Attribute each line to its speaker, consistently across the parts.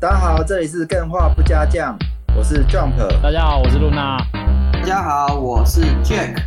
Speaker 1: 大家好，这里是更画不加酱，我是 Jump。
Speaker 2: 大家好，我是露娜。
Speaker 3: 大家好，我是 Jack。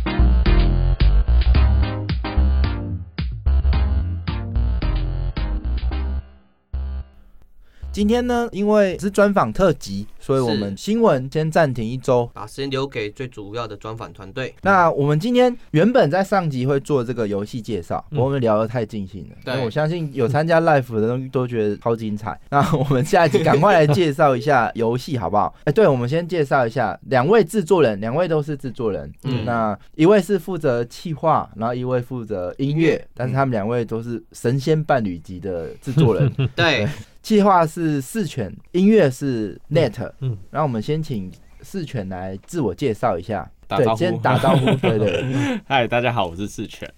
Speaker 4: 今天呢，因为是专访特辑，所以我们新闻先暂停一周。
Speaker 5: 把时间留给最主要的专访团队。
Speaker 4: 那我们今天原本在上集会做这个游戏介绍，我们聊得太尽兴了。
Speaker 5: 嗯对
Speaker 4: 因为我相信有参加 live 的东西都觉得超精彩。 那我们下一集赶快来介绍一下游戏好不好？哎、对，我们先介绍一下两位制作人，两位都是制作人。
Speaker 5: 嗯
Speaker 4: 那一位是负责企划，然后一位负责音乐，
Speaker 5: 嗯
Speaker 4: 但是他们两位都是神仙伴侣级的制作 人。
Speaker 5: 对，
Speaker 4: 计划是四犬，音乐是 Net，
Speaker 2: 嗯
Speaker 4: 嗯，然后我们先请四犬来自我介绍一下，
Speaker 6: 打
Speaker 4: 对
Speaker 6: 招，呼
Speaker 4: 先打 招呼，对对
Speaker 6: 嗨，大家好，我是志全。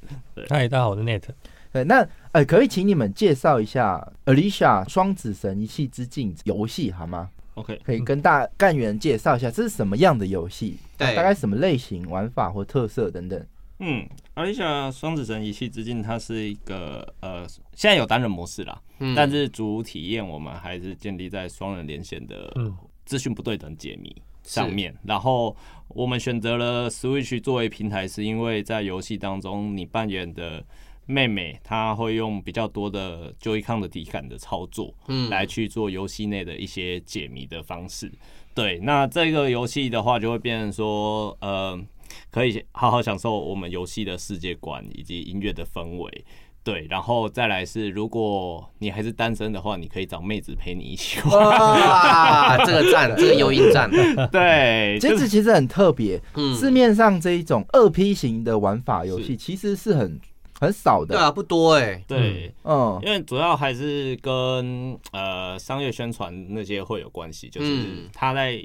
Speaker 2: 嗨，大家好，我是 Net。
Speaker 4: 对。那呃，可以请你们介绍一下 Alicia 双子神一气之境游戏好吗？
Speaker 6: OK，
Speaker 4: 可以跟大干员介绍一下这是什么样的游戏，
Speaker 5: 对
Speaker 4: 大概什么类型、玩法或特色等等。
Speaker 6: 嗯，阿丽莎双子神一气之境，它是一个呃，现在有单人模式啦，
Speaker 5: 嗯
Speaker 6: 但是主体验我们还是建立在双人连线的
Speaker 2: 嗯
Speaker 6: 资讯不对等解谜上面。然后我们选择了 Switch 作为平台，是因为在游戏当中，你扮演的妹妹她会用比较多的 Joy-Con 的体感的操作，
Speaker 5: 嗯
Speaker 6: 来去做游戏内的一些解谜的方式。对，那这个游戏的话，就会变成说，呃，可以好好享受我们游戏的世界观以及音乐的氛围。对，然后再来是，如果你还是单身的话，你可以找妹子陪你一起玩。
Speaker 5: 哇，这个赞，这个诱因赞，
Speaker 6: 对，
Speaker 4: 这
Speaker 6: 就是
Speaker 4: 次其实很特别，
Speaker 5: 嗯
Speaker 4: 市面上这一种二 P 型的玩法游戏其实是很很少
Speaker 5: 对
Speaker 4: 的，
Speaker 5: 啊，不多哎，
Speaker 6: 对，
Speaker 4: 嗯，
Speaker 6: 因为主要还是跟呃商业宣传那些会有关系，就是
Speaker 5: 嗯
Speaker 6: 它在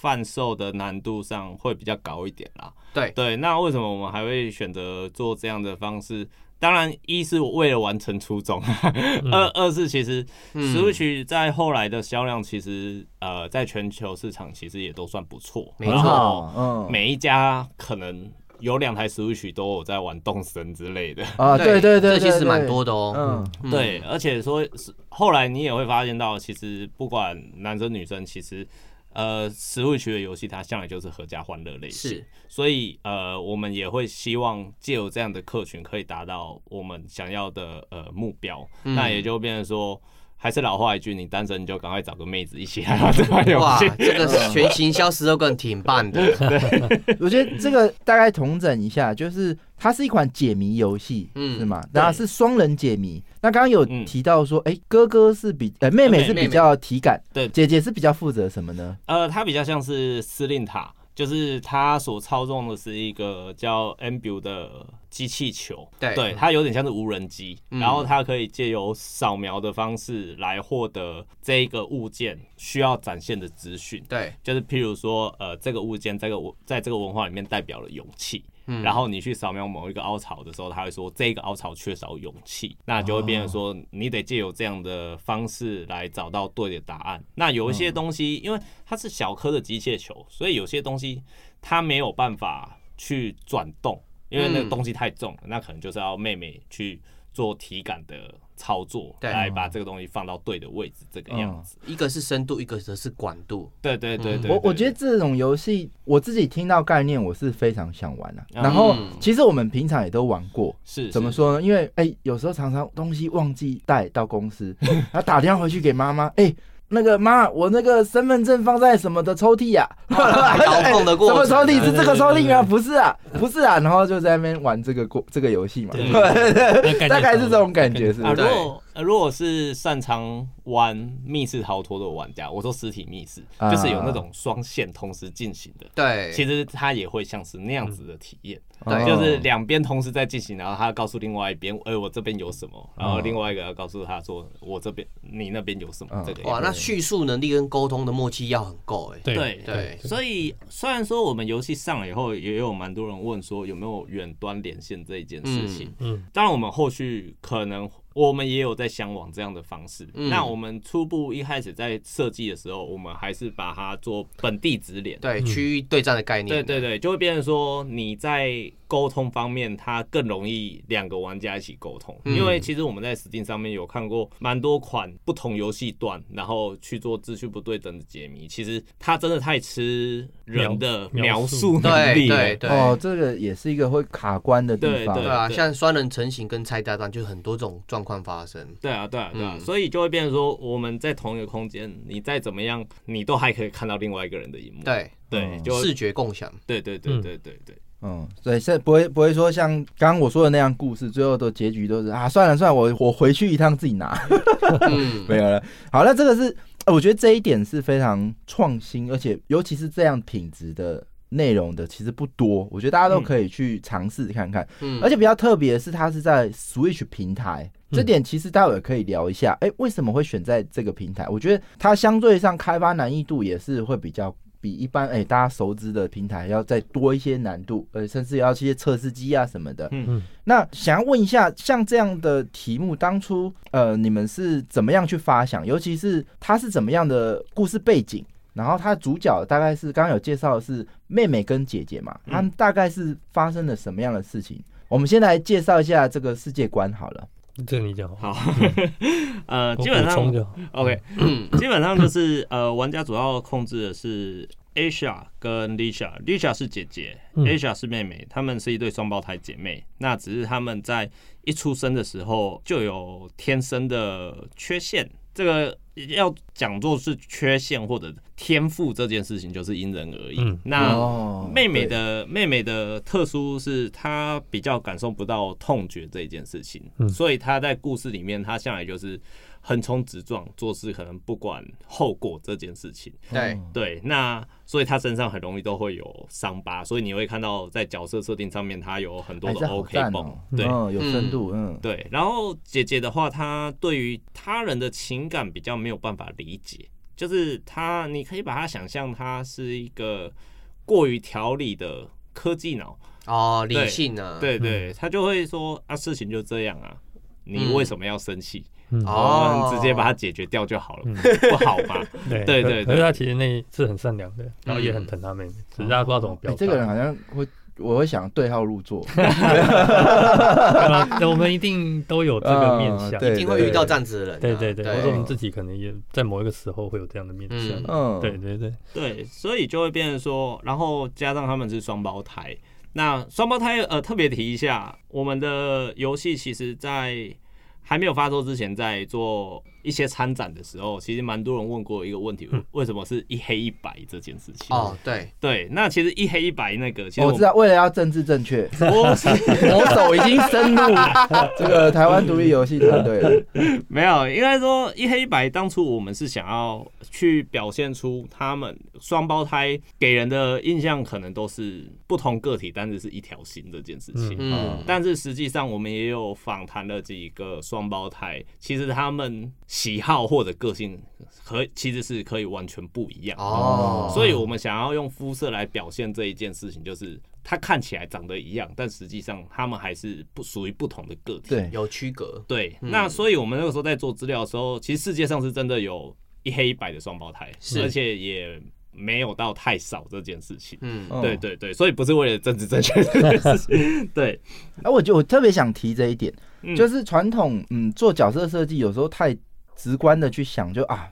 Speaker 6: 贩售的难度上会比较高一点啦。
Speaker 5: 对，
Speaker 6: 对，那为什么我们还会选择做这样的方式？当然，一是为了完成初衷， 二二是其实
Speaker 5: 嗯
Speaker 6: Switch 在后来的销量，其实呃在全球市场其实也都算不错，
Speaker 5: 没错
Speaker 6: 然后
Speaker 4: 嗯
Speaker 5: 哦
Speaker 6: 每一家可能有两台 Switch 都有在玩动森之类的。
Speaker 4: 啊，对对对，
Speaker 5: 这其实
Speaker 4: 对
Speaker 5: 蛮多，
Speaker 4: 对
Speaker 5: 的哦，
Speaker 4: 嗯，
Speaker 5: 嗯
Speaker 6: 对，而且说是后来你也会发现到，其实不管男生女生，其实呃，Switch 的游戏它向来就是合家欢乐类型，
Speaker 5: 是，
Speaker 6: 所以呃，我们也会希望借由这样的客群，可以达到我们想要的呃目标。
Speaker 5: 嗯
Speaker 6: 那也就变成说，还是老话一句，你单身你就赶快找个妹子一起来玩这款游
Speaker 5: 哇，
Speaker 6: 戏。
Speaker 5: 这个全行销 slogan 挺棒的，
Speaker 4: 我觉得这个大概统整一下，就是它是一款解谜游戏，
Speaker 5: 嗯
Speaker 4: 是吗？然后是双人解谜。那刚刚有提到说，哎，哥哥是比，呃，妹妹是
Speaker 5: 妹妹
Speaker 4: 比较体感，
Speaker 6: 对
Speaker 4: 姐姐是比较负责什么呢？
Speaker 6: 呃，它比较像是司令塔，就是它所操纵的是一个叫 Ambu 的机器球，
Speaker 5: 对
Speaker 6: 对，它有点像是无人机，
Speaker 5: 嗯
Speaker 6: 然后它可以借由扫描的方式来获得这一个物件需要展现的资讯，
Speaker 5: 对，
Speaker 6: 就是譬如说，呃，这个物件在这个文在这个文化里面代表了勇气。
Speaker 5: 嗯
Speaker 6: 然后你去扫描某一个凹槽的时候，他会说这个凹槽缺少勇气，那就会
Speaker 4: 哦
Speaker 6: 变成说你得借由这样的方式来找到对的答案。那有一
Speaker 4: 嗯
Speaker 6: 些东西，因为它是小颗的机械球，所以有些东西它没有办法去转动，因为那个
Speaker 4: 嗯
Speaker 6: 东西太重了，那可能就是要妹妹去做体感的操作，
Speaker 5: 对
Speaker 6: 来把这个东西放到对的位置，这个样子。
Speaker 5: 一个是深度，一个则是广度，
Speaker 6: 对对对
Speaker 4: 嗯
Speaker 6: 对，
Speaker 4: 我我
Speaker 6: 对
Speaker 4: 觉得这种游戏，我自己听到概念，我是非常想玩的、然后
Speaker 5: 嗯
Speaker 4: 其实我们平常也都玩过，
Speaker 6: 是
Speaker 4: 怎么
Speaker 6: 是
Speaker 4: 说呢？因为哎、有时候常常东西忘记带到公司，然后打电话回去给妈妈，哎、那个妈，我那个身份证放在什么的抽屉呀、啊？
Speaker 5: 摇动的过
Speaker 4: 什么
Speaker 5: 程
Speaker 4: 抽屉是这个抽屉吗？不是啊，不是啊，然后就在那边玩这个过这个游戏嘛， 大概是这种感觉，是不
Speaker 6: 啊，
Speaker 4: 是？
Speaker 6: 如
Speaker 5: 对
Speaker 6: 果、呃如果是擅长玩密室逃脱的玩家，我说实体密室，
Speaker 4: 啊
Speaker 6: 就是有那种双线同时进行的，
Speaker 5: 对，
Speaker 6: 其实它也会像是那样子的体验，
Speaker 4: 嗯
Speaker 5: 对
Speaker 6: 就是
Speaker 4: 哦
Speaker 6: 两边同时在进行，然后他告诉另外一边，哎、我这边有什么，然后另外一个要告诉他说，我这边你那边有什么，
Speaker 4: 嗯
Speaker 6: 这个样子
Speaker 5: 哇，那叙述能力跟沟通的默契要很够哎，
Speaker 2: 对
Speaker 6: 对
Speaker 5: 对
Speaker 6: 所以虽然说我们游戏上了以后，也有蛮多人问说有没有远端连线这一件事情。
Speaker 2: 嗯嗯
Speaker 6: 当然我们后续可能我们也有在向往这样的方式。
Speaker 5: 嗯
Speaker 6: 那我们初步一开始在设计的时候，我们还是把它做本地直连。
Speaker 5: 对区域对战的概念，
Speaker 6: 对对对，就会变成说你在沟通方面，它更容易两个玩家一起沟通，
Speaker 5: 嗯
Speaker 6: 因为其实我们在 Steam 上面有看过蛮多款不同游戏段，然后去做秩序不对等的解谜，其实它真的太吃人的
Speaker 2: 描
Speaker 6: 描
Speaker 2: 描
Speaker 6: 述
Speaker 2: 述
Speaker 6: 能
Speaker 5: 对
Speaker 6: 力了
Speaker 5: 对。对
Speaker 4: 哦，这个也是一个会卡关的地方。
Speaker 6: 对
Speaker 5: 对啊，
Speaker 6: 对
Speaker 5: 像双人成型跟拆搭档，就很多种状况发生。
Speaker 6: 对啊，对啊，对啊，
Speaker 5: 嗯
Speaker 6: 所以就会变成说，我们在同一个空间，你再怎么样，你都还可以看到另外一个人的荧幕。
Speaker 5: 对，
Speaker 6: 对，
Speaker 4: 嗯
Speaker 6: 就会
Speaker 5: 视觉共享，
Speaker 6: 对对对
Speaker 2: 嗯
Speaker 6: 对对对，
Speaker 4: 嗯，所以是不会不会说像刚刚我说的那样故事，最后的结局都是啊，算了算了，我我回去一趟自己拿。
Speaker 5: 嗯，
Speaker 4: 没有了。好，那这个是，呃我觉得这一点是非常创新，而且尤其是这样品质的内容的，其实不多。我觉得大家都可以去尝试看看，
Speaker 5: 嗯
Speaker 4: 而且比较特别的是，它是在 Switch 平台。
Speaker 2: 嗯
Speaker 4: 这点其实待会可以聊一下，哎、为什么会选在这个平台？我觉得它相对上开发难易度也是会比较比一般哎、大家熟知的平台要再多一些难度，呃，甚至要一些测试机啊什么的。
Speaker 2: 嗯
Speaker 4: 那想要问一下，像这样的题目，当初呃，你们是怎么样去发想？尤其是它是怎么样的故事背景？然后它主角大概是刚刚有介绍的是妹妹跟姐姐嘛，
Speaker 6: 嗯
Speaker 4: 他们大概是发生了什么样的事情？我们先来介绍一下这个世界观好了。
Speaker 2: 这个你讲
Speaker 4: 嗯
Speaker 2: 好，
Speaker 6: 好， 呃，
Speaker 2: 我
Speaker 6: 基本
Speaker 2: 补充
Speaker 6: 上
Speaker 2: 就好。
Speaker 6: OK，基本上就是呃，玩家主要控制的是 Asia 跟 Lisha，Lisha 是姐姐、
Speaker 2: 嗯
Speaker 6: a s i a 是妹妹，她们是一对双胞胎姐妹。那只是她们在一出生的时候就有天生的缺陷，这个要讲做是缺陷或者天赋这件事情，就是因人而异。
Speaker 2: 嗯
Speaker 6: 那、
Speaker 4: 哦
Speaker 6: 妹妹的妹妹的特殊是她比较感受不到痛觉这一件事情，
Speaker 2: 嗯
Speaker 6: 所以她在故事里面她向来就是横冲直撞，做事可能不管后果这件事情。
Speaker 5: 对，
Speaker 2: 嗯
Speaker 4: 哦
Speaker 6: 对，那所以她身上很容易都会有伤疤，所以你会看到在角色设定上面她有很多
Speaker 4: 哎
Speaker 6: 的
Speaker 4: 这好
Speaker 6: OK
Speaker 4: 赞
Speaker 6: 绷、
Speaker 4: 哦
Speaker 6: 对。
Speaker 4: 嗯，有深度，嗯，
Speaker 6: 对，然后姐姐的话，她对于他人的情感比较没有办法理解，就是她，你可以把她想象她是一个过于条理的科技脑，
Speaker 5: 哦，理性啊，，
Speaker 6: 对对，他就会说啊，事情就这样啊，你
Speaker 5: 嗯
Speaker 6: 为什么要生气？
Speaker 2: 嗯
Speaker 5: 哦
Speaker 6: 我们直接把它解决掉就好了，
Speaker 2: 嗯
Speaker 6: 不好吗？
Speaker 2: 对
Speaker 6: 对
Speaker 2: 可
Speaker 6: 对
Speaker 2: 可是
Speaker 6: 对
Speaker 2: 他其实那是很善良的，然后也很疼他妹妹，只是他不知道怎么
Speaker 4: 嗯
Speaker 2: 表
Speaker 4: 哎
Speaker 2: 达。
Speaker 4: 这个人好像会，我会想对号入座。
Speaker 2: 对吧我们一定都有这个面
Speaker 4: 嗯
Speaker 2: 相，
Speaker 4: 对
Speaker 5: 一定会遇到这样子的人啊，
Speaker 2: 对对对，或者我
Speaker 5: 对
Speaker 2: 们自己可能也在某一个时候会有这样的面相。
Speaker 5: 嗯
Speaker 4: 嗯，
Speaker 2: 对对对，
Speaker 6: 对，所以就会变成说，然后加上他们是双胞胎，那双胞胎呃特别提一下，我们的游戏其实在还没有发售之前，在做一些参展的时候，其实蛮多人问过一个问题，
Speaker 4: 嗯
Speaker 6: 为什么是一黑一白这件事情？
Speaker 5: 哦，对，
Speaker 6: 对，那其实一黑一白那个，其实
Speaker 4: 哦我
Speaker 6: 们
Speaker 4: 知道，为了要政治正确，
Speaker 6: 不是
Speaker 4: 魔手已经深入这个台湾独立游戏团队了。
Speaker 6: 没有，应该说一黑一白，当初我们是想要去表现出他们双胞胎给人的印象可能都是不同个体，但是是一条心这件事情。
Speaker 5: 嗯，
Speaker 6: 但是实际上，我们也有访谈了几个双胞胎，其实他们喜好或者个性和其实是可以完全不一样。
Speaker 5: 哦，
Speaker 6: 所以我们想要用肤色来表现这一件事情，就是他看起来长得一样，但实际上他们还是不属于不同的个 体。
Speaker 4: 对，
Speaker 5: 有区隔，
Speaker 6: 对，
Speaker 5: 嗯
Speaker 6: 那所以我们那个时候在做资料的时候，其实世界上是真的有一黑一白的双胞胎，
Speaker 5: 是
Speaker 6: 而且也没有到太少这件事情。
Speaker 5: 嗯，
Speaker 2: 哦
Speaker 4: 嗯
Speaker 6: 对。对对，所以不是为了政治正确这件 事情。对，
Speaker 4: 哎、我就我特别想提这一点，
Speaker 6: 嗯
Speaker 4: 就是传统嗯做角色设计有时候太直观的去想就啊。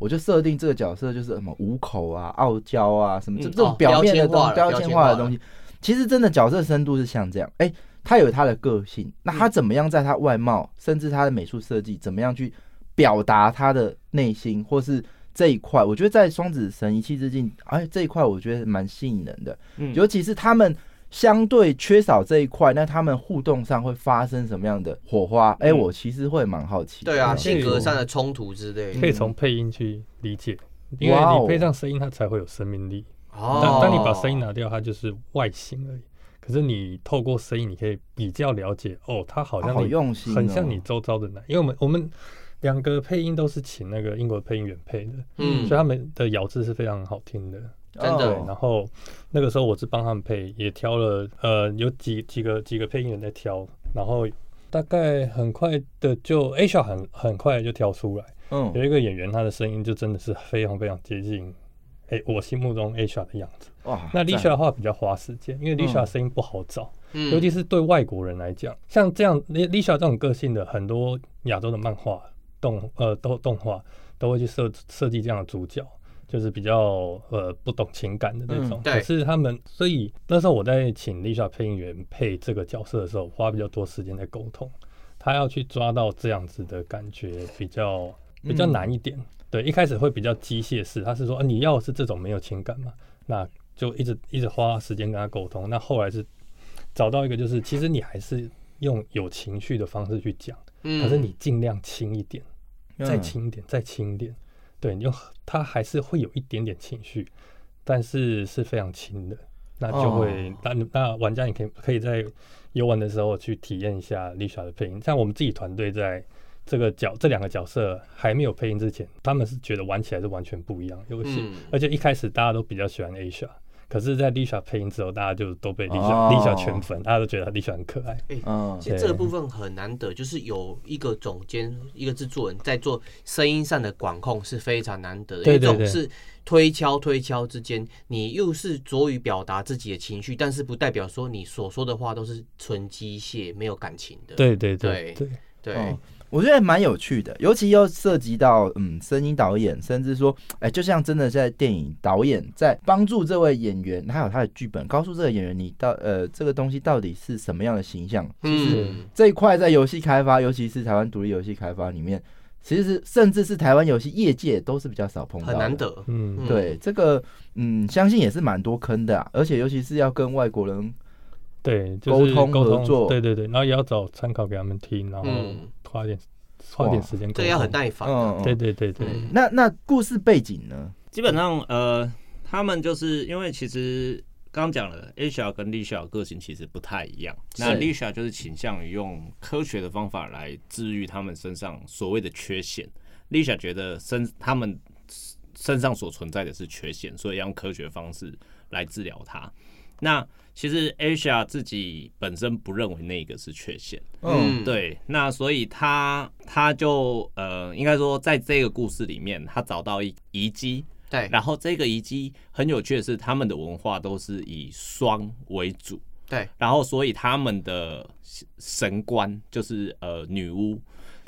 Speaker 4: 我就设定这个角色就是什么五口啊、傲娇啊什么这
Speaker 6: 嗯
Speaker 4: 这种
Speaker 5: 哦
Speaker 4: 表面的东西、
Speaker 5: 标
Speaker 4: 标
Speaker 5: 签化了
Speaker 4: 签化的东西，其实真的角色深度是像这样，哎、他有他的个性，那他怎么样在他外貌，甚至他的美术设计，怎么样去表达他的内心，或是这一块，我觉得在双子神一气之境，哎，这一块我觉得蛮吸引人的，
Speaker 6: 嗯
Speaker 4: 尤其是他们相对缺少这一块，那他们互动上会发生什么样的火花？哎、
Speaker 6: 嗯
Speaker 4: 我其实会蛮好奇的。嗯
Speaker 5: 对啊，
Speaker 2: 是
Speaker 5: 性格上的冲突之类
Speaker 2: 可
Speaker 5: 的，
Speaker 2: 以从配音去理解，因为
Speaker 4: 哇哦
Speaker 2: 你配上声音，它才会有生命力。
Speaker 5: 哦，
Speaker 2: 当当你把声音拿掉，它就是外形而已。可是你透过声音，你可以比较了解哦，它好像
Speaker 4: 好
Speaker 2: 你
Speaker 4: 用心哦
Speaker 2: 很像你周遭的奶，因为我们我们两个配音都是请那个英国配音员配的，
Speaker 5: 嗯
Speaker 2: 所以他们的咬字是非常好听的。
Speaker 4: 哦
Speaker 5: 真的
Speaker 2: 对，然后那个时候我是帮他们配，也挑了呃有几几个几个配音员在挑，然后大概很快的就 A shot 很很快就挑出来，
Speaker 4: 嗯
Speaker 2: 有一个演员他的声音就真的是非常非常接近。哎、我心目中 A shot 的样子。
Speaker 5: 啊
Speaker 4: 哇
Speaker 2: 那 Lisa
Speaker 4: 赞
Speaker 2: 的话比较花时间，因为 Lisa 的声音不好找，
Speaker 5: 嗯
Speaker 2: 尤其是对外国人来讲，像这样 Lisa 这种个性的，很多亚洲的漫画动呃动动画都会去设设计这样的主角，就是比较呃不懂情感的那种。
Speaker 5: 嗯对
Speaker 2: 可是他们，所以那时候我在请 Lisa 配音员配这个角色的时候，花比较多时间在沟通，他要去抓到这样子的感觉比较比较
Speaker 4: 嗯
Speaker 2: 难一点。对，一开始会比较机械式，他是说、啊、你要的是这种没有情感嘛，那就一直一直花时间跟他沟通。那后来是找到一个，就是其实你还是用有情绪的方式去讲，
Speaker 5: 嗯
Speaker 2: 可是你尽量轻一点，
Speaker 4: 嗯
Speaker 2: 再轻一点，再轻一点。对，你用他还是会有一点点情绪，但是是非常轻的，那就会、那那玩家你可以可以在游玩的时候去体验一下 Lisa 的配音。像我们自己团队在这个角这两个角色还没有配音之前，他们是觉得玩起来是完全不一样的游戏，
Speaker 5: 嗯
Speaker 2: 而且一开始大家都比较喜欢 Asia。可是，在 Lisa 配音之后，大家就都被 Lisa、
Speaker 4: 哦
Speaker 2: Lisa 圈粉，大家都觉得 Lisa 很可爱。
Speaker 4: 嗯
Speaker 5: 其实这个部分很难得，就是有一个总监、一个制作人在做声音上的管控是非常难得的，
Speaker 2: 对对
Speaker 5: 因为这种是推敲推敲之间，你又是拙于表达自己的情绪，但是不代表说你所说的话都是纯机械、没有感情的。
Speaker 2: 对对
Speaker 5: 对
Speaker 2: 对，
Speaker 5: 对，
Speaker 4: 哦我觉得蛮有趣的，尤其又涉及到嗯声音导演，甚至说，哎，就像真的在电影导演在帮助这位演员，还有他的剧本，告诉这个演员你到呃这个东西到底是什么样的形象。
Speaker 5: 嗯，
Speaker 4: 这一块在游戏开发，尤其是台湾独立游戏开发里面，其实是甚至是台湾游戏业界都是比较少碰到的，
Speaker 5: 很难得。
Speaker 2: 嗯，
Speaker 5: 嗯
Speaker 4: 对这个，嗯，相信也是蛮多坑的啊，而且尤其是要跟外国人，
Speaker 2: 对，就是
Speaker 4: 沟通合作
Speaker 2: 对对对，然后也要找参考给他们听，然后
Speaker 5: 嗯
Speaker 2: 花点花点时间沟
Speaker 5: 这
Speaker 2: 通，
Speaker 5: 个要很耐烦。
Speaker 4: 嗯，
Speaker 2: 对对对对，
Speaker 5: 嗯
Speaker 4: 那那故事背景呢？
Speaker 6: 基本上，呃，他们就是因为其实刚讲了，Asia 跟 Lisa 个性其实不太一样。那 Lisa 就是倾向于用科学的方法来治愈他们身上所谓的缺陷。Lisa 觉得身他们身上所存在的是缺陷，所以要用科学方式来治疗它。那其实 Asia 自己本身不认为那个是缺陷。
Speaker 4: 嗯，
Speaker 6: 对，那所以他他就呃，应该说在这个故事里面，他找到一遗迹，
Speaker 5: 对
Speaker 6: 然后这个遗迹很有趣的是，他们的文化都是以双为主，
Speaker 5: 对，
Speaker 6: 然后所以他们的神官就是呃女巫，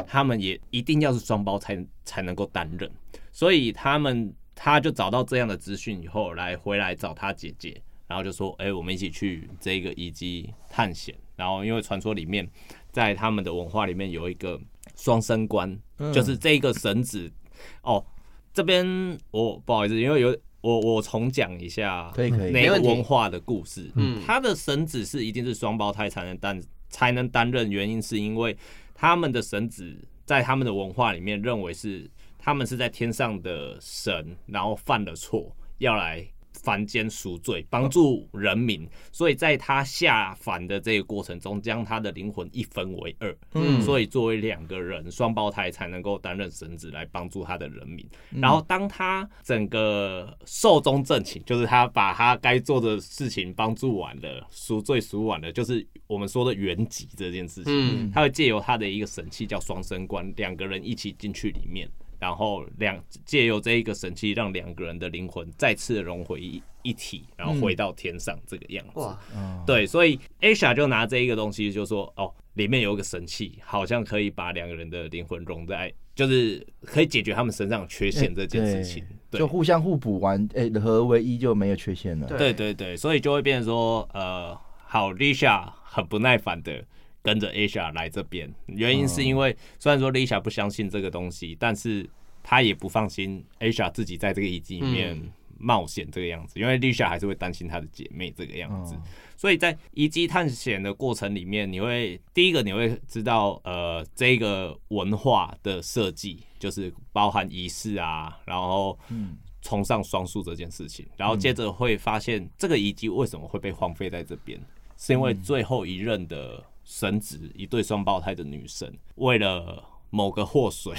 Speaker 6: 他们也一定要是双胞才才能够担任，所以他们他就找到这样的资讯以后，来回来找他姐姐，然后就说，哎、我们一起去这个遗迹探险，然后因为传说里面在他们的文化里面有一个双生官，就是这个绳子哦。这边我不好意思，因为有我我重讲一下，
Speaker 4: 可以可以
Speaker 6: 哪
Speaker 5: 没
Speaker 6: 个
Speaker 5: 问题
Speaker 6: 文化的故事？
Speaker 5: 嗯
Speaker 6: 嗯，他的神子是一定是双胞胎才能担才能担任，原因是因为他们的神子在他们的文化里面认为是他们是在天上的神，然后犯了错，要来凡间赎罪，帮助人民，所以在他下凡的这个过程中，将他的灵魂一分为二。
Speaker 5: 嗯
Speaker 6: 所以作为两个人双胞胎才能够担任神职来帮助他的人民。
Speaker 5: 嗯
Speaker 6: 然后当他整个寿终正寝，就是他把他该做的事情帮助完了，赎罪赎完了，就是我们说的原籍这件事情。
Speaker 5: 嗯
Speaker 6: 他会借由他的一个神器叫双生观，两个人一起进去里面，然后两借由这一个神器，让两个人的灵魂再次融回一一体，然后回到天上这个样子。
Speaker 5: 哇，
Speaker 6: 对，所以 Asia 就拿这一个东西，就说哦，里面有一个神器，好像可以把两个人的灵魂融在，就是可以解决他们身上缺陷这件事
Speaker 5: 哎
Speaker 6: 情。对
Speaker 4: 就，互相互补完，哎、合为一就没有缺陷了。
Speaker 5: 对
Speaker 6: 对对对，所以就会变成说，呃，好，Lisa 很不耐烦的跟着 Asia 来这边，原因是因为、虽然说 Lisa 不相信这个东西，但是她也不放心 Asia 自己在这个遗迹里面
Speaker 5: 嗯
Speaker 6: 冒险这个样子，因为 Lisa 还是会担心她的姐妹这个样
Speaker 5: 哦
Speaker 6: 子。所以在遗迹探险的过程里面，你会第一个你会知道，呃，这个文化的设计就是包含仪式啊，然后崇尚双数这件事情，然后接着会发现这个遗迹为什么会被荒废在这边，是因为最后一任的神子，一对双胞胎的女神，为了某个祸水，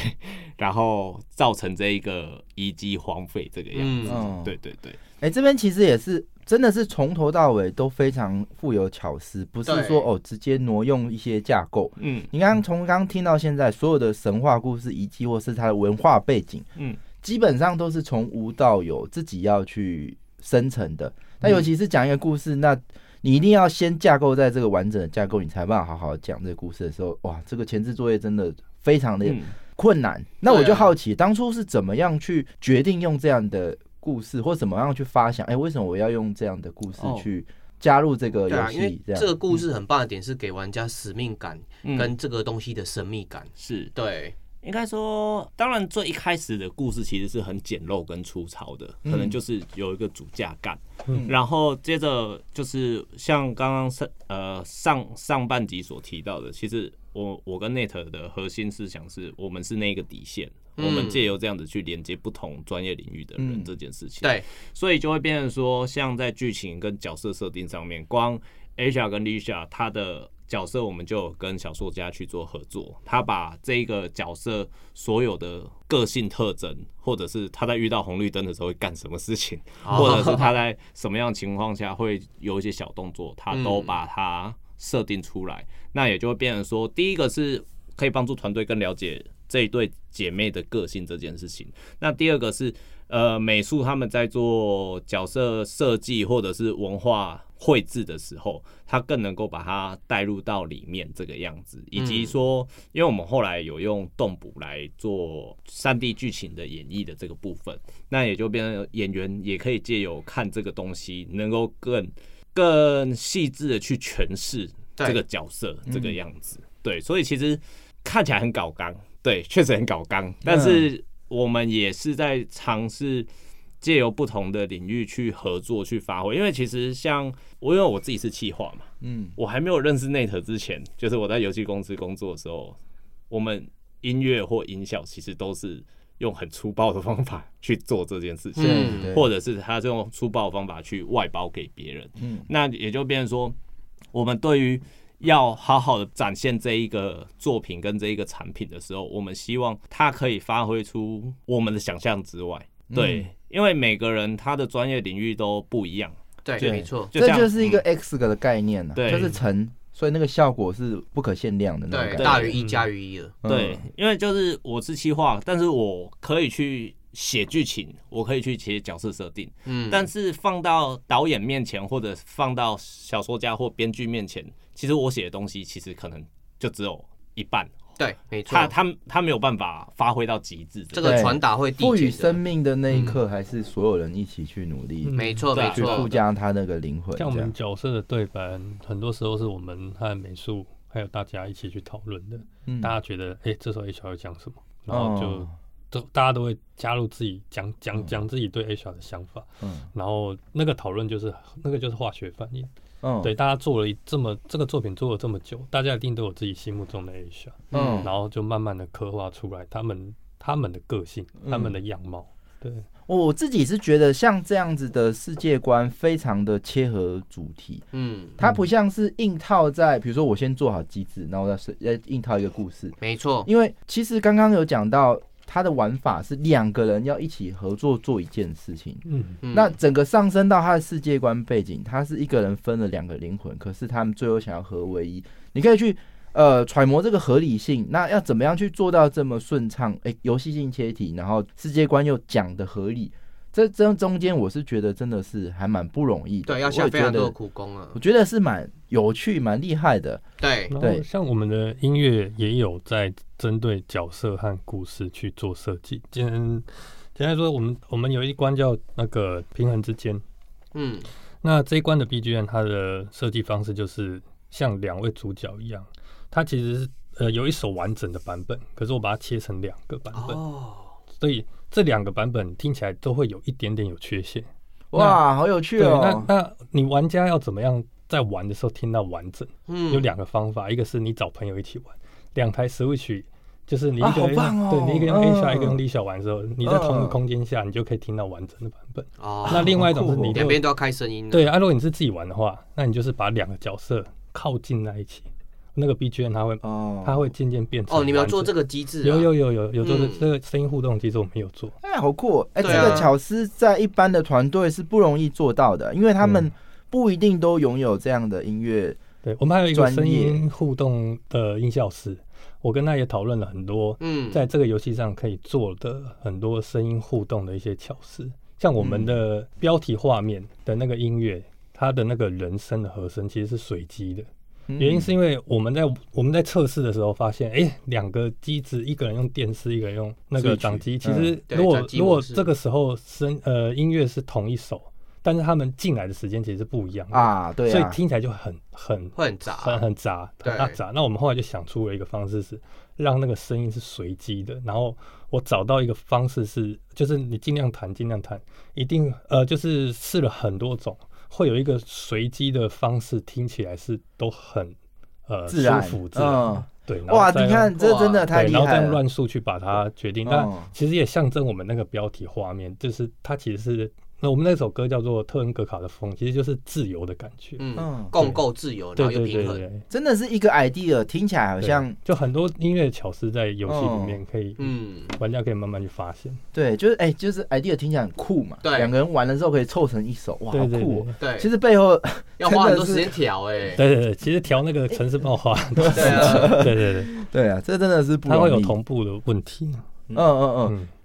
Speaker 6: 然后造成这一个遗迹荒废这个样子。
Speaker 5: 嗯
Speaker 4: 嗯，
Speaker 6: 对对对，
Speaker 4: 哎、这边其实也是真的是从头到尾都非常富有巧思，不是
Speaker 5: 对
Speaker 4: 说哦直接挪用一些架构。
Speaker 6: 嗯
Speaker 4: 你刚刚从刚刚听到现在，所有的神话故事遗迹或是它的文化背景，
Speaker 6: 嗯，
Speaker 4: 基本上都是从无到有，自己要去生成的。那
Speaker 6: 嗯
Speaker 4: 尤其是讲一个故事，那你一定要先架构在这个完整的架构，你才办法好好讲这个故事的时候，哇，这个前置作业真的非常的
Speaker 6: 嗯
Speaker 4: 困难。那我
Speaker 5: 对
Speaker 4: 就
Speaker 5: 啊
Speaker 4: 好奇，当初是怎么样去决定用这样的故事，或怎么样去发想？哎、为什么我要用这样的故事
Speaker 6: 哦
Speaker 4: 去加入这个
Speaker 5: 对
Speaker 4: 游
Speaker 5: 啊，因为
Speaker 4: 戏？这样，
Speaker 5: 这个故事很棒的点是给玩家使命感
Speaker 6: 嗯
Speaker 5: 跟这个东西的神秘感。
Speaker 6: 是
Speaker 5: 对，
Speaker 6: 应该说，当然最一开始的故事其实是很简陋跟粗糙的，可能就是有一个主架干，
Speaker 2: 嗯
Speaker 6: 然后接着就是像刚刚上呃上上半集所提到的，其实我我跟 Net 的核心思想是我们是那个底线，
Speaker 5: 嗯
Speaker 6: 我们借由这样子去连接不同专业领域的人
Speaker 4: 嗯
Speaker 6: 这件事情。
Speaker 5: 对，
Speaker 6: 所以就会变成说，像在剧情跟角色设定上面，光 Asia 跟 Lisa 她的角色，我们就有跟小说家去做合作，他把这个角色所有的个性特征，或者是他在遇到红绿灯的时候会干什么事情，
Speaker 5: 哦
Speaker 6: 或者是他在什么样的情况下会有一些小动作，他都把它设定出来，那也就会变成说，第一个是可以帮助团队更了解这一对姐妹的个性这件事情。那第二个是，呃，美术他们在做角色设计或者是文化绘制的时候，他更能够把它带入到里面这个样子，以及说，因为我们后来有用动捕来做三 D 剧情的演绎的这个部分，那也就变成演员也可以借由看这个东西，能够更更细致的去诠释
Speaker 5: 对嗯
Speaker 6: 这个角色这个样子。对，所以其实看起来很搞纲，对，确实很搞
Speaker 5: 嗯
Speaker 6: 纲，但是我们也是在尝试。借由不同的领域去合作去发挥，因为其实像我，因为我自己是企划嘛，
Speaker 4: 嗯，
Speaker 6: 我还没有认识 Net 之前，就是我在游戏公司工作的时候，我们音乐或音效其实都是用很粗暴的方法去做这件事情，
Speaker 5: 嗯
Speaker 4: 对
Speaker 6: 或者是他是用粗暴的方法去外包给别人。
Speaker 4: 嗯
Speaker 6: 那也就变成说，我们对于要好好的展现这一个作品跟这一个产品的时候，我们希望它可以发挥出我们的想象之外。对，因为每个人他的专业领域都不一样，
Speaker 5: 对，
Speaker 4: 对
Speaker 5: 没错，
Speaker 6: 这
Speaker 4: 这
Speaker 6: 样
Speaker 4: 就是一个
Speaker 6: 嗯
Speaker 4: X 的概念呢、啊，
Speaker 6: 对
Speaker 4: 就是乘，所以那个效果是不可限量的那
Speaker 5: 对，
Speaker 4: 种
Speaker 5: 大
Speaker 4: 感
Speaker 5: 于
Speaker 4: 觉。
Speaker 5: 一加于一了。
Speaker 4: 嗯
Speaker 6: 对，，因为就是我是企划，但是我可以去写剧情，我可以去写角色设定，
Speaker 5: 嗯，
Speaker 6: 但是放到导演面前或者放到小说家或编剧面前，其实我写的东西其实可能就只有一半，
Speaker 5: 对，没错
Speaker 6: 他，他他没有办法发挥到极致
Speaker 5: 这
Speaker 6: 的。
Speaker 5: 个
Speaker 4: 对
Speaker 5: 传达会递
Speaker 4: 赋予
Speaker 5: 减的
Speaker 4: 生。命的那一刻，还是所有人一起去努力，
Speaker 2: 嗯
Speaker 5: 没错，
Speaker 6: 对啊
Speaker 5: 没
Speaker 4: 去附
Speaker 5: 错，
Speaker 4: 加他那个灵魂。这
Speaker 2: 像我们
Speaker 4: 样，
Speaker 2: 角色的对白，很多时候是我们和美术还有大家一起去讨论的。
Speaker 4: 嗯
Speaker 2: 大家觉得，哎、这时候 HR 要讲什么，然后就、
Speaker 4: 哦
Speaker 2: 都大家都会加入自己讲讲讲自己对 HR 的想法，
Speaker 4: 嗯
Speaker 2: 然后那个讨论就是那个就是化学反应。
Speaker 4: 嗯，
Speaker 2: 对，大家做了一这么这个作品做了这么久，大家一定都有自己心目中的 HR，
Speaker 4: 嗯
Speaker 2: 然后就慢慢的刻画出来他们他们的个性、他们的样貌。对，
Speaker 4: 我我自己是觉得像这样子的世界观非常的切合主题，
Speaker 5: 嗯，
Speaker 4: 它不像是硬套在，比如说我先做好机制，然后再是再硬套一个故事。
Speaker 5: 没错，
Speaker 4: 因为其实刚刚有讲到它的玩法是两个人要一起合作做一件事情，
Speaker 2: 嗯，
Speaker 5: 嗯
Speaker 4: 那整个上升到他的世界观背景，他是一个人分了两个灵魂，可是他们最后想要合为一。你可以去呃揣摩这个合理性，那要怎么样去做到这么顺畅？诶，游戏性切题，然后世界观又讲的合理，这这中间我是觉得真的是还蛮不容易的。
Speaker 5: 对要
Speaker 4: 我
Speaker 5: 下
Speaker 4: 也
Speaker 5: 非
Speaker 4: 觉
Speaker 5: 常多的
Speaker 4: 得，
Speaker 5: 苦功啊
Speaker 4: 我。觉得是蛮有趣、蛮厉害的。
Speaker 5: 对，
Speaker 2: 然
Speaker 4: 对
Speaker 2: 后像我们的音乐也有在针对角色和故事去做设计。今天简单来说，我们我们有一关叫那个平衡之间，
Speaker 5: 嗯，
Speaker 2: 那这一关的 BGM 它的设计方式就是像两位主角一样，它其实是呃有一首完整的版本，可是我把它切成两个版本，
Speaker 5: 哦，
Speaker 2: 所以这两个版本听起来都会有一点点有缺陷。
Speaker 4: 哇，好有趣
Speaker 2: 对，那
Speaker 4: 哦！
Speaker 2: 那你玩家要怎么样在玩的时候听到完整？
Speaker 5: 嗯，
Speaker 2: 有两个方法，一个是你找朋友一起玩，两台 Switch。就是你一个人，
Speaker 4: 啊好棒哦
Speaker 2: 对你一个用 A 下、
Speaker 4: 嗯
Speaker 2: 一个用 D 小玩的时候，你在同一个
Speaker 4: 嗯
Speaker 2: 空间下，你就可以听到完整的版本。
Speaker 5: 哦，
Speaker 2: 那另外一种是
Speaker 4: 好酷哦
Speaker 2: 你就
Speaker 5: 两边都要开声音。，
Speaker 2: 对啊，如果你是自己玩的话，那你就是把两个角色靠近在一起，那个 BGM 它会
Speaker 4: 哦，
Speaker 2: 它会渐渐变成
Speaker 5: 哦，你们有做这
Speaker 2: 个？
Speaker 5: 个机制、啊？
Speaker 2: 有有有有有做这
Speaker 5: 嗯
Speaker 2: 这个声音互动机制，我们有做。
Speaker 4: 哎，好酷哦！哎，这
Speaker 5: 对啊
Speaker 4: 个巧思在一般的团队是不容易做到的，因为他们
Speaker 2: 嗯
Speaker 4: 不一定都拥有这样的音乐。
Speaker 2: 对我们还有一个
Speaker 4: 专业
Speaker 2: 声音互动的音效师，我跟他也讨论了很多，
Speaker 5: 嗯，
Speaker 2: 在这个游戏上可以做的很多声音互动的一些巧思，像我
Speaker 5: 嗯
Speaker 2: 们的标题画面的那个音乐，它的那个人声的和声其实是随机的。
Speaker 4: 嗯
Speaker 2: 原因是因为我们在我们在测试的时候发现，哎、两个机子，一个人用电视，一个人用那个掌机。其实
Speaker 5: 嗯对
Speaker 2: 如果、
Speaker 5: 掌机
Speaker 2: 如果
Speaker 5: 模式
Speaker 2: 这个时候声呃音乐是同一首，但是他们进来的时间其实是不一样的，
Speaker 4: 啊，对
Speaker 2: 所以
Speaker 4: 啊，
Speaker 2: 听起来就很很
Speaker 5: 会很杂，啊
Speaker 2: 很很杂，
Speaker 5: 对
Speaker 2: 很大杂。那我们后来就想出了一个方式是让那个声音是随机的，然后我找到一个方式是，就是你尽量弹，尽量弹，一定呃，就是试了很多种，会有一个随机的方式，听起来是都很呃
Speaker 4: 自然
Speaker 2: 舒服自然。
Speaker 4: 嗯，
Speaker 2: 对，然后
Speaker 4: 哇，
Speaker 2: 再
Speaker 4: 你看这真的太
Speaker 2: 哦对，
Speaker 4: 厉
Speaker 2: 然后
Speaker 4: 害
Speaker 2: 再用
Speaker 4: 了。
Speaker 2: 乱数去把它决定。
Speaker 4: 哦
Speaker 2: 那其实也象征我们那个标题画面，就是它其实是那我们那首歌叫做《特恩格卡的风》，其实就是自由的感觉。
Speaker 5: 嗯
Speaker 4: 嗯，
Speaker 5: 共构自由，然
Speaker 2: 对
Speaker 5: 后又
Speaker 2: 对对对
Speaker 5: 平衡，
Speaker 2: 对。
Speaker 4: 真的是一个 idea，听起来好
Speaker 2: 对
Speaker 4: 像哦
Speaker 2: 就很多音乐巧思在游戏里面可以，
Speaker 5: 嗯，
Speaker 2: 玩家可以慢慢去发现。
Speaker 4: 对，就是哎，就是 idea 听起来很酷嘛。
Speaker 5: 对
Speaker 4: 两个人玩的时候可以凑成一首，哇，好
Speaker 2: 对对
Speaker 4: 酷哦！
Speaker 2: 对
Speaker 5: 对，
Speaker 4: 其实背后
Speaker 5: 要花
Speaker 4: 真
Speaker 5: 很
Speaker 4: 的
Speaker 5: 多
Speaker 4: 是
Speaker 5: 时间调哎，
Speaker 2: 对对对，其实调那个城市爆花，对
Speaker 5: 对 啊，
Speaker 2: 对对，
Speaker 4: 对啊，这真的是不
Speaker 2: 它
Speaker 4: 容
Speaker 2: 会
Speaker 4: 易。
Speaker 2: 有同步的问题。
Speaker 4: 嗯嗯嗯，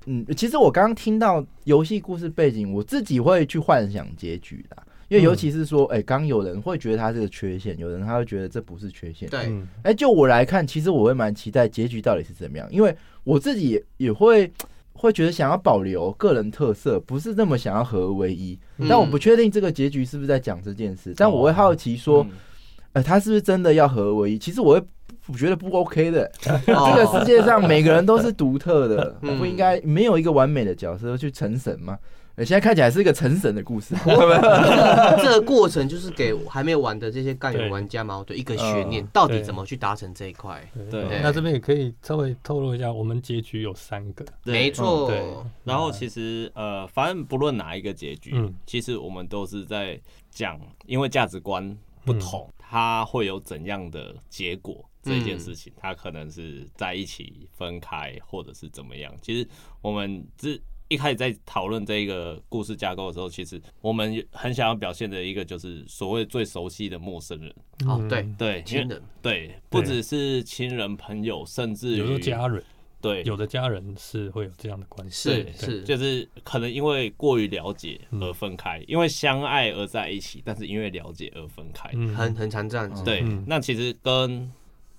Speaker 2: 嗯，
Speaker 4: 嗯，其实我刚刚听到游戏故事背景，我自己会去幻想结局的，
Speaker 5: 嗯
Speaker 4: 因为尤其是说，哎、刚、有人会觉得它是个缺陷，有人他会觉得这不是缺陷。，
Speaker 5: 对，
Speaker 2: 嗯
Speaker 4: 哎、就我来看，其实我会蛮期待结局到底是怎么样，因为我自己也也会会觉得想要保留个人特色，不是那么想要合而为一。
Speaker 5: 嗯哦
Speaker 4: 但我不确定这个结局是不是在讲这件事，但我会好奇说，
Speaker 6: 嗯
Speaker 4: 呃，他是不是真的要合而为一？其实我会不觉得不 OK 的，
Speaker 5: 哦
Speaker 4: 这个世界上每个人都是独特的，
Speaker 5: 嗯
Speaker 4: 不应该没有一个完美的角色去成神吗？呃现在看起来是一个成神的故 事，
Speaker 5: 这个过程就是给还没有玩的这些干员
Speaker 2: 对
Speaker 5: 玩家嘛，对一个悬念
Speaker 4: 嗯，
Speaker 5: 到底
Speaker 2: 对
Speaker 5: 怎么去达成这一块？
Speaker 6: 对
Speaker 2: 那这边也可以稍微透露一下，我们结局有三个。
Speaker 6: 对嗯
Speaker 5: 没错，
Speaker 2: 对，
Speaker 6: 然后其实呃，反正不论哪一个结局，
Speaker 2: 嗯
Speaker 6: 其实我们都是在讲，因为价值观不同，它会有怎样的结果这件事
Speaker 5: 嗯
Speaker 6: 情，它可能是在一起、分开，或者是怎么样。其实我们之一开始在讨论这个故事架构的时候，其实我们很想要表现的一个就是所谓最熟悉的陌生人，
Speaker 5: 哦
Speaker 2: 嗯
Speaker 5: 对
Speaker 6: 对，因为
Speaker 5: 亲人，
Speaker 6: 对，不
Speaker 2: 对啊
Speaker 6: 只是亲人、朋友，甚至
Speaker 2: 有
Speaker 6: 于
Speaker 2: 的家人，
Speaker 6: 对
Speaker 2: 有的家人是会有这样的关系。
Speaker 5: 是
Speaker 6: 对
Speaker 5: 是，
Speaker 6: 就是可能因为过于了解而分开，
Speaker 2: 嗯
Speaker 6: 因为相爱而在一起，但是因为了解而分开。
Speaker 2: 嗯
Speaker 5: 很很常这样子，
Speaker 6: 对，
Speaker 2: 嗯
Speaker 6: 那其实跟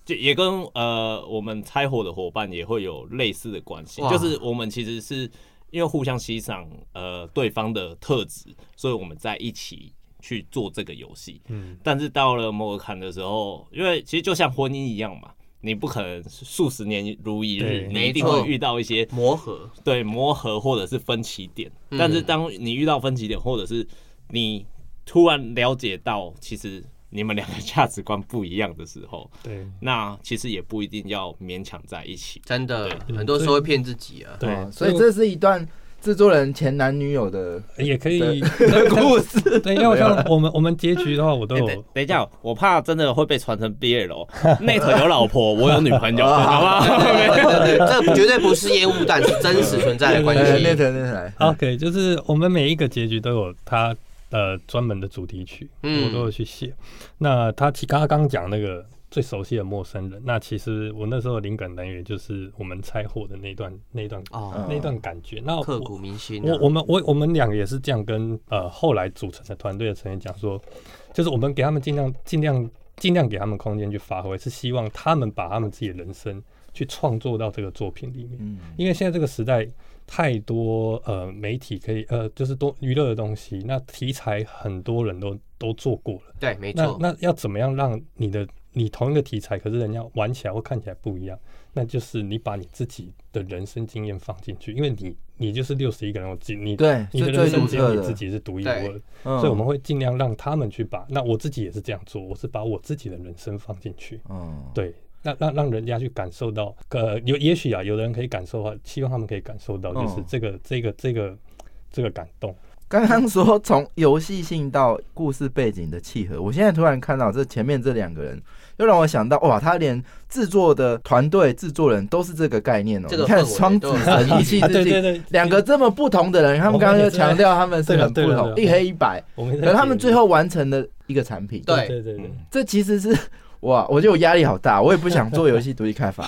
Speaker 6: 就也跟呃我们拆伙的伙伴也会有类似的关系，
Speaker 5: 哇
Speaker 6: 就是我们其实是因为互相欣赏呃对方的特质，所以我们在一起去做这个游戏。
Speaker 2: 嗯，
Speaker 6: 但是到了某个坎的时候，因为其实就像婚姻一样嘛。你不可能数十年如一日
Speaker 2: 对，
Speaker 6: 你一定
Speaker 5: 没错
Speaker 6: 会遇到一些
Speaker 5: 磨合，
Speaker 6: 对磨合或者是分歧点，
Speaker 5: 嗯
Speaker 6: 但是当你遇到分歧点，或者是你突然了解到其实你们两个价值观不一样的时 候，
Speaker 2: 对
Speaker 6: 那其实也不一定要勉强在一起。
Speaker 5: 真的
Speaker 6: 对
Speaker 5: 很多时候会骗自己啊，
Speaker 2: 对，
Speaker 4: 哦所以这是一段制作人前男女友 的
Speaker 2: 也可以。
Speaker 4: 的故事。啊
Speaker 2: 对，因为像我们我们结局的话，我都
Speaker 6: 欸
Speaker 2: 有
Speaker 6: 等等一下，我怕真的会被传成 BL 哦。 那头有老婆，我有女 朋友，好不好？
Speaker 5: 对，这绝对不是烟雾弹，是真实存在的关
Speaker 4: 呃，那
Speaker 5: 系。
Speaker 4: 台那台，
Speaker 2: OK，就是我们每一个结局都有它呃专门的主题曲，
Speaker 5: 嗯
Speaker 2: 我都有去写。那他其刚刚讲那个最熟悉的陌生人，那其实我那时候的灵感来源就是我们拆伙的那一段那一段、
Speaker 5: 哦，
Speaker 6: 嗯
Speaker 2: 那一段感觉。那我
Speaker 5: 刻骨铭心啊。
Speaker 2: 我我们我我们两个也是这样跟呃后来组成的团队的成员讲说，就是我们给他们尽量尽量尽量给他们空间去发挥，是希望他们把他们自己的人生去创作到这个作品里面。
Speaker 4: 嗯，
Speaker 2: 因为现在这个时代太多呃媒体可以呃就是多娱乐的东西，那题材很多人都都做过了，
Speaker 5: 对，没
Speaker 2: 那
Speaker 5: 错，
Speaker 2: 那要怎么样让你的你同一个题材，可是人家玩起来或看起来不一样，那就是你把你自己的人生经验放进去，因为你你就是六十一个人，我自己你
Speaker 4: 对
Speaker 2: 你的
Speaker 4: 最
Speaker 2: 人
Speaker 4: 最
Speaker 2: 生
Speaker 4: 独
Speaker 2: 经验
Speaker 4: 特
Speaker 2: 你
Speaker 4: 的
Speaker 2: 自己是独一无二的，
Speaker 4: 嗯
Speaker 2: 所以我们会尽量让他们去把。那我自己也是这样做，我是把我自己的人生放进去，
Speaker 4: 嗯，
Speaker 2: 对，让让让人家去感受到，呃，有也许啊，有的人可以感受到，希望他们可以感受到，就是
Speaker 4: 嗯
Speaker 2: 这个、这个这个这个感动。
Speaker 4: 刚刚说从游戏性到故事背景的契合，我现在突然看到这前面这两个人，又让我想到哇，他连制作的团队、制作人都是这个概念哦。
Speaker 5: 这个
Speaker 4: 你看
Speaker 5: 氛围
Speaker 4: 双子
Speaker 5: 都有
Speaker 4: 神一气
Speaker 2: 啊
Speaker 4: 之
Speaker 2: 对对
Speaker 4: 境，
Speaker 2: 对，
Speaker 4: 两个这么不同的人，他们刚刚就强调他们是很不
Speaker 2: 对了对
Speaker 4: 同
Speaker 2: 了，对
Speaker 4: 一
Speaker 2: 了
Speaker 4: 黑一白，
Speaker 2: 我们
Speaker 4: 可
Speaker 2: 在
Speaker 4: 他们
Speaker 2: 解
Speaker 4: 最后完成的一个产品。
Speaker 5: 对
Speaker 2: 对对对，
Speaker 6: 嗯
Speaker 4: 这其实是哇，我觉得我压力好大，我也不想做游戏独立 开发。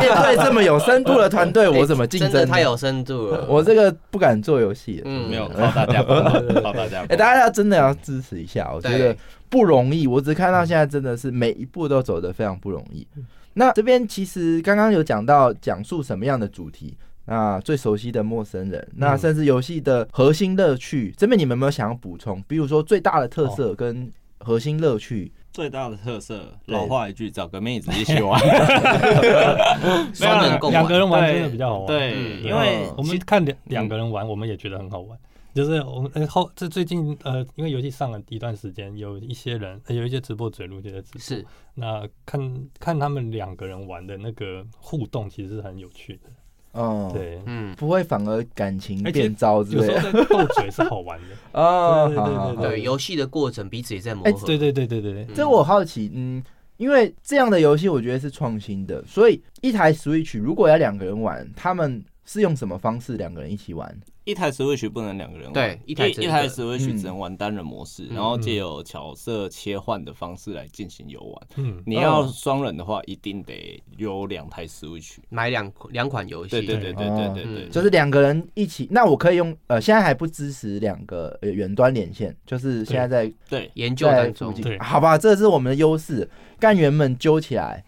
Speaker 4: 面对这么有深度的团队，我怎么竞
Speaker 5: 真
Speaker 4: 争
Speaker 5: 的
Speaker 4: 呢？
Speaker 5: 太有深度 了。
Speaker 4: 我这个不敢做游戏。
Speaker 5: 嗯
Speaker 6: 没有靠大家帮，靠大家
Speaker 4: 哎、
Speaker 6: 帮。
Speaker 4: 大家真的要支持一下，我觉得
Speaker 5: 对
Speaker 4: 不容易。我只看到现在真的是每一步都走得非常不容易。
Speaker 2: 嗯
Speaker 4: 那这边其实刚刚有讲到讲述什么样的主题，那最熟悉的陌生人，那
Speaker 2: 嗯
Speaker 4: 甚至游戏的核心乐趣，这边你们有没有想要补充？比如说最大的
Speaker 2: 哦
Speaker 4: 特色跟核心乐趣，
Speaker 6: 最大的特色，
Speaker 4: 对
Speaker 6: 老话一句，找个妹子一起 玩。啊
Speaker 5: 双人共
Speaker 2: 两个
Speaker 5: 玩，
Speaker 2: 人玩真的比较好玩。
Speaker 6: 对，
Speaker 5: 嗯
Speaker 6: 因为
Speaker 2: 我们看两两个人玩，我们也觉得很好玩。就是我们呃后这最近呃，因为游戏上了一段时间，有一些人、呃有一些直播嘴录这些直播，
Speaker 5: 是
Speaker 2: 那看看他们两个人玩的那个互动，其实是很有趣的。
Speaker 4: 嗯，，
Speaker 2: 对，
Speaker 5: 嗯，
Speaker 4: 不会反而感情
Speaker 2: 而且
Speaker 4: 变糟之
Speaker 2: 有
Speaker 4: 类的
Speaker 2: 时候在斗嘴是好玩的。
Speaker 4: 哦，
Speaker 2: 对对
Speaker 4: 好
Speaker 2: 对
Speaker 4: 好
Speaker 2: 对
Speaker 6: 嗯
Speaker 4: 好
Speaker 5: 对，游戏的过程彼此也在磨合。
Speaker 2: 哎
Speaker 6: 哎
Speaker 2: 对对对对对对，
Speaker 4: 这个我好奇，嗯，因为这样的游戏我觉得是创新的，所以一台 Switch 如果要两个人玩，他们是用什么方式两个人一起玩？
Speaker 6: 一台 Switch 不能两个人玩，
Speaker 5: 对一
Speaker 6: 一
Speaker 5: 台只
Speaker 6: 一
Speaker 5: 能一
Speaker 6: 台
Speaker 5: 个
Speaker 6: Switch
Speaker 4: 嗯
Speaker 6: 只能玩单人模式，
Speaker 5: 嗯
Speaker 6: 然后借由角色切换的方式来进行游玩。
Speaker 2: 嗯，
Speaker 6: 你要双人的话，一定得有两台 Switch。
Speaker 5: 买两两款游戏，
Speaker 6: 对对对对对对对
Speaker 5: 嗯
Speaker 6: 对，
Speaker 4: 就是两个人一起，那我可以用呃，现在还不支持两个呃远端连线，就是现在在
Speaker 6: 对，
Speaker 5: 研究
Speaker 4: 在
Speaker 5: 当
Speaker 4: 附
Speaker 5: 中，
Speaker 4: 近，
Speaker 2: 对
Speaker 4: 好吧，这是我们的优势，干员们揪起来，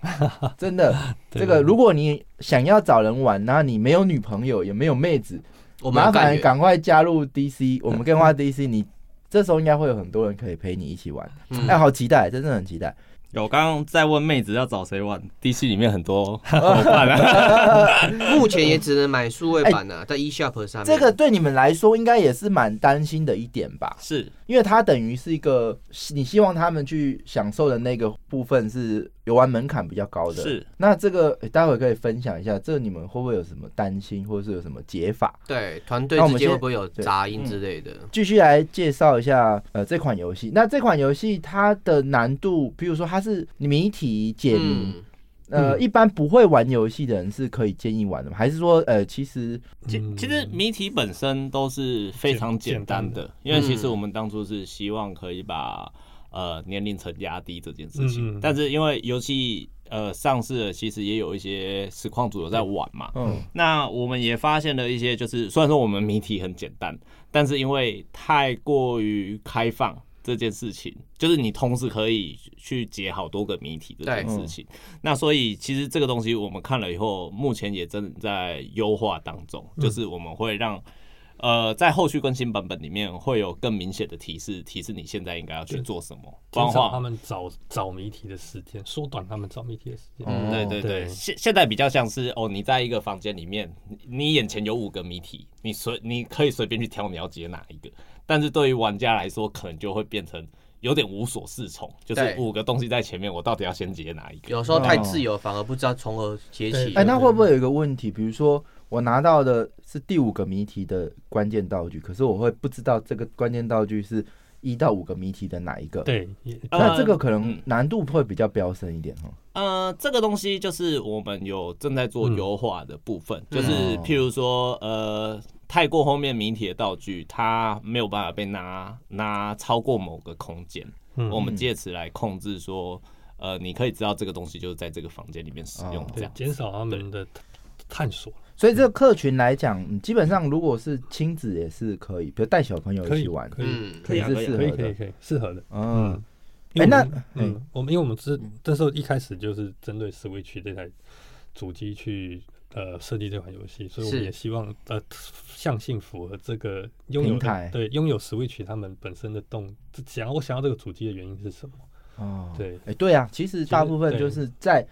Speaker 4: 真 的，这个如果你想要找人玩，然后你没有女朋友也没有妹子，
Speaker 5: 我们
Speaker 4: 麻
Speaker 5: 有感
Speaker 4: 烦
Speaker 5: 觉
Speaker 4: 赶快加入 DC，我们更换 DC，你这时候应该会有很多人可以陪你一起玩，哎、
Speaker 5: 嗯
Speaker 4: 好期待，真的很期待。
Speaker 6: 有刚刚在问妹子要找谁玩，DC 里面很多伙伴啊，
Speaker 5: 哎目前也只能买数位版啊，在 eShop 上面。
Speaker 4: 哎这个对你们来说应该也是蛮担心的一点吧，
Speaker 6: 是
Speaker 4: 因为它等于是一个你希望他们去享受的那个部分是游玩门槛比较高的。
Speaker 6: 是，
Speaker 4: 那这个、哎待会可以分享一下，这你们会不会有什么担心，或者是有什么解法？
Speaker 5: 对团队
Speaker 4: 那我
Speaker 5: 之
Speaker 4: 们
Speaker 5: 间
Speaker 4: 先
Speaker 5: 会不会有杂音之类的？
Speaker 4: 继续来介绍一下呃这款游戏。那这款游戏它的难度，比如说它是谜题解谜。
Speaker 5: 嗯，
Speaker 4: 呃，一般不会玩游戏的人是可以建议玩的吗？还是说，呃，其实
Speaker 6: 其
Speaker 2: 嗯
Speaker 6: 其实谜题本身都是非常简单的，因为其实我们当初是希望可以把呃年龄层压低这件
Speaker 2: 嗯
Speaker 6: 事
Speaker 2: 嗯嗯
Speaker 6: 情，但是因为游戏呃上市了，其实也有一些实况组有在玩嘛，
Speaker 4: 嗯，
Speaker 6: 那我们也发现了一些，就是虽然说我们谜题很简单，但是因为太过于开放这件事情，就是你同时可以去解好多个谜题这件事情。那所以其实这个东西我们看了以后，目前也正在优化当中，
Speaker 2: 嗯
Speaker 6: 就是我们会让。呃，在后续更新版本里面会有更明显的提示，提示你现在应该要去做什么。不
Speaker 2: 减
Speaker 6: 然的
Speaker 2: 少
Speaker 6: 话
Speaker 2: 他们找找谜题的时间，缩短他们找谜题的时间。
Speaker 4: 嗯
Speaker 6: 对对
Speaker 2: 对
Speaker 6: 对，现现在比较像是哦，你在一个房间里面，你你眼前有五个谜题，你随你可以随便去挑你要解哪一个，但是对于玩家来说，可能就会变成有点无所适从，就是
Speaker 5: 对
Speaker 6: 五个东西在前面，我到底要先解哪一个？
Speaker 5: 有时候太自由，反而不知道从何解起。
Speaker 4: 哎、
Speaker 2: 对
Speaker 4: 那会不会有一个问题？比如说，我拿到的是第五个谜题的关键道具，可是我会不知道这个关键道具是一到五个谜题的哪一个。，
Speaker 2: 对，呃也
Speaker 4: 那这个可
Speaker 6: 嗯
Speaker 4: 能
Speaker 6: 嗯
Speaker 4: 难度会比较飙升一点哈。
Speaker 6: 呃，这个东西就是我们有正在
Speaker 2: 嗯
Speaker 6: 做优化的部分，就是譬如说，呃，太过后面谜题的道具，它没有办法被拿拿超过某个空间，
Speaker 2: 嗯
Speaker 6: 我们借此来控制说，呃，你可以知道这个东西就是在这个房间里面使用
Speaker 4: 哦
Speaker 6: 的这
Speaker 2: 对
Speaker 6: 样。
Speaker 2: 减少他们的探索。
Speaker 4: 所以这个客群来讲，嗯基本上如果是亲子也是可以，比如带小朋友
Speaker 2: 可
Speaker 4: 一
Speaker 2: 以
Speaker 4: 起玩，
Speaker 2: 可以
Speaker 5: 嗯，
Speaker 6: 可以
Speaker 4: 也
Speaker 6: 啊
Speaker 4: 是适
Speaker 2: 可以
Speaker 4: 合
Speaker 2: 可以
Speaker 4: 的。
Speaker 2: 可以，适合的。
Speaker 4: 嗯，
Speaker 2: 因为
Speaker 4: 哎那
Speaker 2: 我们嗯，我们因为我们之这时候一开始就是针对 Switch 这台主机去呃设计这款游戏，所以我们
Speaker 5: 是
Speaker 2: 也希望呃向性符合这个拥有
Speaker 4: 平台
Speaker 2: 对拥有 Switch 他们本身的动想要我想要这个主机的原因是什么？
Speaker 4: 哦，
Speaker 2: 对
Speaker 4: 哎、对啊，其实
Speaker 2: 实
Speaker 4: 大部分
Speaker 2: 对
Speaker 4: 就是在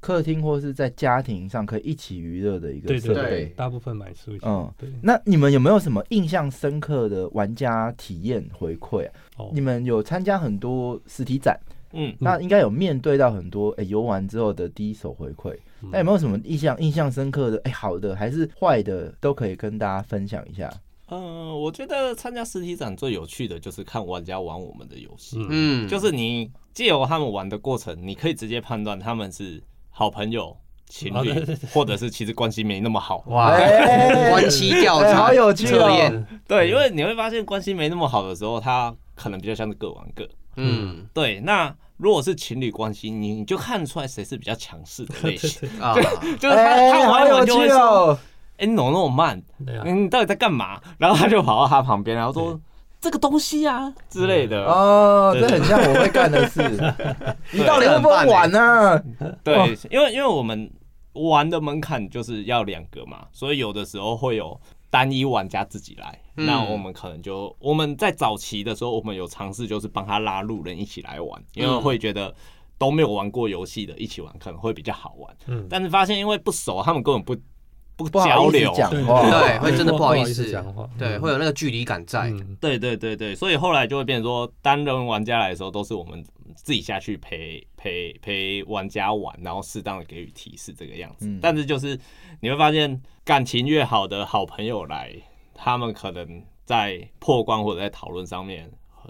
Speaker 4: 客厅或是在家庭上可以一起娱乐的一个
Speaker 2: 对
Speaker 4: 设
Speaker 2: 对
Speaker 4: 备。
Speaker 2: 对，大部分买 Switch，
Speaker 4: 嗯
Speaker 2: 对
Speaker 4: 那你们有没有什么印象深刻的玩家体验回馈、啊？
Speaker 2: 哦
Speaker 4: 你们有参加很多实体展，
Speaker 6: 嗯，
Speaker 4: 那应该有面对到很多哎、游玩之后的第一手回馈。那有没有什么印象印象深刻的哎、好的还是坏的都可以跟大家分享一下？
Speaker 6: 嗯，我觉得参加实体展最有趣的就是看玩家玩我们的游戏，
Speaker 2: 嗯
Speaker 5: 嗯，
Speaker 6: 就是你借由他们玩的过程，你可以直接判断他们是好朋友、情
Speaker 2: 啊对对
Speaker 6: 侣，或者是其实关系没那么好。
Speaker 5: 哇，
Speaker 4: 哎
Speaker 5: 关系调
Speaker 4: 哎
Speaker 5: 查
Speaker 4: 好有趣
Speaker 5: 测验
Speaker 4: 哦，
Speaker 2: 嗯
Speaker 6: 对，因为你会发现关系没那么好的时候，他可能比较像是各玩各。
Speaker 5: 嗯
Speaker 6: 对，那如果是情侣关系，你你就看出来谁是比较强势的类型，
Speaker 5: 啊，
Speaker 6: 就是他
Speaker 4: 哎，
Speaker 6: 他
Speaker 4: 好
Speaker 6: 玩一
Speaker 4: 有
Speaker 6: 玩就会
Speaker 4: 趣
Speaker 6: 说，
Speaker 4: 哦，
Speaker 6: 哎，你怎么那么慢？
Speaker 2: 对啊，
Speaker 6: 嗯，你到底在干嘛？ 然后他就跑到他旁边，然后说
Speaker 2: 对
Speaker 6: 这个东西啊之类的。
Speaker 4: 哦，这
Speaker 6: 对
Speaker 4: 很像我会干的事。你到底会不会玩啊呢？哦
Speaker 6: 对，因为因为我们玩的门槛就是要两个嘛，所以有的时候会有单一玩家自己来。
Speaker 5: 嗯
Speaker 6: 那我们可能就我们在早期的时候，我们有尝试就是帮他拉路人一起来玩，因为
Speaker 5: 嗯
Speaker 6: 会觉得。都没有玩过游戏的，一起玩可能会比较好玩。
Speaker 2: 嗯，
Speaker 6: 但是发现因为不熟，他们根本不不
Speaker 4: 不好
Speaker 6: 交
Speaker 4: 意思
Speaker 6: 流，
Speaker 4: 讲
Speaker 2: 对
Speaker 4: 话，
Speaker 5: 对，会真的
Speaker 2: 不
Speaker 5: 不
Speaker 2: 好
Speaker 5: 好
Speaker 2: 意
Speaker 5: 意
Speaker 2: 思
Speaker 5: 思
Speaker 2: 讲话
Speaker 5: 对，
Speaker 2: 嗯
Speaker 5: 会有那个距离感在，
Speaker 2: 嗯
Speaker 6: 对对对对，所以后来就会变成说，单人玩家来的时候，都是我们自己下去陪陪陪玩家玩，然后适当的给予提示这个样子。
Speaker 4: 嗯
Speaker 6: 但是就是你会发现，感情越好的好朋友来，他们可能在破关或者在讨论上面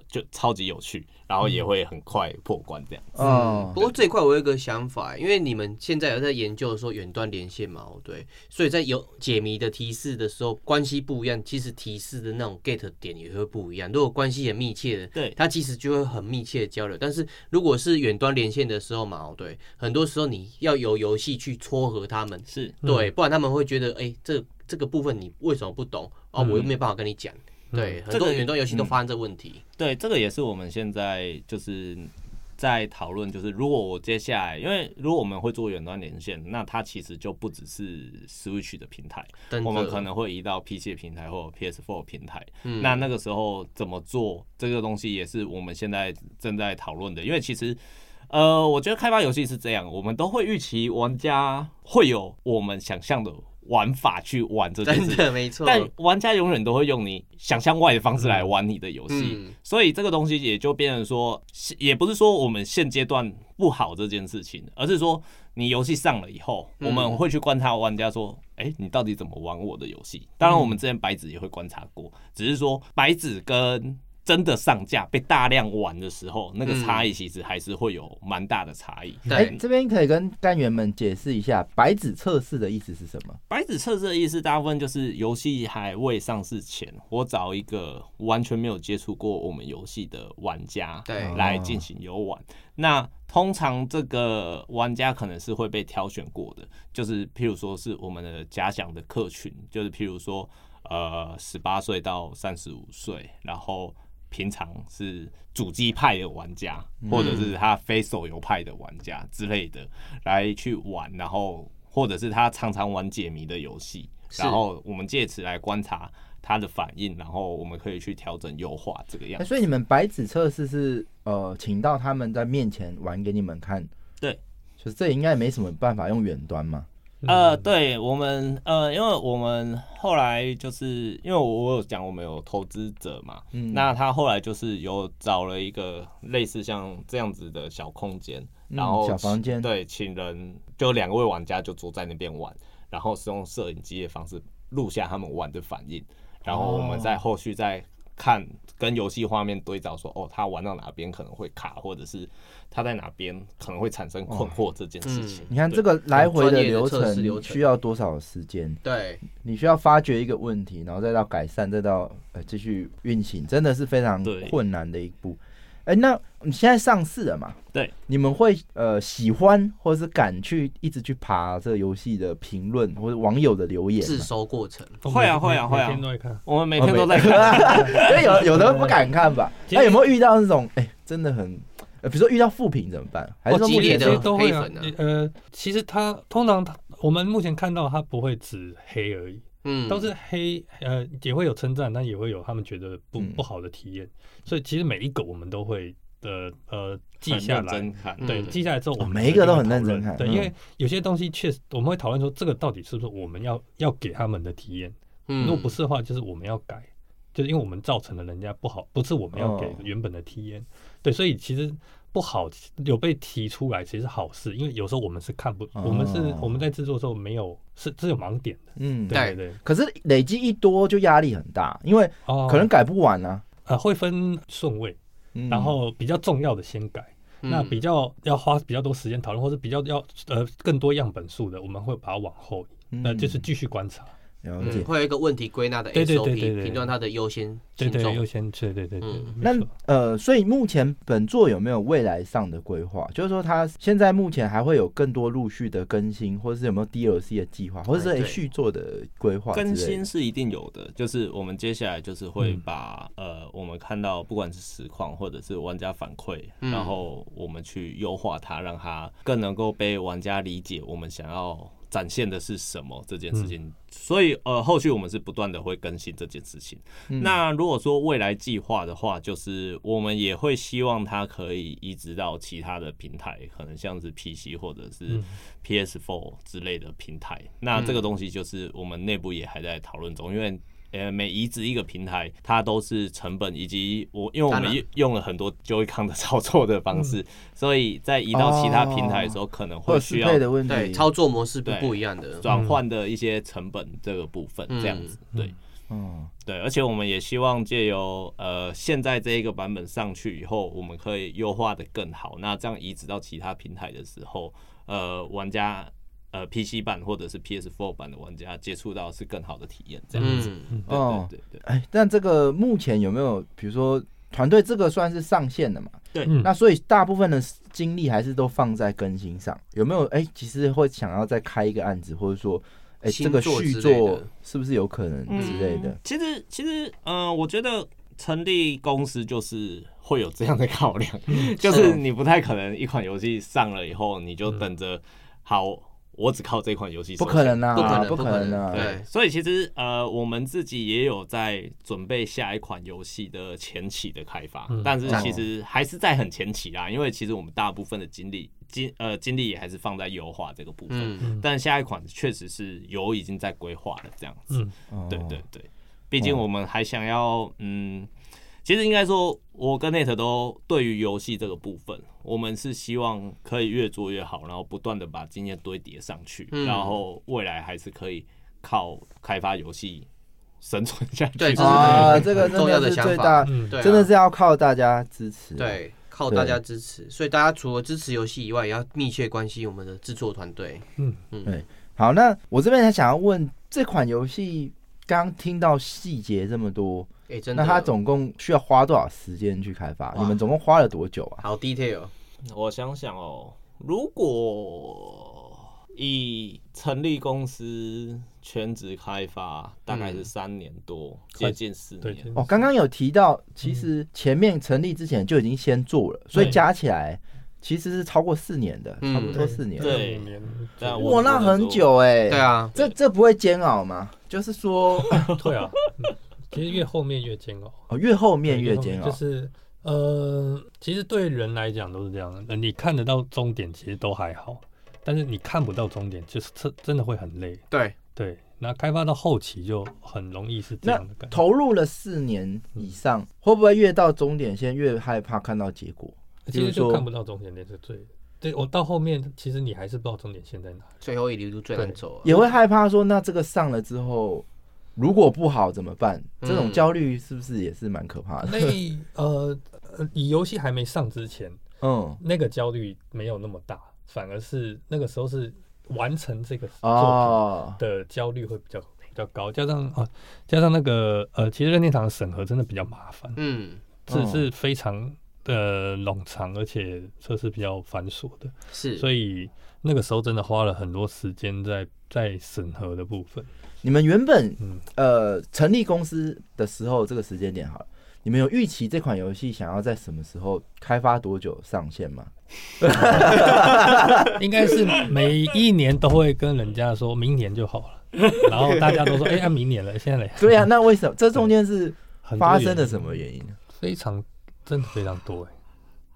Speaker 6: 就超级有趣，然后也会很快破关这样。
Speaker 4: 嗯
Speaker 6: 哦
Speaker 5: 不，过这一块我有一个想法，因为你们现在有在研究说远端连线嘛，哦对，所以在有解谜的提示的时候，关系不一样，其实提示的那种 get 点也会不一样。如果关系很密切的，
Speaker 6: 对
Speaker 5: 它其实就会很密切的交流。但是如果是远端连线的时候嘛，哦对，很多时候你要有游戏去撮合他们，
Speaker 6: 是，
Speaker 5: 对，不然他们会觉得，哎、这这个部分你为什么不懂？哦，我又没办法跟你讲。对，很
Speaker 6: 嗯这
Speaker 5: 多
Speaker 6: 个
Speaker 5: 远端游戏都
Speaker 6: 嗯
Speaker 5: 发生这问题。
Speaker 6: 对，这个也是我们现在就是在讨论，就是如果我接下来，因为如果我们会做远端连线，那它其实就不只是 Switch 的平台，
Speaker 5: 真的
Speaker 6: 我们可能会移到 PC 的平台或者 PS4 的平台。
Speaker 5: 嗯
Speaker 6: 那那个时候怎么做这个东西，也是我们现在正在讨论的，因为其实。呃，我觉得开发游戏是这样，我们都会预期玩家会有我们想象的玩法去玩这件 事
Speaker 5: 真的没错。
Speaker 6: 但玩家永远都会用你想象外的方式来玩你的游戏，
Speaker 5: 嗯
Speaker 6: 所以这个东西也就变成说，是也不是说我们现阶段不好这件事情，而是说你游戏上了以后，
Speaker 5: 嗯
Speaker 6: 我们会去观察玩家说，哎、你到底怎么玩我的游戏？当然，我们之前白纸也会观察过，只是说白纸跟。真的上架被大量玩的时候，那个差异其实还是会有蛮大的差异。
Speaker 5: 对
Speaker 4: 哎，这边可以跟干员们解释一下白纸测试的意思是什么？
Speaker 6: 白纸测试的意思，大部分就是游戏还未上市前，我找一个完全没有接触过我们游戏的玩家，
Speaker 5: 对
Speaker 6: 来进行游玩。那通常这个玩家可能是会被挑选过的，就是譬如说是我们的假想的客群，就是譬如说呃十八岁到三十五岁，然后平常是主机派的玩家，或者是他非手游派的玩家之类的。来去玩，然后或者是他常常玩解谜的游戏，
Speaker 5: 是
Speaker 6: 然后我们借此来观察他的反应，然后我们可以去调整优化这个样
Speaker 4: 哎，
Speaker 6: 子。
Speaker 4: 所以你们白纸测试是呃，请到他们在面前玩给你们看。
Speaker 6: 对，
Speaker 4: 就是这应该没什么办法用远端嘛。
Speaker 6: 呃，对我们呃，因为我们后来就是因为我我有讲我们有投资者嘛，
Speaker 4: 嗯
Speaker 6: 那他后来就是有找了一个类似像这样子的小空间，
Speaker 4: 嗯
Speaker 6: 然后
Speaker 4: 小房间
Speaker 6: 对，请人就两位玩家就坐在那边玩，然后是用摄影机的方式录下他们玩的反应，然后我们
Speaker 4: 哦
Speaker 6: 在后续再看跟游戏画面对照说，哦，他玩到哪边可能会卡，或者是他在哪边可能会产生困
Speaker 4: 哦
Speaker 6: 惑这件事情。
Speaker 4: 你看
Speaker 6: 对
Speaker 4: 这个来回的流
Speaker 5: 很专业的测试流
Speaker 4: 程
Speaker 5: 程
Speaker 4: 需要多少时间？
Speaker 5: 对，
Speaker 4: 你需要发掘一个问题，然后再到改善，再到呃继续运行，真的是非常
Speaker 6: 对
Speaker 4: 困难的一步。哎、那你现在上市了嘛？
Speaker 6: 对，
Speaker 4: 你们会呃喜欢或是敢去一直去爬这个游戏的评论或者网友的留言
Speaker 5: 自
Speaker 4: 吗？
Speaker 5: 收过程。
Speaker 2: 嗯我
Speaker 6: 会啊
Speaker 2: 每
Speaker 6: 会
Speaker 2: 每
Speaker 6: 啊会啊
Speaker 2: 每天都会看，
Speaker 6: 我们每
Speaker 4: 哦
Speaker 6: 天 都在看，
Speaker 4: 因为有有的不敢看吧？
Speaker 2: 今
Speaker 4: 那
Speaker 2: 天
Speaker 4: 有没有遇到那种哎、真的很、呃，比如说遇到负评怎么办？还是说
Speaker 5: 哦激
Speaker 4: 目前
Speaker 5: 烈
Speaker 2: 其实
Speaker 5: 的
Speaker 2: 都会啊
Speaker 5: 黑粉啊
Speaker 2: 呃，其实他通常他我们目前看到他不会只黑而已，
Speaker 5: 嗯，
Speaker 2: 都是黑，呃，也会有称赞，但也会有他们觉得不
Speaker 4: 嗯
Speaker 2: 不好的体验，所以其实每一个我们都会呃呃记
Speaker 6: 很
Speaker 2: 下
Speaker 6: 认
Speaker 2: 来
Speaker 6: 真，看，
Speaker 5: 嗯
Speaker 2: 对，记下来之后
Speaker 4: 哦
Speaker 2: 我们
Speaker 4: 每一个都很
Speaker 2: 会讨论
Speaker 4: 认真看
Speaker 2: 对，
Speaker 4: 嗯
Speaker 2: 因为有些东西确实我们会讨论说这个到底是不是我们要要给他们的体验，
Speaker 5: 嗯
Speaker 2: 如果不是的话，就是我们要改。就是因为我们造成了人家不好，不是我们要给
Speaker 4: 哦
Speaker 2: 原本的体验。对，所以其实不好有被提出来，其实是好事，因为有时候我们是看不，我们是
Speaker 4: 哦
Speaker 2: 我们在制作的时候没有是是有盲点的。
Speaker 4: 嗯，
Speaker 2: 对对对，
Speaker 4: 可是累积一多就压力很大，因为
Speaker 2: 哦
Speaker 4: 可能改不完啊。
Speaker 2: 呃会分顺位，
Speaker 4: 嗯
Speaker 2: 然后比较重要的先改。
Speaker 5: 嗯
Speaker 2: 那比较要花比较多时间讨论，或是比较要呃更多样本数的，我们会把它往后，那、
Speaker 4: 嗯
Speaker 2: 呃就是继续观察，
Speaker 4: 了
Speaker 5: 嗯
Speaker 4: 解。
Speaker 5: 会有一个问题归纳的
Speaker 2: 对对对对
Speaker 5: SOP，
Speaker 2: 对
Speaker 5: 评断它的优先
Speaker 2: 对
Speaker 5: 轻
Speaker 2: 对，优
Speaker 5: 重。
Speaker 2: 先对对对对，
Speaker 5: 嗯
Speaker 2: 没
Speaker 4: 那
Speaker 2: 错
Speaker 4: 呃，所以目前本作有没有未来上的规划？就是说，它现在目前还会有更多陆续的更新，或者是有没有 DLC 的计划，或者是
Speaker 5: 哎对
Speaker 4: 诶续作的规划之类的？
Speaker 6: 更新是一定有的，就是我们接下来就是会
Speaker 2: 嗯
Speaker 6: 把、呃我们看到不管是实况或者是玩家反馈，
Speaker 5: 嗯
Speaker 6: 然后我们去优化它，让它更能够被玩家理解我们想要展现的是什么这件
Speaker 2: 嗯
Speaker 6: 事情。所以呃，后续我们是不断的会更新这件事情。
Speaker 4: 嗯
Speaker 6: 那如果说未来计划的话，就是我们也会希望它可以移植到其他的平台，可能像是 PC 或者是
Speaker 2: 嗯
Speaker 6: PS4 之类的平台。那这个东西就是我们内部也还在讨论中，因为。呃，每移植一个平台，它都是成本以及我，因为我
Speaker 5: 当
Speaker 6: 们
Speaker 5: 然嗯
Speaker 6: 用用了很多 Joy-Con 的操作的方式，所以在移到其他平台的时
Speaker 5: 哦
Speaker 6: 候，可能
Speaker 4: 或
Speaker 6: 会
Speaker 4: 者
Speaker 6: 需
Speaker 4: 适
Speaker 6: 要
Speaker 4: 配的问
Speaker 5: 对，
Speaker 4: 题？
Speaker 5: 操作模式不
Speaker 6: 对
Speaker 5: 不一样的。
Speaker 6: 转换的一些成本这个部分，
Speaker 5: 嗯
Speaker 6: 这样子，对。
Speaker 4: 嗯，
Speaker 6: 对，而且我们也希望借由呃现在这一个版本上去以后，我们可以优化的更好。那这样移植到其他平台的时候，呃，玩家呃 PC 版或者是 PS4 版的玩家接触到是更好的体验。这样子，
Speaker 5: 嗯，
Speaker 6: 对
Speaker 4: 哦
Speaker 6: 对对对
Speaker 4: 哎，但这个目前有没有，比如说团队这个算是上线的嘛？
Speaker 6: 对
Speaker 2: 嗯
Speaker 4: 那所以大部分的精力还是都放在更新上，有没有？哎、其实会想要再开一个案子，或者说，哎、
Speaker 5: 新
Speaker 4: 这个
Speaker 5: 作
Speaker 4: 续
Speaker 5: 之类的
Speaker 4: 作是不是有可能之类的？
Speaker 6: 嗯其实其实嗯、呃我觉得成立公司就是会有这样的考量，
Speaker 4: 嗯哦
Speaker 6: 就是你不太可能一款游戏上了以后，你就等着、好，我只靠这款游戏
Speaker 4: 嗯不
Speaker 6: 收钱，
Speaker 4: 可能啊，
Speaker 5: 不可能
Speaker 4: 不
Speaker 5: 不可能
Speaker 4: 啊！
Speaker 5: 对
Speaker 6: 对，所以其实呃，我们自己也有在准备下一款游戏的前期的开发，
Speaker 2: 嗯
Speaker 6: 但是其实还是在很前期啦，因为其实我们大部分的精力精呃精力也还是放在优化这个部分，
Speaker 5: 嗯，
Speaker 6: 但下一款确实是有已经在规划了这样子，
Speaker 2: 嗯
Speaker 4: 哦
Speaker 6: 对对对，毕竟我们还想要，嗯，其实应该说，我跟 Net 都对于游戏这个部分，我们是希望可以越做越好，然后不断的把经验堆叠上去，
Speaker 5: 嗯
Speaker 6: 然后未来还是可以靠开发游戏生存下去。
Speaker 5: 对这是
Speaker 4: 啊，
Speaker 5: 很
Speaker 4: 这个真
Speaker 5: 重要的
Speaker 4: 是
Speaker 5: 想
Speaker 4: 最
Speaker 5: 法
Speaker 4: 大，
Speaker 2: 嗯
Speaker 5: 对啊，
Speaker 4: 真的是要靠大家支持。，啊
Speaker 5: 对，靠大家支持。所以大家除了支持游戏以外，也要密切关心我们的制作团队。
Speaker 2: 嗯
Speaker 5: 嗯
Speaker 4: 对好，那我这边还想要问，这款游戏刚听到细节这么多，
Speaker 5: 哎，真的，
Speaker 4: 那它总共需要花多少时间去开发？
Speaker 5: 哇
Speaker 4: 你们总共花了多久啊？
Speaker 5: 好 detail，
Speaker 6: 我想想哦，如果以成立公司全职开发，大概是
Speaker 5: 嗯
Speaker 6: 三年多，
Speaker 2: 快
Speaker 6: 接近四
Speaker 2: 对
Speaker 6: 年。
Speaker 4: 哦，刚刚有提到，其实前面成立之前就已经先做了，所以
Speaker 6: 对
Speaker 4: 加起来其实是超过四年的，
Speaker 5: 嗯
Speaker 4: 差不多四年。
Speaker 6: 对
Speaker 2: 五年，啊
Speaker 6: 但我
Speaker 4: 哇，那很久哎、
Speaker 5: 对，啊，
Speaker 4: 这这不会煎熬吗？就是说，
Speaker 2: 对啊，嗯其实越后面越煎熬，
Speaker 4: 哦，越后面
Speaker 2: 对
Speaker 4: 越
Speaker 2: 后
Speaker 4: 煎熬。
Speaker 2: 就是呃，其实对人来讲都是这样，呃，你看得到终点其实都还好，但是你看不到终点，就是真真的会很累。
Speaker 5: 对，
Speaker 2: 对，那开发到后期就很容易是
Speaker 4: 那
Speaker 2: 这样的感觉。
Speaker 4: 投入了四年以上，会不会越到终点线越害怕看到结果？
Speaker 2: 其
Speaker 4: 比
Speaker 2: 实
Speaker 4: 如
Speaker 2: 就
Speaker 4: 说
Speaker 2: 看不到终点点是最。对我到后面，其实你还是不知道终点线在哪。
Speaker 5: 最后一里路最难走啊。
Speaker 4: 也会害怕说，那这个上了之后，如果不好怎么办？这种
Speaker 5: 嗯
Speaker 4: 焦虑是不是也是蛮可怕的？
Speaker 2: 那呃，呃以游戏还没上之前，
Speaker 4: 嗯，
Speaker 2: 那个焦虑没有那么大，反而是那个时候是完成这个作
Speaker 4: 哦
Speaker 2: 品，的焦虑会比较比较高，加上啊，加上那个呃，其实任天堂的审核真的比较麻烦，
Speaker 5: 嗯，
Speaker 2: 这
Speaker 4: 哦
Speaker 2: 是非常的冗长，而且测试比较繁琐的，
Speaker 5: 是，
Speaker 2: 所
Speaker 5: 以
Speaker 2: 以那个时候真的花了很多时间在在审核的部分。
Speaker 4: 你们原本
Speaker 2: 嗯
Speaker 4: 呃成立公司的时候这个时间点好了，你们有预期这款游戏想要在什么时候开发多久上线吗？
Speaker 2: 应该是每一年都会跟人家说明年就好了， 然后大家都说哎呀、明年了，现 在嘞
Speaker 4: 对啊，那为什么这中间 是
Speaker 2: 很多
Speaker 4: 发
Speaker 2: 原
Speaker 4: 生了
Speaker 2: 因
Speaker 4: 什么原因呢？
Speaker 2: 非常真的非常多哎、嗯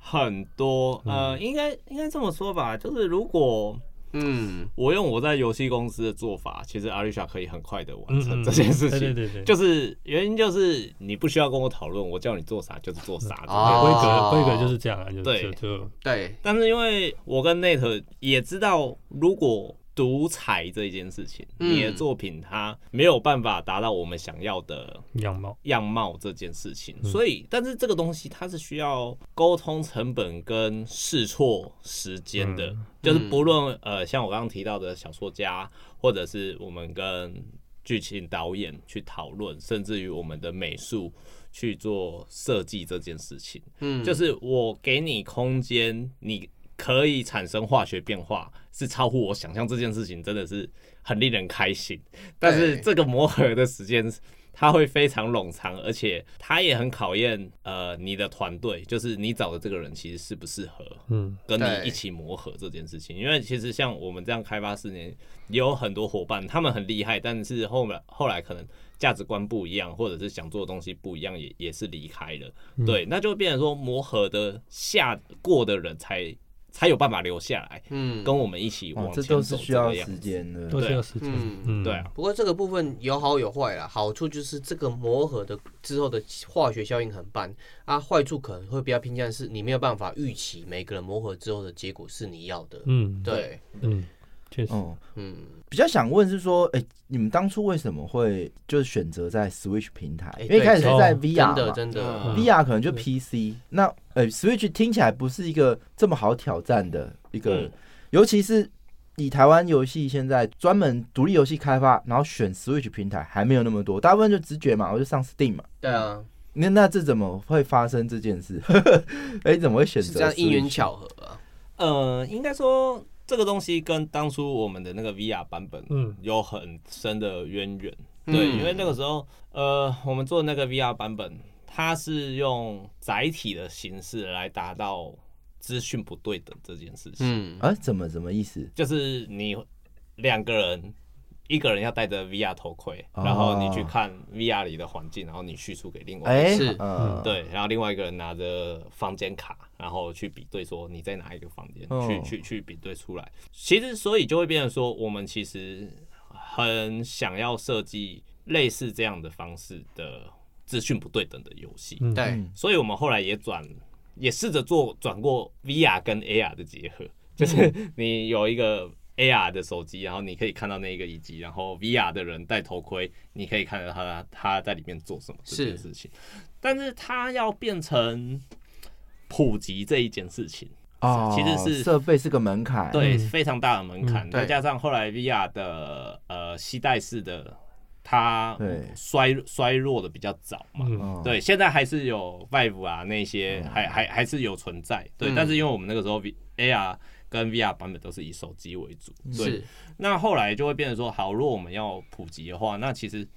Speaker 6: 很多，呃，应该应该这么说吧，就是如果
Speaker 5: 嗯，
Speaker 6: 我用我在游戏公司的做法，其实 Arisha 可以很快的完
Speaker 2: 嗯嗯嗯
Speaker 6: 成 这件事情。
Speaker 2: 对对对对
Speaker 6: 就是原因就是你不需要跟我讨论，我叫你做啥就是做啥。
Speaker 5: 哦
Speaker 2: 规格规格就是这样啊，就
Speaker 6: 对
Speaker 2: 就就
Speaker 5: 对，
Speaker 6: 但是因为我跟 Nate 也知道，如果独裁这一件事情，
Speaker 5: 嗯
Speaker 6: 你的作品它没有办法达到我们想要的
Speaker 2: 样貌。
Speaker 6: 样貌这件事情，所以但是这个东西它是需要沟通成本跟试错时间的，
Speaker 2: 嗯
Speaker 6: 就是不论呃像我刚刚提到的小说家，或者是我们跟剧情导演去讨论，甚至于我们的美术去做设计这件事情，
Speaker 5: 嗯，
Speaker 6: 就是我给你空间，你可以产生化学变化，是超乎我想象这件事情，真的是很令人开心。但是这个磨合的时间，它会非常冗长，而且它也很考验呃你的团队，就是你找的这个人其实适不适合
Speaker 2: 嗯，
Speaker 6: 跟
Speaker 5: 对
Speaker 6: 你一起磨合这件事情。因为其实像我们这样开发四年，也有很多伙伴，他们很厉害，但是后来后来可能价值观不一样，或者是想做的东西不一样，也也是离开了。
Speaker 4: 嗯
Speaker 6: 对，那就变成说磨合的下过的人才才有办法留下来，
Speaker 5: 嗯，
Speaker 6: 跟我们一起
Speaker 4: 哇
Speaker 6: 往，
Speaker 4: 哦这
Speaker 6: 前
Speaker 4: 都是
Speaker 6: 走
Speaker 4: 需
Speaker 6: 这
Speaker 4: 要
Speaker 6: 个样
Speaker 4: 时
Speaker 6: 子。
Speaker 4: 间的。
Speaker 2: 都需
Speaker 6: 对
Speaker 2: 要时间。
Speaker 5: 嗯
Speaker 2: 嗯，
Speaker 6: 对啊，
Speaker 5: 不过这个部分有好有坏啦，好处就是这个磨合的之后的化学效应很棒啊，坏处可能会比较偏向是你没有办法预期每个人磨合之后的结果是你要的。
Speaker 2: 嗯，
Speaker 5: 对，
Speaker 2: 嗯，确实，
Speaker 4: 嗯，
Speaker 5: 嗯，
Speaker 4: 比较想问是说，哎、你们当初为什么会就是选择在 Switch 平台？
Speaker 5: 哎
Speaker 4: 因为一开始是在 VR
Speaker 5: 真
Speaker 4: 嘛、
Speaker 5: 的真的
Speaker 6: 嗯
Speaker 4: VR 可能就 PC，那呃 Switch 听起来不是一个这么好挑战的一个，
Speaker 6: 嗯
Speaker 4: 尤其是以台湾游戏现在专门独立游戏开发，然后选 Switch 平台还没有那么多，大部分就直觉嘛，我就上 Steam 嘛。
Speaker 5: 对啊，
Speaker 4: 那那这怎么会发生这件事？ 哎、怎么会选
Speaker 5: 是
Speaker 4: 择？
Speaker 5: 这样因缘。巧合啊。
Speaker 6: 呃，应该说这个东西跟当初我们的那个 VR 版本，
Speaker 2: 嗯
Speaker 6: 有很深的渊源。对，
Speaker 5: 嗯
Speaker 6: 因为那个时候，呃，我们做那个 VR 版本，它是用载体的形式来达到资讯不对等这件事情。
Speaker 5: 嗯，
Speaker 4: 啊？怎么什么意思？
Speaker 6: 就是你两个人，一个人要戴着 VR 头盔，
Speaker 4: 哦
Speaker 6: 然后你去看 VR 里的环境，然后你叙述给另外一个人。
Speaker 4: 哎、
Speaker 5: 是
Speaker 4: 呃，
Speaker 6: 对，然后另外一个人拿着房间卡，然后去比对说你在哪一个房间，
Speaker 4: 哦
Speaker 6: 去去去比对出来。其实，所以就会变成说，我们其实很想要设计类似这样的方式的资讯不对等的游戏，
Speaker 2: 嗯
Speaker 5: 对，
Speaker 6: 所以我们后来也转，也试着做转过 VR 跟 AR 的结
Speaker 5: 嗯
Speaker 6: 合，就是你有一个。AR 的手机，然后你可以看到那一个遗迹，然后 VR 的人戴头盔，你可以看到他他在里面做什么这件
Speaker 5: 是
Speaker 6: 事情。但是它要变成普及这一件事情，
Speaker 4: 哦，
Speaker 6: 其实是
Speaker 4: 设备是个门槛。
Speaker 6: 对，
Speaker 2: 嗯
Speaker 6: 非常大的门槛。
Speaker 5: 嗯对
Speaker 6: 再加上后来 VR 的呃吸带式的，它
Speaker 4: 对
Speaker 6: 衰衰弱的比较早嘛，
Speaker 2: 嗯
Speaker 4: 哦，嗯
Speaker 6: 对，现在还是有 Vive 啊那些还还还是有存在，对。
Speaker 5: 嗯
Speaker 6: 但是因为我们那个时候 V AR 跟 VR 版本都是以手机为主，对。
Speaker 5: 是，
Speaker 6: 那后来就会变成说，好，如果我们要普及的话，那其实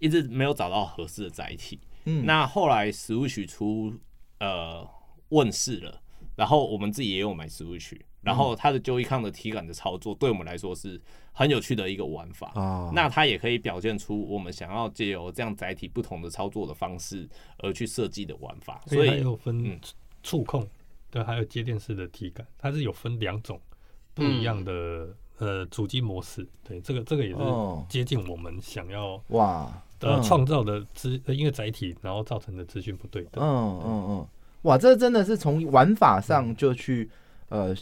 Speaker 6: 一直没有找到合适的载体。
Speaker 4: 嗯
Speaker 6: 那后来 Switch 出呃问世了，然后我们自己也有买 Switch，
Speaker 4: 嗯
Speaker 6: 然后它的 Joy-Con 的体感的操作，对我们来说是很有趣的一个玩法。
Speaker 4: 哦，
Speaker 6: 那它也可以表现出我们想要借由这样载体不同的操作的方式而去设计的玩法，
Speaker 2: 所
Speaker 6: 所
Speaker 2: 以它
Speaker 6: 以
Speaker 2: 有分
Speaker 6: 嗯
Speaker 2: 触控，对，还有接电式的体感，它是有分两种不一样
Speaker 6: 嗯
Speaker 2: 的呃主机模式。对，这个这个也是
Speaker 4: 哦
Speaker 2: 接近我们想要
Speaker 4: 哇，
Speaker 2: 呃
Speaker 4: 嗯
Speaker 2: 创造的资，呃因为载体然后造成的资讯不对等。
Speaker 4: 嗯嗯嗯，哇，这真的是从玩法上就去、呃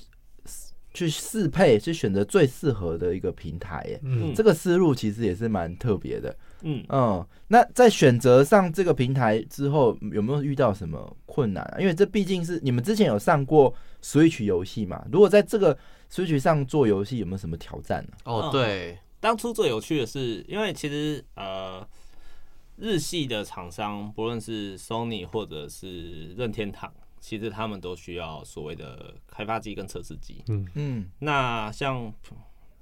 Speaker 4: 去适配，去选择最适合的一个平台耶。
Speaker 2: 嗯
Speaker 4: 这个思路其实也是蛮特别的。
Speaker 6: 嗯，
Speaker 4: 嗯，那在选择上这个平台之后，有没有遇到什么困难、啊？因为这毕竟是你们之前有上过 Switch 游戏嘛，如果在这个 Switch 上做游戏，有没有什么挑战呢、
Speaker 6: 嗯
Speaker 5: 哦，对，
Speaker 6: 当初最有趣的是，因为其实呃，日系的厂商，不论是 Sony 或者是任天堂，其实他们都需要所谓的开发机跟测试机。
Speaker 4: 嗯，
Speaker 6: 那像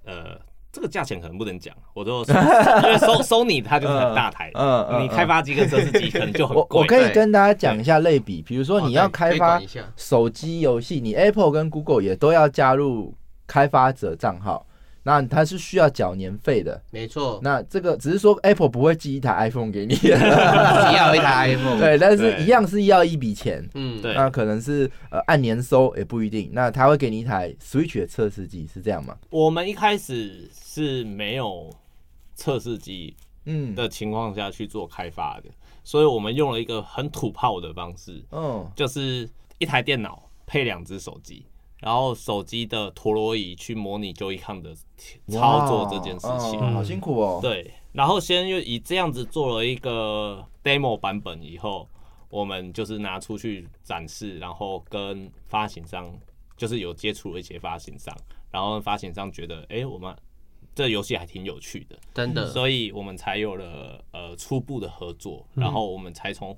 Speaker 6: 呃，这个价钱可能不能讲，我都因为 So- Sony 它就是很大 台，
Speaker 4: 嗯嗯嗯
Speaker 6: 你开发机跟测试机可能就很
Speaker 4: 呃我
Speaker 6: 贵。
Speaker 4: 我可以
Speaker 5: 对
Speaker 4: 跟大家讲一下类比，比如说
Speaker 5: 哦
Speaker 4: 你要
Speaker 5: 对
Speaker 4: 开
Speaker 5: 推
Speaker 4: 发
Speaker 5: 广一下，
Speaker 4: 手机游戏，你 Apple 跟 Google 也都要加入开发者账号。那它是需要缴年费的。
Speaker 5: 没错，
Speaker 4: 那这个只是说 Apple 不会寄一台 iPhone 给你，
Speaker 5: 只要一 台 iPhone。
Speaker 4: 对，但是
Speaker 6: 对
Speaker 4: 一样是要一笔钱。
Speaker 5: 嗯，
Speaker 6: 对
Speaker 4: 那可能是呃按年收也不一定，那他会给你一台 Switch 的测试机，是这样吗？
Speaker 6: 我们一开始是没有测试机
Speaker 4: 嗯，
Speaker 6: 的情况下去做开发的，所以我们用了一个很土炮的方式，
Speaker 4: 哦，
Speaker 6: 就是一台电脑配两只手机，然后手机的陀螺仪去模拟 Joy-Con 的操作这件事情。
Speaker 4: 哇哦好辛苦哦。
Speaker 6: 对，然后先又以这样子做了一个 demo 版本以后，我们就是拿出去展示，然后跟发行商就是有接触了一些发行商，然后发行商觉得，哎、我们这游戏还挺有趣的，
Speaker 5: 真的，
Speaker 6: 嗯所以我们才有了呃初步的合作，然后我们才从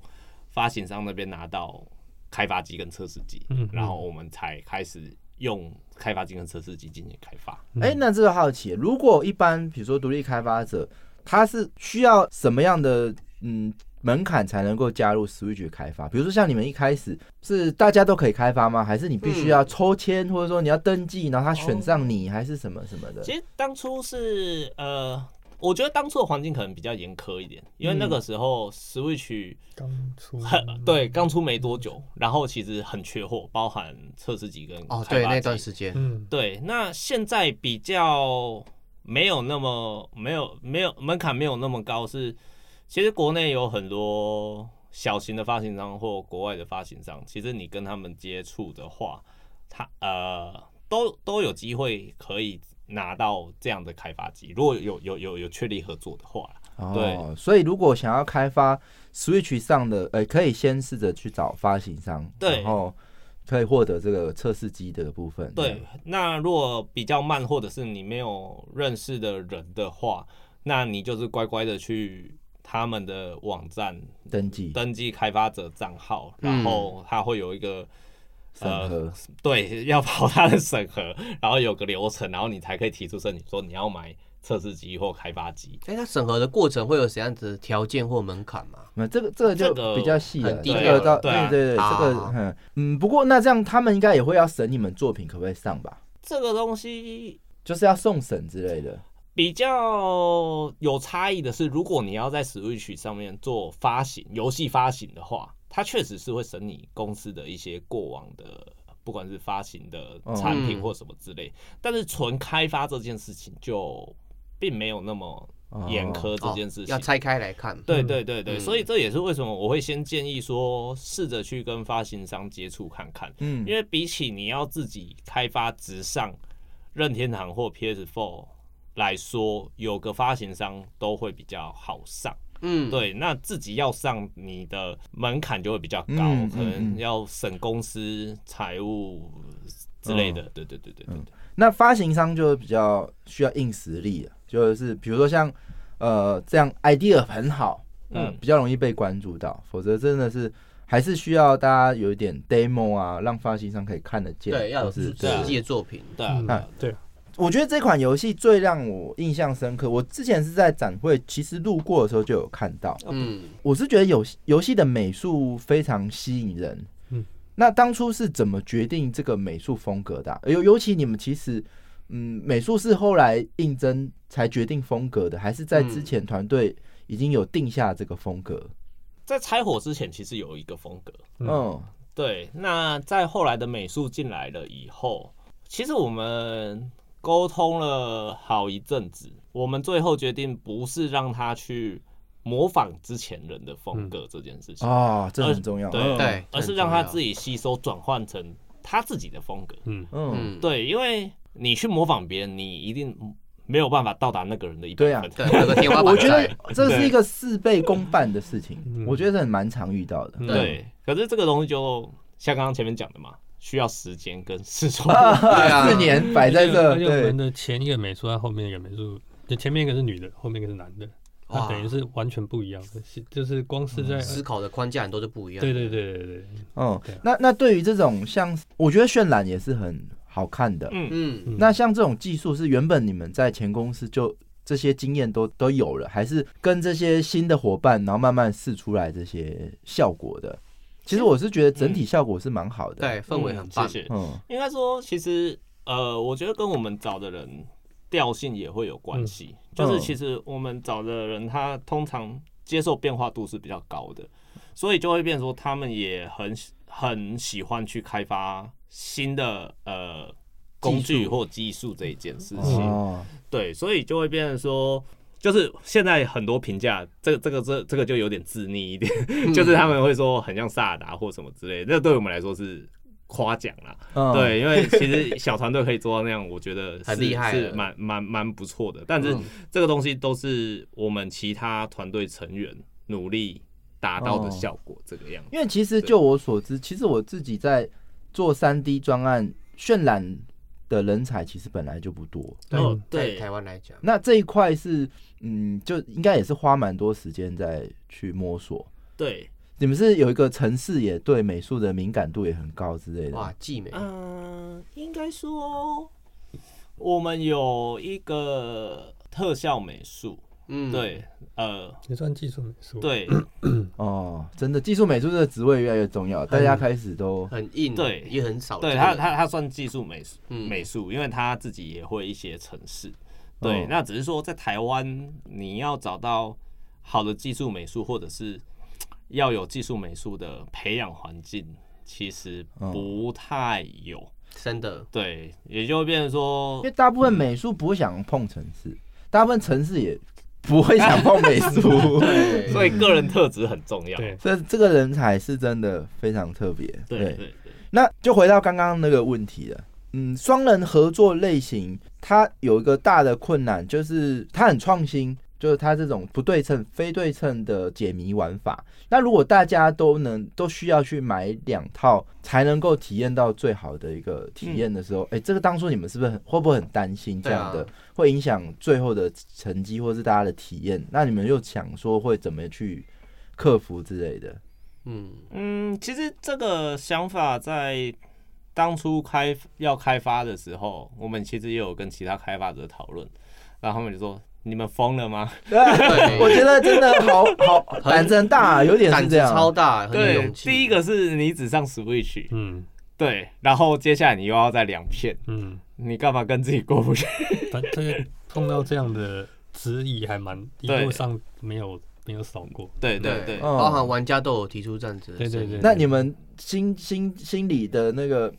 Speaker 6: 发行商那边拿到开发机跟测试机，
Speaker 2: 嗯
Speaker 6: 然后我们才开始用开发机跟测试机进行开发。
Speaker 4: 哎、那这个好奇，如果一般比如说独立开发者，他是需要什么样的嗯门槛才能够加入 Switch 开发？比如说像你们一开始是大家都可以开发吗？还是你必
Speaker 6: 嗯
Speaker 4: 须要抽签，或者说你要登记，然后他选上你，还是什么什么的？
Speaker 6: 其实当初是呃，我觉得当初的环境可能比较严苛一点，因为那个时候 Switch
Speaker 5: 嗯
Speaker 2: 刚 出
Speaker 6: 很、对刚出没多久，然后其实很缺货，包含测试机跟
Speaker 5: 哦，
Speaker 6: 开
Speaker 5: 对，
Speaker 6: 发
Speaker 5: 那
Speaker 6: 机
Speaker 5: 段时间，
Speaker 2: 嗯
Speaker 6: 对，那现在比较没有那么没有没有门槛没有那么高是，其实国内有很多小型的发行商或国外的发行商，其实你跟他们接触的话，他呃都都有机会可以拿到这样的开发机，如果有有有有确立合作的话啦
Speaker 4: 哦，
Speaker 6: 对
Speaker 4: 所以如果想要开发 Switch 上的，呃，可以先试着去找发行商，
Speaker 6: 对
Speaker 4: 然后可以获得这个测试机的部分。
Speaker 6: 对，那如果比较慢，或者是你没有认识的人的话，那你就是乖乖的去他们的网站
Speaker 4: 登记
Speaker 6: 登记开发者账号，
Speaker 5: 嗯
Speaker 6: 然后它会有一个
Speaker 4: 审核
Speaker 6: 呃，对要跑它的审核，然后有个流程，然后你才可以提出申请说你要买测试机或开发机。
Speaker 5: 哎，它审核的过程会有怎样子的条件或门槛吗？
Speaker 4: 那这个这个就
Speaker 6: 这个
Speaker 4: 比较细了，
Speaker 5: 很
Speaker 4: 这个
Speaker 5: detail
Speaker 4: 到
Speaker 6: 对啊
Speaker 4: 对对，这
Speaker 5: 啊
Speaker 4: 个嗯嗯，不过那这样他们应该也会要审你们作品可不可以上吧？
Speaker 6: 这个东西
Speaker 4: 就是要送审之类的
Speaker 6: 比较有差异的是，如果你要在 Switch 上面做发行游戏发行的话，它确实是会审你公司的一些过往的，不管是发行的产品
Speaker 5: 嗯
Speaker 6: 或什么之类。但是纯开发这件事情就并没有那么
Speaker 4: 哦
Speaker 6: 严苛这件事
Speaker 5: 哦
Speaker 6: 情。
Speaker 5: 要拆开来看。
Speaker 6: 对对对对，
Speaker 5: 嗯
Speaker 6: 所以这也是为什么我会先建议说，试着去跟发行商接触看看，
Speaker 4: 嗯
Speaker 6: 因为比起你要自己开发直上任天堂或 PS4 来说，有个发行商都会比较好上。
Speaker 5: 嗯，
Speaker 6: 对，那自己要上，你的门槛就会比较高，
Speaker 4: 嗯
Speaker 6: 可
Speaker 4: 嗯
Speaker 6: 能
Speaker 4: 嗯
Speaker 6: 要审公司财务之类的。对对对对对对。
Speaker 4: 那发行商就比较需要硬实力了，就是比如说像呃这样 idea 很好，嗯
Speaker 6: 嗯，
Speaker 4: 比较容易被关注到，否则真的是还是需要大家有一点 demo 啊，让发行商可以看得见，
Speaker 5: 对，要有
Speaker 4: 或是
Speaker 5: 实
Speaker 6: 对啊
Speaker 5: 际的作品。
Speaker 6: 对啊，
Speaker 2: 嗯
Speaker 6: 对啊
Speaker 2: 对，
Speaker 4: 我觉得这款游戏最让我印象深刻，我之前是在展会其实路过的时候就有看到。
Speaker 5: 嗯，
Speaker 4: 我是觉得游戏游戏的美术非常吸引人。
Speaker 2: 嗯
Speaker 4: 那当初是怎么决定这个美术风格的啊、尤尤其你们其实，嗯，美术是后来应征才决定风格的，还是在之前团队已经有定下这个风格？
Speaker 6: 在拆火之前，其实有一个风格，
Speaker 2: 嗯
Speaker 4: 嗯，
Speaker 6: 对，那在后来的美术进来了以后，其实我们沟通了好一阵子，我们最后决定不是让他去模仿之前人的风格这件事情，
Speaker 4: 哦，这很
Speaker 2: 呃
Speaker 4: 重要。
Speaker 6: 对
Speaker 4: 嗯
Speaker 5: 对，
Speaker 6: 而是让他自己吸收转换成他自己的风格。
Speaker 2: 嗯
Speaker 4: 嗯，
Speaker 5: 嗯，
Speaker 6: 对，因为你去模仿别人，你一定没有办法到达那个人的一百
Speaker 4: 对啊
Speaker 6: 分。
Speaker 5: 对，有个天花板
Speaker 4: 我觉
Speaker 5: 在。
Speaker 4: 得这是一个事倍功半 的事情，我觉得是很蛮常遇到的。
Speaker 2: 嗯
Speaker 6: 对，可是这个东西就像刚刚前面讲的嘛，需要时间跟 试错。
Speaker 5: 啊
Speaker 4: 四年摆在这，
Speaker 2: 而且而且我
Speaker 4: 对
Speaker 2: 们，的前一个美术，他呃后面一个美术，就前面一个是女的，后面一个是男的，
Speaker 5: 哇嗯
Speaker 2: 那等于是完全不一样的，是就是光是在
Speaker 5: 思考的框架很多就不一样。
Speaker 2: 对对对对对，
Speaker 4: 嗯
Speaker 2: 对啊，
Speaker 4: 那那对于这种像，我觉得渲染也是很好看的。
Speaker 6: 嗯
Speaker 5: 嗯，
Speaker 4: 那像这种技术是原本你们在前公司就这些经验都都有了，还是跟这些新的伙伴，然后慢慢试出来这些效果的？其实我是觉得整体效果是蛮好的。
Speaker 5: 对，氛围很棒。
Speaker 6: 嗯谢谢。
Speaker 4: 嗯，
Speaker 6: 应该说，其实呃，我觉得跟我们找的人调性也会有关系。就是其实我们找的人，他通常接受变化度是比较高的，所以就会变成说他们也很很喜欢去开发新的呃工具或技术这一件事情。
Speaker 4: 哦，
Speaker 6: 对，所以就会变成说，就是现在很多评价，这个这个这这个就有点自逆一点，
Speaker 5: 嗯
Speaker 6: 就是他们会说很像萨达或什么之类的，那对我们来说是夸奖啦。
Speaker 4: 嗯，
Speaker 6: 对，因为其实小团队可以做到那样，我 觉得
Speaker 5: 很
Speaker 6: 是
Speaker 5: 厉害
Speaker 6: 是
Speaker 5: 了
Speaker 6: 蛮蛮蛮不错的。但是
Speaker 5: 嗯
Speaker 6: 这个东西都是我们其他团队成员努力达到的
Speaker 4: 哦
Speaker 6: 效果，这个样子。
Speaker 4: 因为其实就我所知，其实我自己在做三 D 专案渲染的人才其实本来就不多，
Speaker 6: 哦
Speaker 2: 嗯，
Speaker 5: 在
Speaker 6: 对，
Speaker 5: 台湾来讲，
Speaker 4: 那这一块是嗯，就应该也是花蛮多时间在去摸索。
Speaker 6: 对，
Speaker 4: 你们是有一个城市也对美术的敏感度也很高之类的，
Speaker 5: 哇，季美，
Speaker 2: 啊
Speaker 6: 嗯，应该说我们有一个特效美术，
Speaker 5: 嗯，
Speaker 6: 对，呃，
Speaker 2: 也算技术美术。，
Speaker 6: 对
Speaker 4: 哦，真的技术美术这个职位越来越重要，大家开始 都
Speaker 5: 很硬，
Speaker 6: 对
Speaker 5: 也很少见。
Speaker 6: 对，他他他算技术美术
Speaker 5: 嗯
Speaker 6: 美术，因为他自己也会一些程式。对，
Speaker 4: 哦
Speaker 6: 那只是说在台湾你要找到好的技术美术，或者是要有技术美术的培养环境，其实
Speaker 4: 嗯
Speaker 6: 不太有。
Speaker 5: 真的，
Speaker 6: 对，也就会变成说
Speaker 4: 因为，大部分美术不会想碰城市，大部分城市也不会想碰美术，
Speaker 5: 对
Speaker 6: 所以个人特质很重要。
Speaker 2: 对
Speaker 4: 所以这个人才是真的非常特别。
Speaker 6: 对对对。
Speaker 4: 那就回到刚刚那个问题了。嗯，双人合作类型，它有一个大的困难，就是它很创新，就是它这种不对称、非对称的解谜玩法。那如果大家都能都需要去买两套，才能够体验到最好的一个体验的时候，哎、这个当初你们是不是很会不会很担心这样的，
Speaker 5: 嗯对啊
Speaker 4: 会影响最后的成绩或是大家的体验？那你们又想说会怎么去克服之类的？
Speaker 5: 嗯，
Speaker 6: 嗯，其实这个想法在当初开要开发的时候，我们其实也有跟其他开发者讨论，然后他们就说：“你们疯了吗
Speaker 5: 对
Speaker 4: 我觉得真的好好胆子很
Speaker 6: 啊
Speaker 4: 大，有点是
Speaker 5: 胆
Speaker 4: 这
Speaker 5: 子
Speaker 4: 样。
Speaker 5: 超大，？”很有
Speaker 6: 对，
Speaker 5: 勇气。
Speaker 6: 第一个是你只上 Switch，
Speaker 2: 嗯
Speaker 6: 对，然后接下来你又要再两片，
Speaker 2: 嗯，
Speaker 6: 你干嘛跟自己过不去？
Speaker 2: 但这个碰到这样的质疑还蛮一
Speaker 6: 对
Speaker 2: 路上没有没有少过。
Speaker 6: 对对对
Speaker 5: 对，
Speaker 4: 嗯
Speaker 5: 包含玩家都有提出这样子的
Speaker 2: 对对
Speaker 5: 声音，
Speaker 2: 对
Speaker 4: 那你们心心心理的那个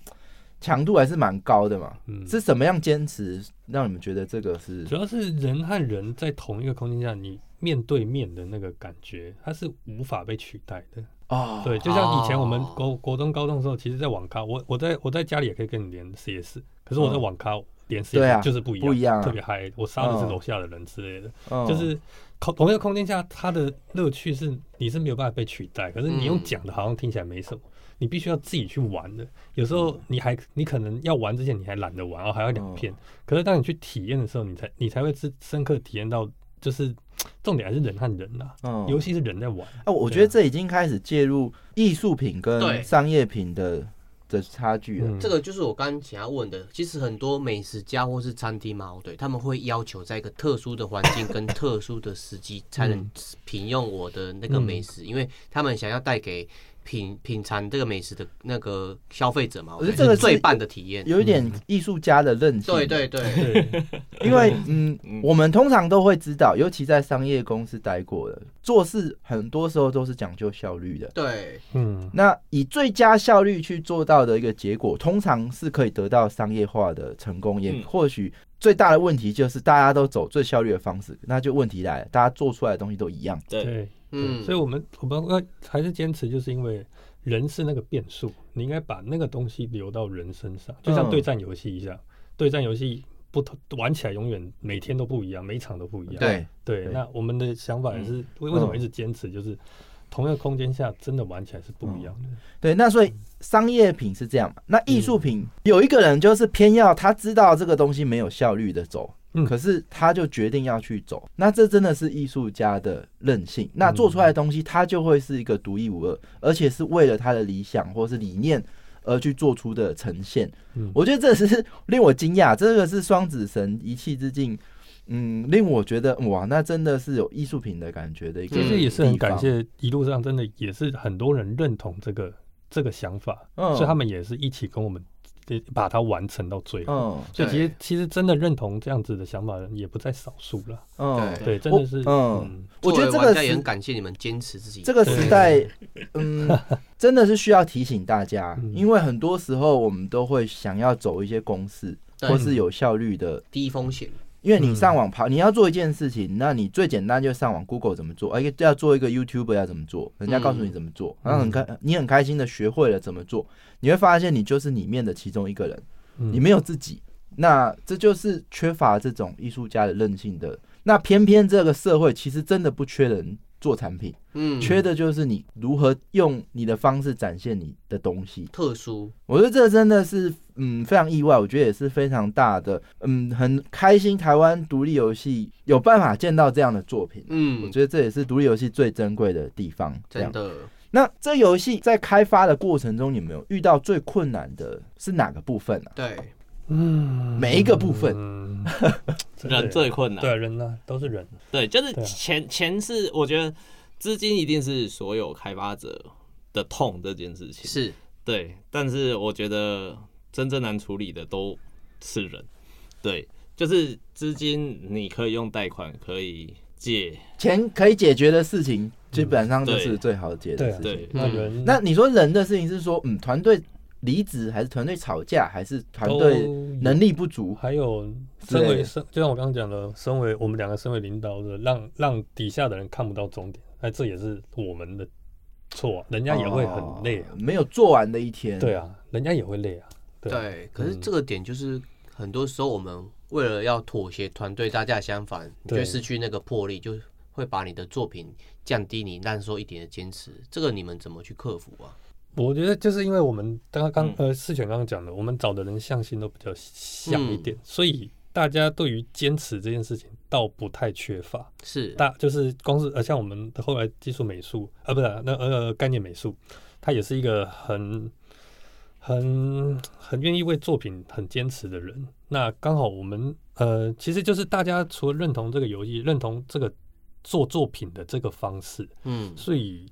Speaker 4: 强度还是蛮高的嘛？
Speaker 2: 嗯，
Speaker 4: 是怎么样坚持让你们觉得这个是
Speaker 2: 主要是人和人在同一个空间下，你面对面的那个感觉，它是无法被取代的。
Speaker 4: 哦？
Speaker 2: 对，就像以前我们
Speaker 5: 哦
Speaker 2: 国国中、高中的时候，其实在网咖，我我在我在家里也可以跟你连 CS，可是我在
Speaker 4: 嗯
Speaker 2: 网咖连
Speaker 4: 对啊
Speaker 2: CS 就是不一样，
Speaker 4: 不一样啊
Speaker 2: 特别嗨。我杀的是
Speaker 4: 嗯
Speaker 2: 楼下的人之类的，
Speaker 4: 嗯
Speaker 2: 就是同同一个空间下，它的乐趣是你是没有办法被取代，可是你用
Speaker 5: 嗯
Speaker 2: 讲的好像听起来没什么。你必须要自己去玩的，有时候你还你可能要玩之前你还懒得玩哦，还要两片。可是当你去体验的时候，你才你才会知深刻体验到，就是重点还是人和人呐、
Speaker 4: 嗯
Speaker 2: 游戏是人在玩。
Speaker 4: 啊，我觉得这已经开始介入艺术品跟
Speaker 5: 对
Speaker 4: 商业品的的差距了。
Speaker 2: 嗯
Speaker 5: 这个就是我刚刚想要问的。其实很多美食家或是餐厅嘛，哦对，他们会要求在一个特殊的环境跟特殊的时机才能
Speaker 2: 嗯
Speaker 5: 品用我的那个美
Speaker 4: 嗯
Speaker 5: 食，因为他们想要带给品品尝这个美食的那个消费者嘛，
Speaker 4: 我觉得
Speaker 5: 对
Speaker 4: 这个
Speaker 5: 是最
Speaker 4: 是
Speaker 5: 棒的体验。
Speaker 4: 有一点艺术家的韧性，
Speaker 5: 对对 对，
Speaker 2: 嗯对，
Speaker 4: 因为嗯
Speaker 6: 嗯，
Speaker 4: 我们通常都会知道，尤其在商业公司待过的，做事很多时候都是讲究效率的。
Speaker 5: 对，
Speaker 2: 嗯，
Speaker 4: 那以最佳效率去做到的一个结果，通常是可以得到商业化的成功。也
Speaker 6: 嗯
Speaker 4: 或许最大的问题就是大家都走最效率的方式，那就问题来了，大家做出来的东西都一样。
Speaker 6: 对
Speaker 2: 对，
Speaker 5: 嗯，
Speaker 2: 所以我们我们要还是坚持，就是因为人是那个变数，你应该把那个东西留到人身上，就像
Speaker 4: 嗯
Speaker 2: 对战游戏一样，对战游戏不同玩起来永远每天都不一样，每一场都不一样。
Speaker 5: 对
Speaker 2: 对，
Speaker 4: 对嗯
Speaker 2: 那我们的想法也是为为什么一直坚持，就是同一个空间下真的玩起来是不一样的。
Speaker 4: 对，那所以商业品是这样嘛？那艺术品、有一个人就是偏要他知道这个东西没有效率的走，
Speaker 2: 嗯
Speaker 4: 可是他就决定要去走，那这真的是艺术家的任性。那做出来的东西，他就会是一个独一无二，而且是为了他的理想或是理念。而去做出的呈现，
Speaker 2: 嗯
Speaker 4: 我觉得这是令我惊讶，这个是双子神一气之境，嗯，令我觉得哇，那真的是有艺术品的感觉的一个地
Speaker 2: 其
Speaker 4: 方。
Speaker 2: 实也是很感
Speaker 4: 嗯
Speaker 2: 谢一路上真的也是很多人认同这个这个想法，
Speaker 4: 嗯
Speaker 2: 所以他们也是一起跟我们得把它完成到最后。
Speaker 4: 嗯
Speaker 2: 所以其
Speaker 5: 对
Speaker 2: 实其实真的认同这样子的想法的人也不在少数啦。
Speaker 4: 嗯，
Speaker 5: 对
Speaker 2: 对，真
Speaker 4: 我
Speaker 2: 的是
Speaker 4: 嗯
Speaker 2: 嗯
Speaker 4: 我觉得这
Speaker 5: 作为玩
Speaker 4: 个
Speaker 5: 家也很
Speaker 4: 时
Speaker 5: 感谢你们坚持自己
Speaker 4: 这个
Speaker 2: 对
Speaker 4: 时代，嗯，真的是需要提醒大家，
Speaker 2: 嗯
Speaker 4: 因为很多时候我们都会想要走一些公式，
Speaker 5: 对
Speaker 4: 或是有效率的
Speaker 5: 低风险，
Speaker 4: 因为你
Speaker 2: 嗯
Speaker 4: 上网爬，你要做一件事情，那你最简单就上网 Google 怎么做，而、要做一个 YouTube 要怎么做，人家告诉你怎么做，
Speaker 2: 嗯
Speaker 4: 然后很开，你很开心的学会了怎么做，你会发现你就是里面的其中一个人，
Speaker 2: 嗯
Speaker 4: 你没有自己，那这就是缺乏这种艺术家的韧性的。那偏偏这个社会其实真的不缺人做产品，
Speaker 5: 嗯，
Speaker 4: 缺的就是你如何用你的方式展现你的东西。
Speaker 5: 特殊，
Speaker 4: 我觉得这真的是，嗯，非常意外，我觉得也是非常大的，嗯，很开心台湾独立游戏有办法见到这样的作品，我
Speaker 5: 嗯，
Speaker 4: 觉得这也是独立游戏最珍贵的地方。这
Speaker 5: 真
Speaker 4: 样，
Speaker 5: 的，
Speaker 4: 那这游戏在开发的过程中，你们有遇到最困难的是哪个部分呢、啊
Speaker 5: 对，
Speaker 2: 嗯
Speaker 4: 每一个部分
Speaker 2: 嗯真的
Speaker 6: 人最困难。嗯
Speaker 2: 对人呢、都是人，
Speaker 6: 对，就是
Speaker 2: 对啊
Speaker 6: 钱钱是我觉得资金一定是所有开发者的痛这件事情。
Speaker 5: 是
Speaker 6: 对，但是我觉得真正难处理的都是人。对，就是资金你可以用贷款，可以借，
Speaker 4: 钱可以解决的事情，基本上就是
Speaker 6: 对
Speaker 4: 最好解
Speaker 2: 对
Speaker 4: 的
Speaker 2: 啊
Speaker 4: 事情
Speaker 6: 对。
Speaker 2: 那
Speaker 5: 嗯
Speaker 2: 人
Speaker 4: 那你说人的事情是说，嗯，团队离职还是团队吵架，还是团
Speaker 2: 都
Speaker 4: 队
Speaker 2: 有
Speaker 4: 能力不足？
Speaker 2: 还有
Speaker 4: 之
Speaker 2: 身
Speaker 4: 类
Speaker 2: 为
Speaker 4: 的
Speaker 2: 身，就像我刚刚讲的，身为我们两个身为领导者，让让底下的人看不到终点，哎，这也是我们的错、啊，人家也会很累、啊
Speaker 4: 哦没有做完的一天。
Speaker 2: 对啊，人家也会累啊，对啊
Speaker 5: 对，可是这个点就是很多时候我们为了要妥协团队大家的相反，你就
Speaker 2: 对
Speaker 5: 会失去那个魄力，就会把你的作品降低你那时候一点的坚持，这个你们怎么去克服啊？
Speaker 2: 我觉得就是因为我们刚刚、呃世选刚刚讲的，我们找的人向心都比较像一点，所以大家对于坚持这件事情倒不太缺乏。
Speaker 5: 是，
Speaker 2: 大就是光是呃，像我们后来技术美术啊，不是啊那呃概念美术，他也是一个很很很愿意为作品很坚持的人。那刚好我们呃，其实就是大家除了认同这个游戏，认同这个做作品的这个方式，
Speaker 5: 嗯，
Speaker 2: 所以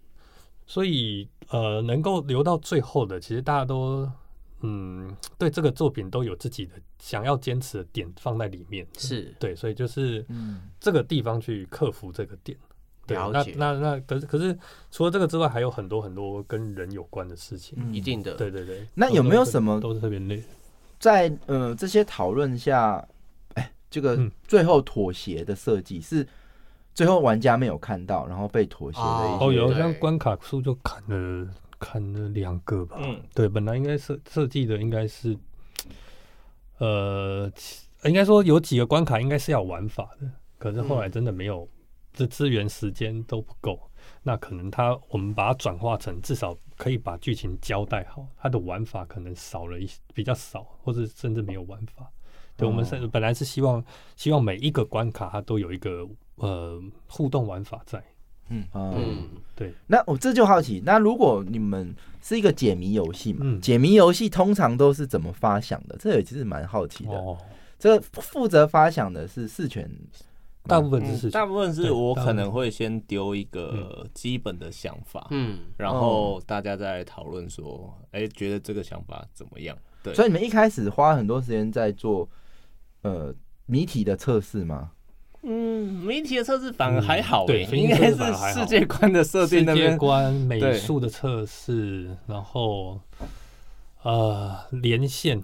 Speaker 2: 所以呃，能够留到最后的，其实大家都嗯对这个作品都有自己的想要坚持的点放在里面。
Speaker 5: 是
Speaker 2: 对，所以就是
Speaker 4: 嗯，
Speaker 2: 这个地方去克服这个点。对，
Speaker 5: 了
Speaker 2: 那
Speaker 5: 解
Speaker 2: 那那可是可是除了这个之外，还有很多很多跟人有关的事情。
Speaker 5: 一定的，
Speaker 2: 嗯对对对。
Speaker 4: 嗯那有没有什么
Speaker 2: 都是特别累？
Speaker 4: 在呃这些讨论下，哎，这个
Speaker 2: 嗯
Speaker 4: 最后妥协的设计是最后玩家没有看到，然后被妥协的一
Speaker 5: 哦
Speaker 4: 些。
Speaker 2: 哦，有
Speaker 5: 对
Speaker 2: 像关卡数就砍了砍了两个吧。
Speaker 6: 嗯，
Speaker 2: 对，本来应该设设计的应该是，呃，其应该说有几个关卡应该是要玩法的，可是后来真的没有，这资源时间都不够。那可能它我们把它转化成至少可以把剧情交代好，它的玩法可能少了一些比较少，或者甚至没有玩法。对，我们甚至本来是希望希望每一个关卡它都有一个呃互动玩法在。
Speaker 4: 嗯，
Speaker 5: 嗯，
Speaker 2: 对，
Speaker 4: 那我这就好奇，那如果你们是一个解谜游戏嘛，
Speaker 2: 嗯
Speaker 4: 解谜游戏通常都是怎么发想的？这也其实蛮好奇的。
Speaker 2: 哦，
Speaker 4: 这个负责发想的是四拳，
Speaker 2: 大部分
Speaker 6: 嗯
Speaker 2: 只是
Speaker 6: 大部分
Speaker 2: 对
Speaker 6: 是我
Speaker 2: 大部
Speaker 6: 可
Speaker 2: 分
Speaker 6: 能会先丢一个基本的想法，
Speaker 5: 嗯，
Speaker 6: 然后大家再来讨论说，哎、觉得这个想法怎么样？对，
Speaker 4: 所以你们一开始花很多时间在做呃谜题的测试吗？
Speaker 6: 嗯，媒体的测试反而还好、
Speaker 2: 嗯对
Speaker 6: 欸，
Speaker 2: 媒
Speaker 6: 应
Speaker 2: 体测
Speaker 6: 该
Speaker 2: 试反而还
Speaker 6: 是
Speaker 2: 好
Speaker 6: 世界观的设定
Speaker 2: 世
Speaker 6: 那
Speaker 2: 界
Speaker 6: 边，
Speaker 2: 观、美
Speaker 6: 对
Speaker 2: 术的测试，然后呃连线，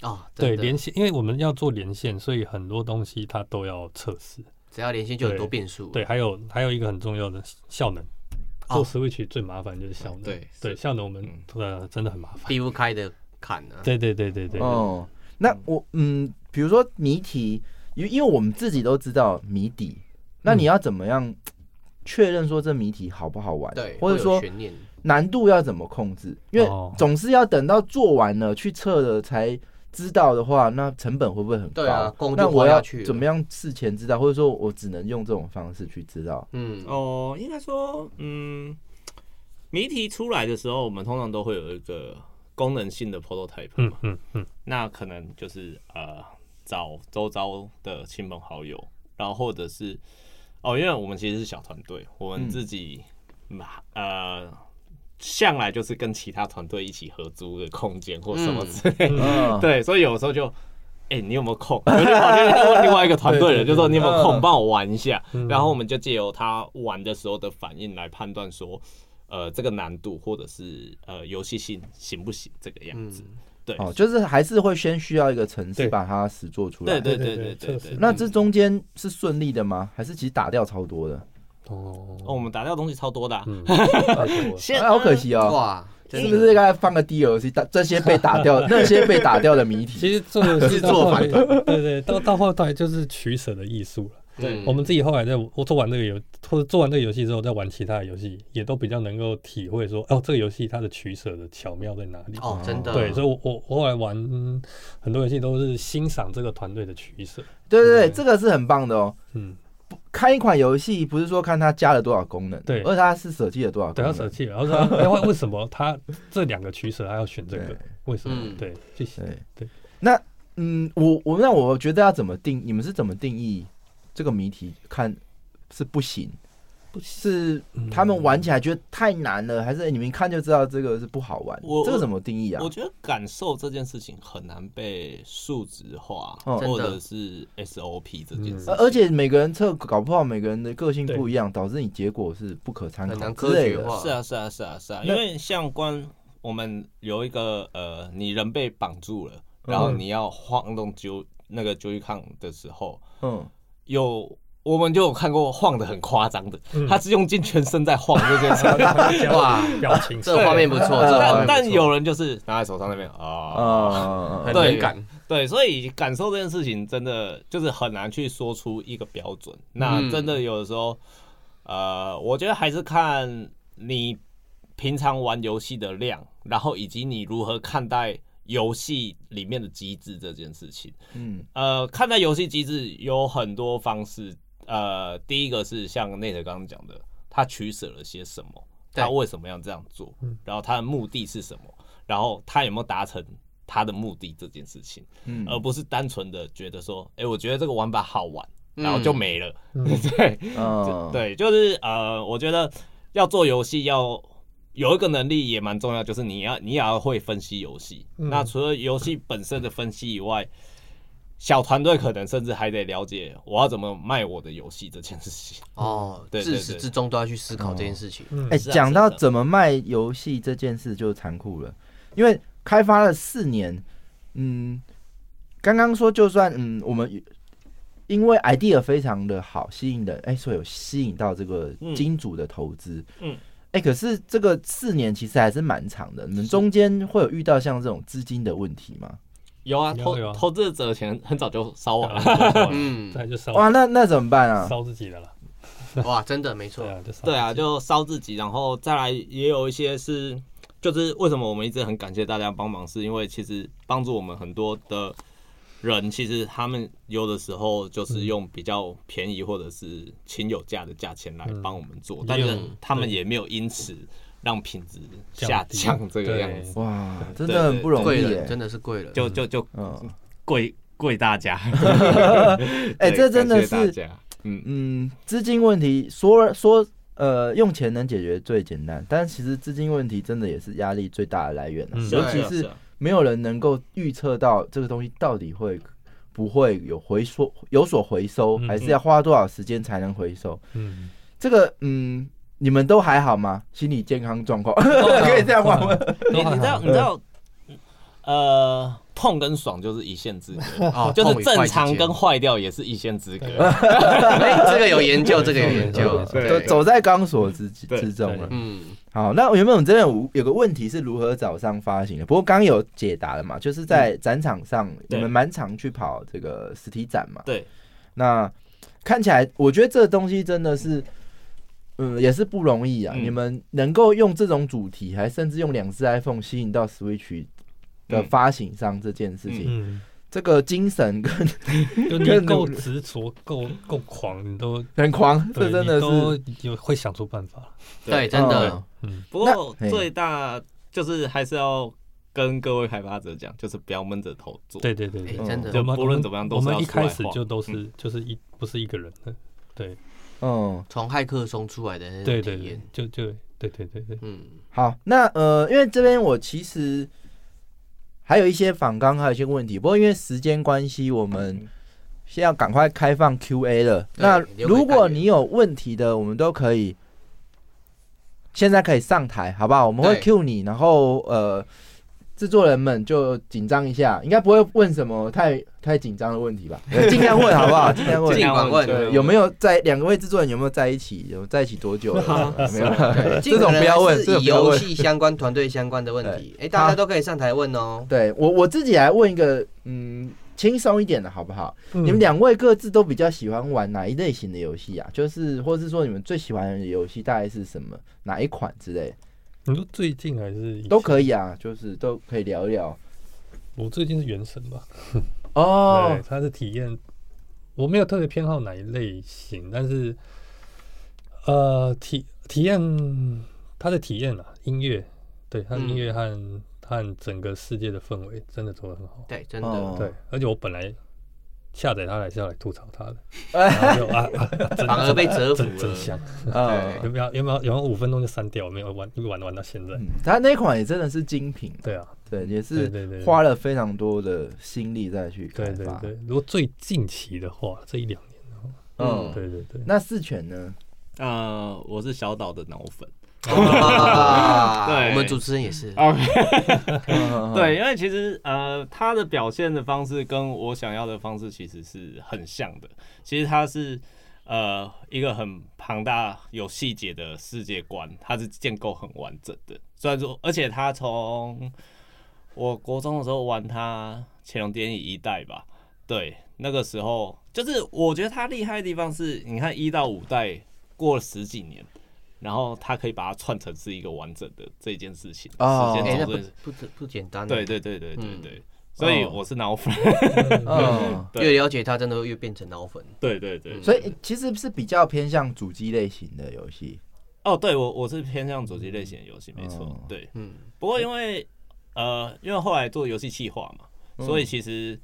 Speaker 5: 啊，
Speaker 2: 对
Speaker 5: 真的
Speaker 2: 连线，因为我们要做连线，所以很多东西它都要测试。
Speaker 5: 只要连线就有很多
Speaker 2: 对
Speaker 5: 变数，
Speaker 2: 对，还有还有一个很重要的效能，
Speaker 5: 哦
Speaker 2: 做 Switch 最麻烦就是效能。
Speaker 6: 对
Speaker 2: 对，
Speaker 6: 是
Speaker 2: 效能我们
Speaker 6: 嗯
Speaker 2: 呃真的很麻烦。
Speaker 5: 避不开的坎啊，
Speaker 2: 对对对对对，
Speaker 4: 哦，那我嗯，比如说谜题，因因为我们自己都知道谜底，那你要怎么样确认说这谜题好不好玩？
Speaker 5: 对，
Speaker 4: 或者
Speaker 5: 会有
Speaker 4: 说
Speaker 5: 悬念，
Speaker 4: 难度要怎么控制？因为
Speaker 2: 哦
Speaker 4: 总是要等到做完了去测了才知道的话，那成本会不会很高？
Speaker 5: 对啊工就
Speaker 4: 那我
Speaker 5: 花
Speaker 4: 要
Speaker 5: 下去了
Speaker 4: 怎么样事前知道，或者说我只能用这种方式去知道？
Speaker 5: 嗯，
Speaker 6: 哦，应该说，嗯，谜题出来的时候，我们通常都会有一个功能性的 prototype
Speaker 2: 嗯
Speaker 6: 嘛，
Speaker 2: 嗯嗯，
Speaker 6: 那可能就是呃找周遭的亲朋好友，然后或者是哦，因为我们其实是小团队，我们自己、嗯、呃向来就是跟其他团队一起合租的空间或什么
Speaker 5: 嗯
Speaker 6: 之类的
Speaker 4: 嗯，
Speaker 6: 对，所以有时候就，哎、你有没有空？我就跑去问另外一个团队人，就说你有没有空，帮我玩一下。然后我们就借由他玩的时候的反应来判断说，呃，这个难度或者是呃游戏性行不行这个样子。对，
Speaker 4: 哦，就是还是会先需要一个城市
Speaker 2: 对
Speaker 4: 把它实做出来。
Speaker 6: 对对
Speaker 2: 对
Speaker 6: 对对
Speaker 2: 对
Speaker 6: 对
Speaker 2: 测
Speaker 6: 对
Speaker 2: 试。
Speaker 4: 那这中间是顺利的吗？还是其实打掉超多的？
Speaker 2: 哦，
Speaker 6: 哦我们打掉东西超多的、啊，
Speaker 2: 嗯，太多了
Speaker 6: 现
Speaker 4: 啊好可
Speaker 6: 嗯
Speaker 4: 惜哦，
Speaker 5: 哇，真
Speaker 4: 是
Speaker 5: 的
Speaker 4: 不是应该放个 DLC？打这些被打 掉，那些被打掉的谜题。
Speaker 2: 其实这个
Speaker 4: 是
Speaker 2: 是
Speaker 4: 做反
Speaker 2: 到后来对对，到到后来就是取舍的艺术了。
Speaker 5: 对
Speaker 2: 我们自己后来在我做完这个游，或者做完这个游戏之后，再玩其他的游戏，也都比较能够体会说，哦，这个游戏它的取舍的巧妙在哪里。
Speaker 5: 哦，真的
Speaker 2: 对，所以我我我后来玩嗯很多游戏都是欣赏这个团队的取舍。
Speaker 4: 对对对，这个是很棒的哦。
Speaker 2: 嗯，
Speaker 4: 看一款游戏不是说看它加了多少功能，
Speaker 2: 对
Speaker 4: 而是它是舍弃了多少功
Speaker 2: 对，要
Speaker 4: 能。
Speaker 2: 舍弃了。然后说，哎，为为什么他这两个取舍他要选这个
Speaker 4: 对？
Speaker 2: 为什么
Speaker 5: 嗯？
Speaker 2: 对，去
Speaker 4: 对
Speaker 2: 对。
Speaker 4: 那嗯，我我那我觉得要怎么定？你们是怎么定义这个谜题？看是不行，不是他们玩起来觉得太难了，还是哎你们一看就知道这个是不好玩
Speaker 6: 我？
Speaker 4: 这个怎么定义啊
Speaker 6: 我？觉得感受这件事情很难被数值化，
Speaker 4: 哦嗯
Speaker 6: 或者
Speaker 5: 真的
Speaker 6: 是 SOP 这件事情。
Speaker 4: 而而且每个人测搞不好每个人的个性
Speaker 2: 对
Speaker 4: 不一样，导致你结果是不可参
Speaker 5: 很难
Speaker 4: 考之
Speaker 5: 科
Speaker 4: 类
Speaker 5: 学
Speaker 4: 的。
Speaker 5: 化
Speaker 6: 是啊，是啊，是啊，是啊，
Speaker 4: 那
Speaker 6: 因为像关我们有一个呃，你人被绑住了，然后
Speaker 2: 嗯
Speaker 6: 你要晃动揪那个揪一抗的时候，
Speaker 4: 嗯，
Speaker 6: 有我们就有看过晃的很夸张的，
Speaker 2: 嗯
Speaker 6: 他是用尽全身在晃这件事情。
Speaker 2: 哇
Speaker 5: 哇，
Speaker 2: 表情
Speaker 5: 这个画面不错，这个画面不错
Speaker 6: 但但有人就是拿在手上那边
Speaker 5: 哦
Speaker 6: 啊，
Speaker 4: 啊
Speaker 5: 很
Speaker 6: 对
Speaker 5: 敏感，
Speaker 6: 对，所以感受这件事情真的就是很难去说出一个标准。那
Speaker 5: 嗯
Speaker 6: 真的有的时候，呃，我觉得还是看你平常玩游戏的量，然后以及你如何看待游戏里面的机制这件事情。
Speaker 4: 嗯
Speaker 6: 呃，看待游戏机制有很多方式。呃，第一个是像内德刚刚讲的，他取舍了些什么，
Speaker 5: 对
Speaker 6: 他为什么要这样做
Speaker 2: 嗯，
Speaker 6: 然后他的目的是什么，然后他有没有达成他的目的这件事情，
Speaker 4: 嗯
Speaker 6: 而不是单纯的觉得说，哎、我觉得这个玩法好玩，
Speaker 5: 嗯
Speaker 6: 然后就没了。
Speaker 2: 嗯
Speaker 6: 对
Speaker 4: 嗯，
Speaker 6: 对，就是呃，我觉得要做游戏要。有一个能力也蛮重要，就是你要你也要会分析游戏。
Speaker 2: 嗯
Speaker 6: 那除了游戏本身的分析以外，小团队可能甚至还得了解我要怎么卖我的游戏这件事情。
Speaker 5: 哦，
Speaker 6: 对对
Speaker 5: 自
Speaker 6: 对
Speaker 5: 始至终都要去思考这件事情。
Speaker 2: 嗯
Speaker 4: 哎，
Speaker 6: 是啊
Speaker 4: 讲
Speaker 6: 是
Speaker 4: 到
Speaker 6: 的
Speaker 4: 怎么卖游戏这件事就残酷了，因为开发了四年，嗯，刚刚说就算嗯我们因为 idea 非常的好，吸引人，哎、所以有吸引到这个
Speaker 6: 嗯
Speaker 4: 金主的投资，
Speaker 6: 嗯。
Speaker 4: 哎、可是这个四年其实还是蛮长的。你们中间会有遇到像这种资金的问题吗？
Speaker 6: 有啊，
Speaker 2: 有
Speaker 6: 投
Speaker 2: 有啊
Speaker 6: 投资者的钱很早就烧完了。
Speaker 5: 嗯，
Speaker 2: 那就烧
Speaker 4: 哇，那那怎么办 啊？
Speaker 2: 烧自己的了。
Speaker 5: 哇，真的没错
Speaker 2: 对，啊，就烧
Speaker 6: 对啊，
Speaker 2: 自己
Speaker 6: 就烧自己，然后再来也有一些是，就是为什么我们一直很感谢大家帮忙，是因为其实帮助我们很多的人，其实他们有的时候就是用比较便宜或者是亲友价的价钱来帮我们做，但
Speaker 2: 也
Speaker 6: 是
Speaker 2: 有
Speaker 6: 他们
Speaker 2: 对
Speaker 6: 也没有因此让品质
Speaker 2: 降
Speaker 6: 下
Speaker 2: 低
Speaker 6: 降这个样
Speaker 2: 对
Speaker 6: 子，
Speaker 4: 哇，真
Speaker 6: 对
Speaker 4: 的很不容
Speaker 5: 贵
Speaker 4: 易
Speaker 5: 人
Speaker 4: 耶、
Speaker 5: 真的是贵人，
Speaker 6: 就就就
Speaker 4: 嗯，
Speaker 6: 跪跪大家，
Speaker 4: 哎、
Speaker 6: 对
Speaker 4: 这真的
Speaker 6: 感谢大
Speaker 4: 是
Speaker 6: 家嗯，
Speaker 4: 嗯，资金问题说说呃，用钱能解决最简单，但其实资金问题真的也是压力最大的来源、啊
Speaker 2: 嗯
Speaker 4: 尤
Speaker 6: 啊
Speaker 4: 其
Speaker 6: 啊
Speaker 4: 是
Speaker 6: 啊
Speaker 4: 没有人能够预测到这个东西到底会不会有回收，有所回收，
Speaker 2: 嗯
Speaker 4: 还是要花多少时间才能回收？
Speaker 2: 嗯，
Speaker 4: 这个嗯，你们都还好吗？心理健康状况 可以这样吗？
Speaker 6: 你你知道你知道，嗯呃，痛跟爽就是一线之隔，
Speaker 5: 哦，
Speaker 6: 就是
Speaker 5: 痛与快
Speaker 6: 正
Speaker 5: 之
Speaker 6: 常
Speaker 5: 间
Speaker 6: 跟坏掉也是一线之隔。
Speaker 5: 哎这个有研究，这个有研究
Speaker 2: 对，
Speaker 6: 对
Speaker 4: 都走在钢索之之
Speaker 6: 对
Speaker 4: 之中啊了。
Speaker 5: 嗯，
Speaker 4: 好，那原本我们这边有有个问题是如何找上发行的，不过刚刚有解答了嘛，就是在展场上，你
Speaker 6: 对
Speaker 4: 们蛮常去跑这个实体展嘛。
Speaker 6: 对，
Speaker 4: 那看起来，我觉得这个东西真的是，嗯，也是不容易啊。
Speaker 6: 嗯
Speaker 4: 你们能够用这种主题，还甚至用两只 iPhone 吸引到 Switch 的
Speaker 6: 嗯
Speaker 4: 发行商这件事情，
Speaker 2: 嗯，
Speaker 4: 这个精神跟
Speaker 2: 就
Speaker 4: 跟
Speaker 2: 你够执着，够够狂，你都
Speaker 4: 很狂，
Speaker 2: 对
Speaker 4: 这真的
Speaker 2: 你
Speaker 4: 是
Speaker 2: 都有会想出办法。
Speaker 5: 对，真的
Speaker 4: 嗯，
Speaker 6: 不过最大就是还是要跟各位开发者讲，就是不要闷着头做。
Speaker 2: 对对对对
Speaker 5: 哎，真的
Speaker 6: 就
Speaker 2: 我们
Speaker 6: 嗯不论怎么样都
Speaker 2: 我
Speaker 6: 是要
Speaker 2: 们一
Speaker 6: 出来
Speaker 2: 开始
Speaker 6: 晃嗯
Speaker 2: 就都是就是一不是一个人的，对
Speaker 4: 嗯。
Speaker 5: 从骇客松出来的那
Speaker 2: 对
Speaker 5: 种
Speaker 2: 对
Speaker 5: 体
Speaker 2: 对
Speaker 5: 验，，
Speaker 2: 就就对对对对，
Speaker 5: 嗯，
Speaker 4: 好，那呃，因为这边我其实还有一些反刚，还有一些问题，不过因为时间关系，我们先要赶快开放 Q&A 了。
Speaker 5: 嗯对
Speaker 4: 那
Speaker 5: 留给
Speaker 4: 如
Speaker 5: 大
Speaker 4: 果
Speaker 5: 家
Speaker 4: 你有问题的，我们都可以现在可以上台，好不好？我们会
Speaker 5: 对
Speaker 4: Q 你，然后呃，制作人们就紧张一下，应该不会问什么太太紧张的问 题吧？对尽量问好不好？尽量问
Speaker 5: 尽。管问
Speaker 4: 对有没有在两位制作人有没有在一起？有在一起多久 了？没有， 这种不要问，这
Speaker 5: 是
Speaker 4: 种
Speaker 5: 以
Speaker 4: 不要
Speaker 5: 游
Speaker 4: 问。
Speaker 5: 戏相关、团队相关的问题，哎，大家都可以上台问哦。
Speaker 4: 对我我自己来问一个，嗯，轻松一点的好不好？
Speaker 2: 你
Speaker 4: 你们两位各自都比较喜欢玩哪一类型的游戏啊？就是，或是说你们最喜欢的游戏大概是什么？哪一款之类
Speaker 2: 你说最近还是以前
Speaker 4: 都可以啊，就是都可以聊一聊。
Speaker 2: 我最近是原神吧，
Speaker 4: 哦
Speaker 2: 对，，它是体验，我没有特别偏好哪一类型，但是呃体体验它的体验啊，音乐，对它的
Speaker 6: 嗯
Speaker 2: 音乐和、和整个世界的氛围真的做得很好，
Speaker 5: 对，真
Speaker 4: 哦
Speaker 5: 的，
Speaker 2: 对，而且我本来下载它来是要来吐槽它的，
Speaker 4: 哎
Speaker 2: 然后就啊啊啊真
Speaker 5: 反而被折服
Speaker 2: 真真
Speaker 5: 了。
Speaker 2: 香，
Speaker 4: 啊
Speaker 2: 有没有有没有有没有五分钟就删掉？没有玩玩玩到现在，
Speaker 4: 嗯，他那款也真的是精品，
Speaker 2: 对啊，
Speaker 4: 对，也
Speaker 2: 对
Speaker 4: 是
Speaker 2: 对对，
Speaker 4: 花了非常多的心力再去开
Speaker 2: 对对
Speaker 4: 发。
Speaker 2: 对，如果最近期的话，这一两年，
Speaker 4: 嗯，
Speaker 2: 对对对，
Speaker 4: 那四犬呢？
Speaker 6: 呃，我是小岛的脑粉。
Speaker 5: 对
Speaker 6: 对
Speaker 5: 我们主持人也是，
Speaker 4: 嗯
Speaker 6: 对，因为其实呃，他的表现的方式跟我想要的方式其实是很像的。其实他是呃一个很庞大有细节的世界观，它是建构很完整的。虽然说，而且他从我国中的时候玩他《乾隆电影一代》吧，对，那个时候就是我觉得他厉害的地方是，你看一到五代过了十几年。然后他可以把它串成是一个完整的这件事情，
Speaker 4: 哦
Speaker 6: 时
Speaker 5: 哎，那
Speaker 6: 间轴
Speaker 5: 不
Speaker 6: 真的是
Speaker 5: 不不不简单。
Speaker 6: 对，对对对对
Speaker 5: 嗯
Speaker 6: 对，所以
Speaker 4: 哦
Speaker 6: 我是脑粉。
Speaker 4: 嗯，
Speaker 6: 对
Speaker 5: 越了解他，真的会越变成脑粉。
Speaker 6: 对对对，
Speaker 4: 所以其实是比较偏向主机类型的游戏。
Speaker 6: 哦，对我我是偏向主机类型的游戏，没错
Speaker 4: 哦。
Speaker 6: 对，
Speaker 5: 嗯，
Speaker 6: 不过因为呃，因为后来做游戏企划
Speaker 2: 嗯
Speaker 6: 嘛，所以其实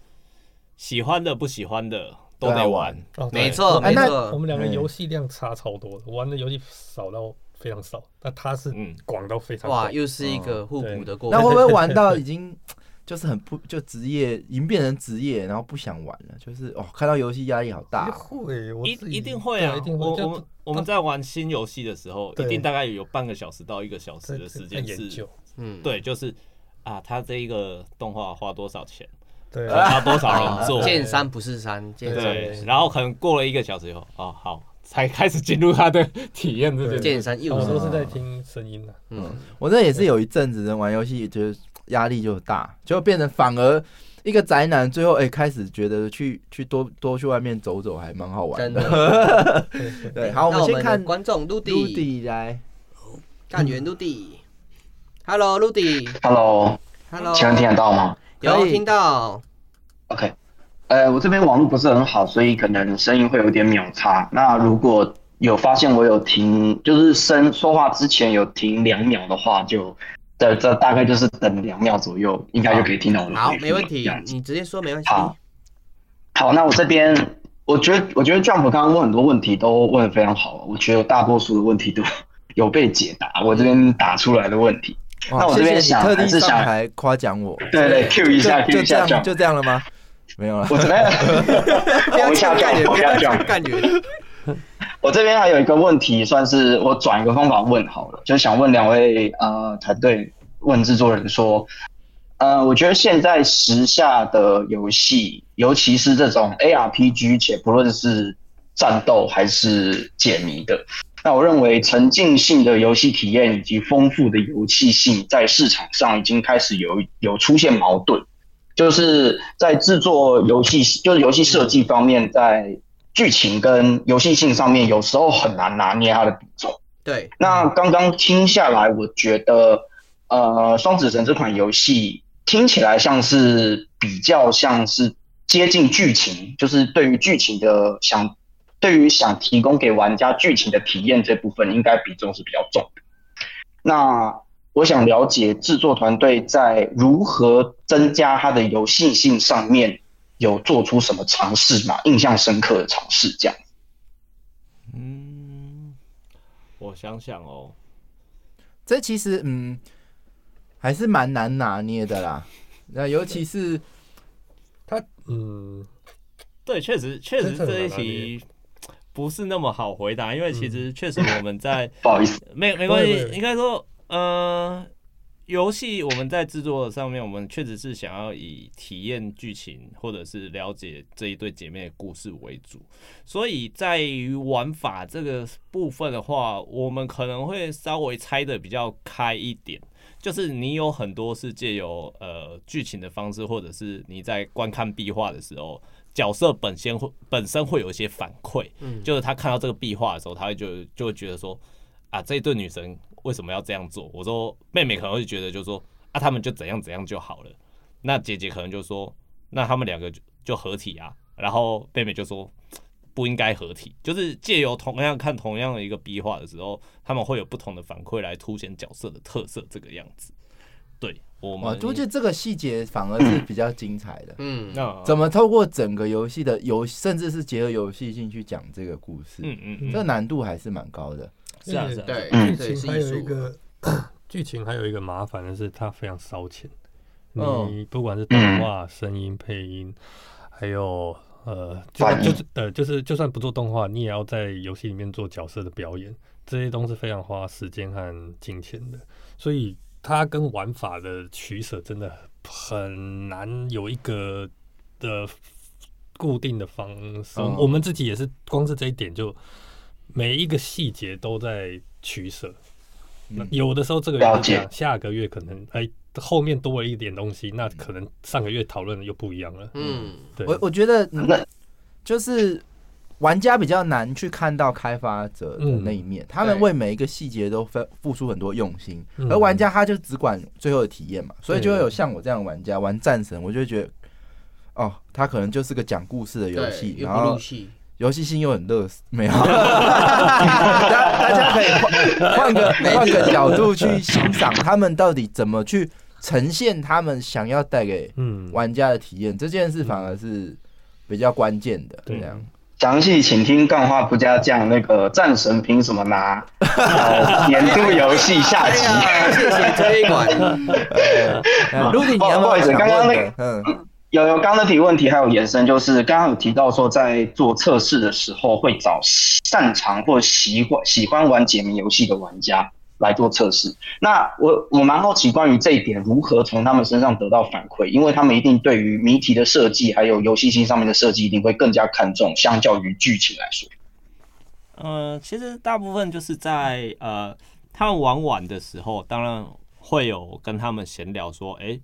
Speaker 6: 喜欢的不喜欢的
Speaker 4: 都
Speaker 6: 都
Speaker 4: 要
Speaker 6: 得
Speaker 4: 玩
Speaker 6: 玩。对
Speaker 5: 没错
Speaker 4: 哎
Speaker 5: 没
Speaker 4: 那
Speaker 2: 哦我
Speaker 5: 错，
Speaker 2: 们两个
Speaker 4: 嗯
Speaker 2: 游戏量差超多的，玩的游戏少到非常少，那他是
Speaker 6: 嗯
Speaker 2: 广到非常广
Speaker 5: 哇，又是一个互补的过
Speaker 4: 那会
Speaker 5: 程。
Speaker 4: 不会玩 到已经就是很不就职业，已经变成职业，然后不想玩了？就是哦，看到游戏压力好大哦。
Speaker 2: 会， 我
Speaker 6: 一
Speaker 2: 自己
Speaker 6: 一定会
Speaker 2: 对
Speaker 6: 啊！
Speaker 2: 一定会。
Speaker 6: 我
Speaker 2: 就
Speaker 6: 我们我们在玩新游戏的时候，
Speaker 2: 对
Speaker 6: 一定大概有半个小时到一个小时
Speaker 2: 在
Speaker 6: 的时
Speaker 2: 在
Speaker 6: 间
Speaker 2: 研
Speaker 6: 是
Speaker 2: 究，，
Speaker 5: 嗯，
Speaker 6: 对，就是啊，他这一个动画花多少钱，
Speaker 2: 对 啊，
Speaker 6: 花多少
Speaker 5: 啊
Speaker 6: 人做，
Speaker 5: 见山不是山，见山不
Speaker 6: 对
Speaker 5: 是，
Speaker 6: 然后可能过了一个小时以后，哦，好，才开始进入他的体验这
Speaker 2: 对哦
Speaker 6: 件事。
Speaker 5: 见山又
Speaker 2: 我
Speaker 5: 是啊
Speaker 2: 都是
Speaker 5: 山。
Speaker 2: 在听声音的，
Speaker 5: 嗯，
Speaker 4: 我那也是有一阵子人玩游戏，就是压力就大，就变成反而一个宅男，最后哎、开始觉得去去多多去外面走走还蛮好玩
Speaker 5: 真
Speaker 4: 的。
Speaker 5: 的。
Speaker 4: 对，好，我
Speaker 5: 那
Speaker 4: 们先
Speaker 5: 的
Speaker 4: 看
Speaker 5: 观众陆
Speaker 4: 陆
Speaker 5: 地，
Speaker 4: 底来，
Speaker 5: 干员陆地。Hello，陆地
Speaker 7: Hello，
Speaker 5: ，Hello，
Speaker 7: 请问听得啊到吗
Speaker 5: 有
Speaker 4: 可以
Speaker 5: 听到？
Speaker 7: ？OK，呃，我这边网络不是很好，所以可能声音会有点秒差。那如果有发现我有停，就是声说话之前有停两秒的话，就这这大概就是等两秒左右，应该就可以听到我的
Speaker 5: 好
Speaker 7: 回，复
Speaker 5: 没问题
Speaker 7: 这样，子
Speaker 5: 你直接说没关系。
Speaker 7: 好好，那我这边，我觉得我觉得 Jump 刚刚问很多问题都问得非常好，我觉得大多数的问题都有被解答，我这边打出来的问题。那我
Speaker 4: 谢哦谢
Speaker 7: 这边
Speaker 4: 你
Speaker 7: 想
Speaker 4: 特地
Speaker 7: 还是
Speaker 4: 上
Speaker 7: 想
Speaker 4: 台夸奖我，
Speaker 7: 对对，Q 一下
Speaker 4: 就
Speaker 7: ，Q
Speaker 4: 就
Speaker 7: 一
Speaker 4: 这
Speaker 7: 下 Jump，
Speaker 4: 样就这样了吗？没有了。
Speaker 7: 我这边，我一下 Jump，我一下 Jump。
Speaker 5: 干员，
Speaker 7: 我这边还有一个问题，算是我转一个方法问好了，就想问两位呃团队问制作人说，呃，我觉得现在时下的游戏，尤其是这种 ARPG，且不论是战斗还是解谜的，那我认为沉浸性的游戏体验以及丰富的游戏性，在市场上已经开始有有出现矛盾。就是在制作游戏，就是游戏设计方面，在剧情跟游戏性上面，有时候很难拿捏它的比重。
Speaker 5: 对，
Speaker 7: 那刚刚听下来，我觉得，呃，《双子神》这款游戏听起来像是比较像是接近剧情，就是对于剧情的想，对于想提供给玩家剧情的体验这部分，应该比重是比较重的。那我想了解制作团队在如何增加它的游戏性上面有做出什么尝试吗？印象深刻的尝试，这样。
Speaker 6: 嗯，我想想哦，
Speaker 4: 这其实嗯还是蛮难拿捏的 啦。那尤其是
Speaker 2: 嗯，
Speaker 6: 对，确实确实
Speaker 2: 真的
Speaker 6: 这一
Speaker 2: 很难拿捏
Speaker 6: 题不是那么好回答，因为其实确实我们在、
Speaker 7: 不好意思，
Speaker 6: 没没关系
Speaker 2: 对，对
Speaker 6: 应该说，呃，游戏我们在制作上面，我们确实是想要以体验剧情或者是了解这一对姐妹的故事为主，所以在于玩法这个部分的话，我们可能会稍微拆的比较开一点。就是你有很多是借由呃剧情的方式，或者是你在观看壁画的时候，角色本身会本身会有一些反馈，
Speaker 5: 嗯
Speaker 6: 就是他看到这个壁画的时候，他会就就会觉得说，啊，这一对女生为什么要这样做？我说妹妹可能会觉得就说，啊，他们就怎样怎样就好了。那姐姐可能就说，那他们两个就就合体啊。然后妹妹就说，不应该合体，就是借由同样看同样的一个壁画的时候，他们会有不同的反馈来凸显角色的特色这个样子。对我
Speaker 4: 我
Speaker 6: 们，
Speaker 4: 哦就觉得这个细节反而是比较精彩的。
Speaker 5: 嗯，
Speaker 6: 那
Speaker 4: 怎么透过整个游戏的游，甚至是结合游戏性去讲这个故事，
Speaker 6: 嗯嗯嗯，
Speaker 4: 这个难度还是蛮高的。
Speaker 6: 是啊
Speaker 2: 而且
Speaker 6: 是啊，
Speaker 5: 对，
Speaker 7: 嗯
Speaker 5: 这也
Speaker 2: 剧
Speaker 5: 是
Speaker 2: 情还
Speaker 5: 艺
Speaker 2: 有一
Speaker 5: 术。啊
Speaker 2: 个 剧情还有一个麻烦的是，它非常烧钱。
Speaker 4: 嗯
Speaker 2: 你不管是动画、声音、配音，还有呃，就
Speaker 7: 反应
Speaker 2: 就是呃，就是就算不做动画，你也要在游戏里面做角色的表演，这些都是非常花时间和金钱的。所以它跟玩法的取舍真的很难有一个的固定的方式。
Speaker 4: 嗯
Speaker 2: 我们自己也是，光是这一点就每一个细节都在取舍。那有的时候这个月
Speaker 7: 了
Speaker 2: 就这样
Speaker 7: 解
Speaker 2: 下个月可能哎后面多了一点东西，那可能上个月讨论的又不一样了。
Speaker 5: 嗯，
Speaker 2: 对，
Speaker 4: 我我觉得嗯
Speaker 7: 那
Speaker 4: 就是玩家比较难去看到开发者的
Speaker 2: 嗯
Speaker 4: 那一面，他们为每一个细节都付付出很多用心，
Speaker 2: 嗯
Speaker 4: 而玩家他就只管最后的体验嘛，所以就会有像我这样的玩家玩战神，我就会觉得。哦，他可能就是个讲故事的游
Speaker 5: 对，
Speaker 4: 戏，
Speaker 5: 又
Speaker 4: 然
Speaker 5: 不
Speaker 4: 后
Speaker 5: 入戏，
Speaker 4: 游戏性又很乐死， 没有，大大家可以换换个换个角度去欣赏他们到底怎么去呈现他们想要带给
Speaker 2: 嗯，
Speaker 4: 玩家的体验，这件事反而是比较关键的。这
Speaker 2: 对
Speaker 4: 样，
Speaker 7: 详细请听干话不加酱那个战神凭什么 拿、呃、年度游戏下
Speaker 5: 哎
Speaker 7: 集？
Speaker 5: 呀，谢谢推广。
Speaker 4: 呃陆迪，你要
Speaker 7: 不
Speaker 4: 不要
Speaker 7: 好意思
Speaker 4: 想
Speaker 7: 刚刚
Speaker 4: 问
Speaker 7: 那
Speaker 4: 的？嗯，
Speaker 7: 有有，刚刚那提问题还有延伸，就是刚刚有提到说，在做测试的时候会找擅长或习惯喜欢玩解谜游戏的玩家来做测试。那我我蛮好奇关于这一点，如何从他们身上得到反馈，因为他们一定对于谜题的设计还有游戏性上面的设计一定会更加看重，相较于剧情来说。
Speaker 6: 呃，其实大部分就是在呃他们玩完的时候，当然会有跟他们闲聊说，哎、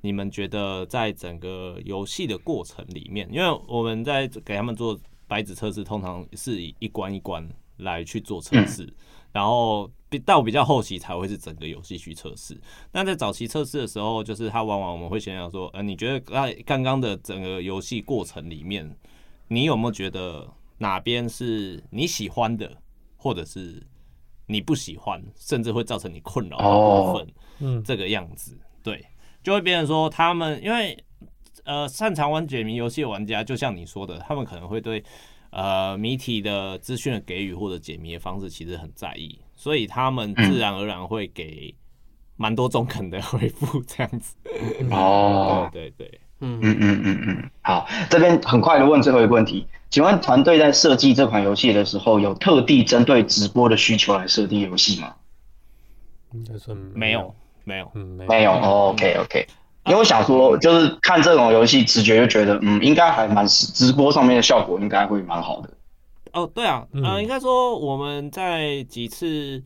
Speaker 6: 你们觉得在整个游戏的过程里面，因为我们在给他们做白纸测试，通常是以一关一关来去做测试，然后比到比较后期才会是整个游戏去测试。那在早期测试的时候，就是他往往我们会先想说，呃，你觉得在刚刚的整个游戏过程里面，你有没有觉得哪边是你喜欢的，或者是你不喜欢，甚至会造成你困扰的部分？
Speaker 2: 嗯，
Speaker 6: 这个样子，对，就会变成说他们因为呃擅长玩解谜游戏的玩家，就像你说的，他们可能会对呃谜题的资讯的给予或者解谜的方式其实很在意，所以他们自然而然会给蛮多中肯的回复这样子。
Speaker 7: 哦，
Speaker 6: 对对对，
Speaker 5: 嗯，
Speaker 7: 嗯嗯嗯嗯，好，这边很快的问最后一个问题，请问团队在设计这款游戏的时候，有特地针对直播的需求来设定游戏吗？
Speaker 2: 应该算
Speaker 6: 没有，没有，
Speaker 2: 嗯，没有，
Speaker 7: 没有、o k OK。因为我想说，就是看这种游戏，直觉就觉得，嗯，应该还蛮直播上面的效果应该会蛮好的。
Speaker 6: 哦，对啊，
Speaker 2: 嗯
Speaker 6: 呃，应该说我们在几次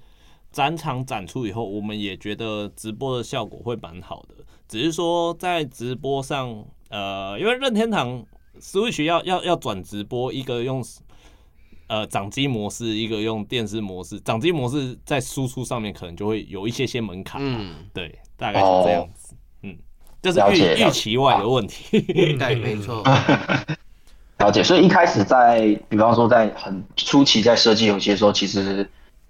Speaker 6: 展场展出以后，我们也觉得直播的效果会蛮好的，只是说在直播上，呃，因为任天堂 Switch 要要要转直播，一个用呃掌机模式，一个用电视模式，掌机模式在输出上面可能就会有一些些门槛，
Speaker 5: 嗯，
Speaker 6: 对，大概是这样子，嗯，这是
Speaker 7: 了解
Speaker 6: 预
Speaker 7: 了
Speaker 6: 预期外的问题，
Speaker 5: 对，没错，
Speaker 7: 了解，所以一开始在，比方说在很初期在设计游戏的时候，其实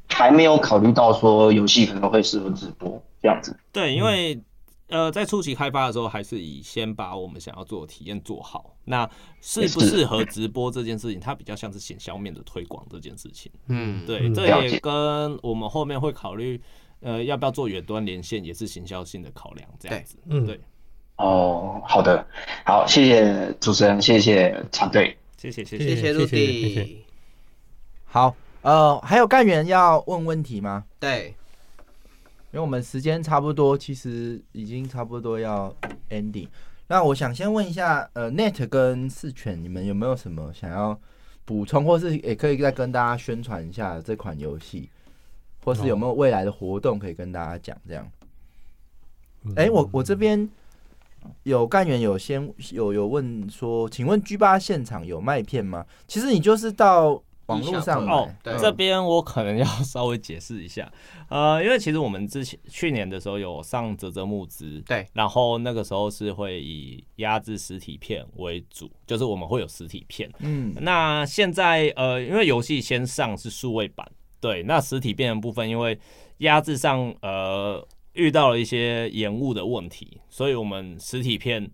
Speaker 7: 还没有考虑到说游戏可能会适合直播这样子。
Speaker 6: 对，因为、呃，在初期开发的时候，还是以先把我们想要做的体验做好。那适不
Speaker 7: 也是
Speaker 6: 适合直播这件事情，它比较像是显销面的推广这件事情。
Speaker 5: 嗯，
Speaker 6: 对，
Speaker 2: 嗯
Speaker 6: 这
Speaker 7: 了
Speaker 6: 也
Speaker 7: 解
Speaker 6: 跟我们后面会考虑呃，要不要做远端连线也是行销性的考量，这样子。
Speaker 2: 嗯，
Speaker 6: 对，
Speaker 7: 哦，好的，好，谢谢主持人，谢谢团队。
Speaker 6: 谢谢谢
Speaker 5: 谢谢
Speaker 6: 谢。
Speaker 2: 谢谢谢
Speaker 5: 陆
Speaker 2: 谢
Speaker 5: 地，
Speaker 4: 好，呃，还有干员要问问题吗？
Speaker 5: 对，
Speaker 4: 因为我们时间差不多，其实已经差不多要 ending。那我想先问一下，呃，Net 跟四犬，你们有没有什么想要补充，或是也可以再跟大家宣传一下这款游戏，或是有没有未来的活动可以跟大家讲？这样，
Speaker 2: 嗯
Speaker 4: 哎、我我这边有干员有先有有问说，请问 G 八现场有卖片吗？其实你就是到网络上买，
Speaker 6: 哦
Speaker 5: 对，
Speaker 6: 这边我可能要稍微解释一下，呃，因为其实我们之前去年的时候有上泽泽募资，
Speaker 5: 对，
Speaker 6: 然后那个时候是会以压制实体片为主，就是我们会有实体片。
Speaker 4: 嗯，
Speaker 6: 那现在呃，因为游戏先上是数位版，对，那实体片的部分因为压制上呃遇到了一些延误的问题，所以我们实体片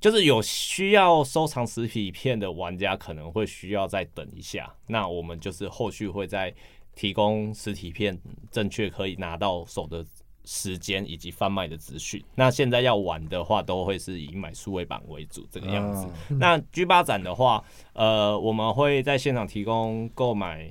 Speaker 6: 就是有需要收藏实体片的玩家可能会需要再等一下，那我们就是后续会再提供实体片正确可以拿到手的。时间以及贩卖的资讯，那现在要玩的话，都会是以买数位版为主，这个样子。
Speaker 4: 嗯
Speaker 6: 那 G 八展的话，呃，我们会在现场提供购买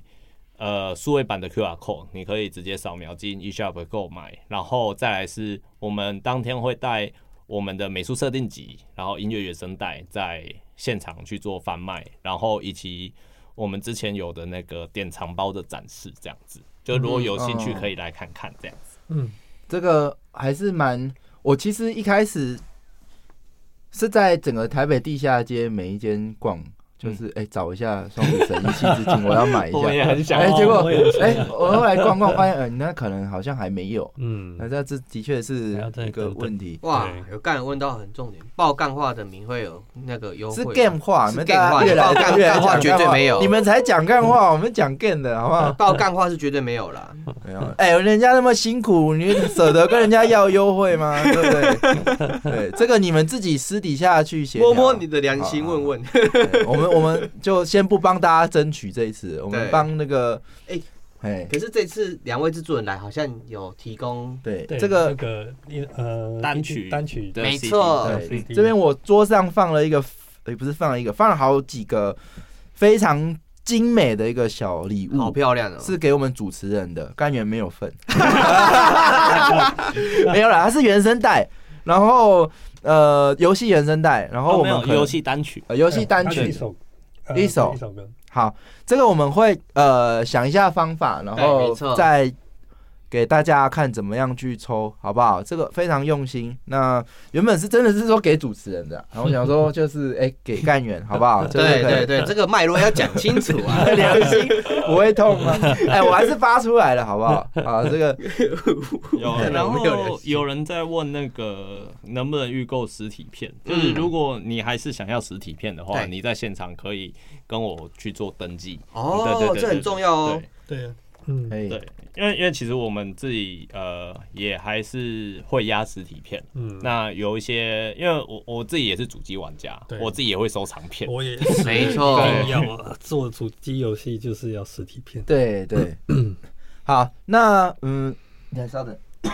Speaker 6: 呃数位版的 QR code，你可以直接扫描进 eShop 购买，然后再来是我们当天会带我们的美术设定集，然后音乐原声带在现场去做贩卖，然后以及我们之前有的那个典藏包的展示，这样子。就如果有兴趣，
Speaker 4: 嗯哦
Speaker 6: 可以来看看这样子。
Speaker 2: 嗯
Speaker 4: 这个还是蛮……我其实一开始是在整个台北地下街每一间逛，就是哎、找一下双股神一气之境，我要买一
Speaker 6: 嗯我们也
Speaker 4: 下。
Speaker 6: 很想
Speaker 4: 哎、
Speaker 6: 哦
Speaker 4: 结果
Speaker 2: 我也是
Speaker 4: 哎、我后来逛逛发现，呃，那可能好像还没有。那
Speaker 2: 嗯，
Speaker 4: 这这的确是
Speaker 2: 还要再
Speaker 4: 一个
Speaker 2: 等等
Speaker 4: 问题，
Speaker 5: 哇
Speaker 2: 对，
Speaker 5: 有干问到很重点，爆干话的名会有那个优惠
Speaker 4: 是
Speaker 5: 吗
Speaker 4: game 化，
Speaker 5: 是
Speaker 4: 你们
Speaker 5: game
Speaker 4: 大
Speaker 5: 话
Speaker 4: 家越来
Speaker 5: 爆干
Speaker 4: 越来
Speaker 5: 干话
Speaker 4: 讲
Speaker 5: 绝对没有
Speaker 4: 你们才讲干话，我们讲 game 的好不好？
Speaker 5: 爆干话是绝对 没有啦。
Speaker 4: 没有，哎、人家那么辛苦，你舍得跟人家要优惠 吗？对不对？对，这个你们自己私底下去协调
Speaker 5: 摸摸你的良心，问问。
Speaker 4: 对我们我们就先不帮大家争取这一次，我们
Speaker 5: 对
Speaker 4: 帮那个哎
Speaker 5: 哎
Speaker 4: 哎
Speaker 5: 可是这次两位制作人来，好像有提供，
Speaker 4: 对
Speaker 2: 对
Speaker 4: 这
Speaker 2: 那
Speaker 4: 个
Speaker 2: 个一呃
Speaker 6: 单
Speaker 2: 一
Speaker 6: 曲
Speaker 2: 单曲
Speaker 6: 对
Speaker 5: 没
Speaker 6: CD
Speaker 5: 错
Speaker 2: 对
Speaker 4: 对
Speaker 2: CD
Speaker 4: 这边我桌上放了一个，也不是放了一个，放了好几个非常精美的一个小礼
Speaker 5: 好
Speaker 4: 物。
Speaker 5: 漂亮哦，
Speaker 4: 是给我们主持人的，甘源没有份， 没有啦，它是原声带，然后呃游戏原声带，然后
Speaker 6: 哦，
Speaker 4: 我
Speaker 6: 没
Speaker 4: 们
Speaker 6: 有
Speaker 4: 可能
Speaker 6: 游戏单曲，
Speaker 4: 呃游戏单
Speaker 2: 它是一
Speaker 4: 曲，
Speaker 2: 首呃
Speaker 4: 一首
Speaker 2: 一首歌，
Speaker 4: 好，这个我们会呃想一下方法，然
Speaker 5: 对
Speaker 4: 后
Speaker 5: 没错
Speaker 4: 再给大家看怎么样去抽，好不好？这个非常用心。那原本是真的是说给主持人的，然后我想说就是哎、给干员，好不好？就是
Speaker 5: 对
Speaker 4: 可以。
Speaker 5: 对对，这个脉络要讲清楚啊
Speaker 4: 良心不会痛吗？哎、我还是发出来了，好不好？啊，这个
Speaker 6: 有，然后有人在问那个能不能预购实体片，就是如果你还是想要实体片的话，
Speaker 5: 嗯对
Speaker 6: 你在现场可以跟我去做登记。对对
Speaker 5: 哦，
Speaker 6: 对
Speaker 5: 这很重要哦。
Speaker 2: 对，嗯，
Speaker 4: 哎，
Speaker 6: 对，对因为因为其实我们自己呃也还是会压实体片，
Speaker 2: 嗯，
Speaker 6: 那有一些因为我我自己也是主机玩家
Speaker 2: 对，
Speaker 6: 我自己也会收藏片。
Speaker 2: 我也是
Speaker 5: 没错
Speaker 2: 一定要做主机游戏就是要实体片，
Speaker 4: 对 对，好，那嗯，你稍等，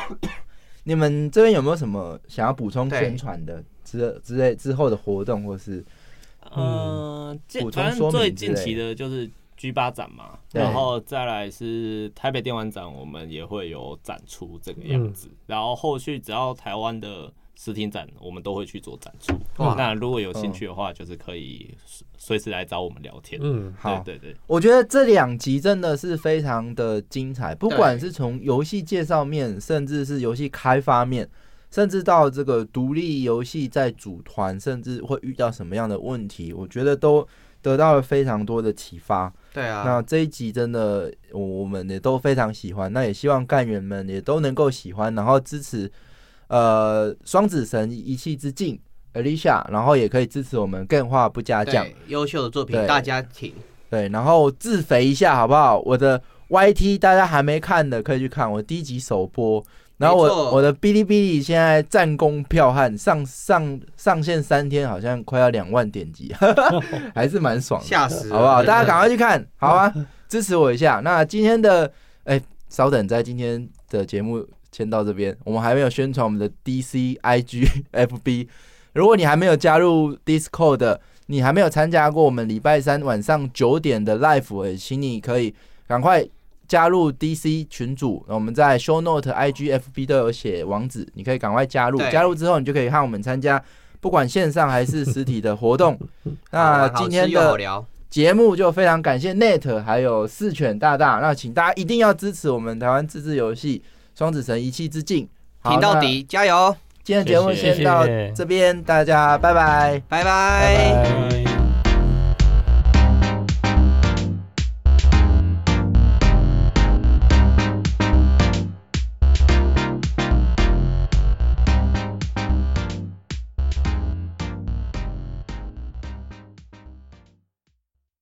Speaker 4: 你们这边有没有什么想要补充
Speaker 5: 对
Speaker 4: 宣传的之之类之后的活动，或是
Speaker 6: 嗯，这
Speaker 4: 补充
Speaker 6: 反
Speaker 4: 说
Speaker 6: 正最
Speaker 4: 明之
Speaker 6: 近
Speaker 4: 类
Speaker 6: 期的就是 G 八展嘛，
Speaker 4: 对
Speaker 6: 然后再来是台北电玩展，我们也会有展出这个样子。
Speaker 4: 嗯
Speaker 6: 然后后续只要台湾的实体展，我们都会去做展出。
Speaker 5: 哇
Speaker 6: 那如果有兴趣的话，就是可以随随时来找我们聊天。
Speaker 2: 嗯，
Speaker 4: 好？
Speaker 6: 对对对，
Speaker 4: 我觉得这两集真的是非常的精彩，不管是从游戏介绍面，甚至是游戏开发面，甚至到这个独立游戏在组团，甚至会遇到什么样的问题，我觉得都得到了非常多的启发。
Speaker 5: 对啊
Speaker 4: 那，这一集真的，我我们也都非常喜欢，那也希望干员们也都能够喜欢，然后支持呃双子神一气之境 Alicia，然后也可以支持我们更话不加酱
Speaker 5: 对。，优秀的作品
Speaker 4: 对
Speaker 5: 大家挺，
Speaker 4: 对，然后自肥一下好不好？我的 YT 大家还没看的可以去看，我第一集首播。然后
Speaker 5: 没错
Speaker 4: 我我的哔哩哔哩现在战功彪悍，上上上线三天好像快要两万点击， 还是蛮爽的，
Speaker 5: 吓死了，
Speaker 4: 好不好？
Speaker 5: 真的
Speaker 4: 啊大
Speaker 5: 嗯
Speaker 4: 家赶快去看，好啊，支持我一下。那今天的哎，稍等，在今天的节目先到这边，我们还没有宣传我们的 DC IG FB。如果你还没有加入 Discord 的，你还没有参加过我们礼拜三晚上九点的 Live，也请你可以赶快加入 DC 群组。那我们在 Show Note IG FB 都有写网址，你可以赶快加入。
Speaker 5: 对
Speaker 4: 加入之后，你就可以和我们参加不管线上还是实体的活 动。那
Speaker 5: 好好
Speaker 4: 今天
Speaker 5: 吃又
Speaker 4: 的
Speaker 5: 好聊，
Speaker 4: 节目就非常感谢 Net 还有四犬大大，那请大家一定要支持我们台湾自制游戏《双子神一气之境》，好
Speaker 5: 挺到。底，加油，
Speaker 4: 那今天的节目
Speaker 6: 谢谢
Speaker 4: 先到
Speaker 2: 谢谢
Speaker 4: 这边，大家拜拜。
Speaker 5: 拜
Speaker 4: 拜拜
Speaker 5: 拜
Speaker 6: 拜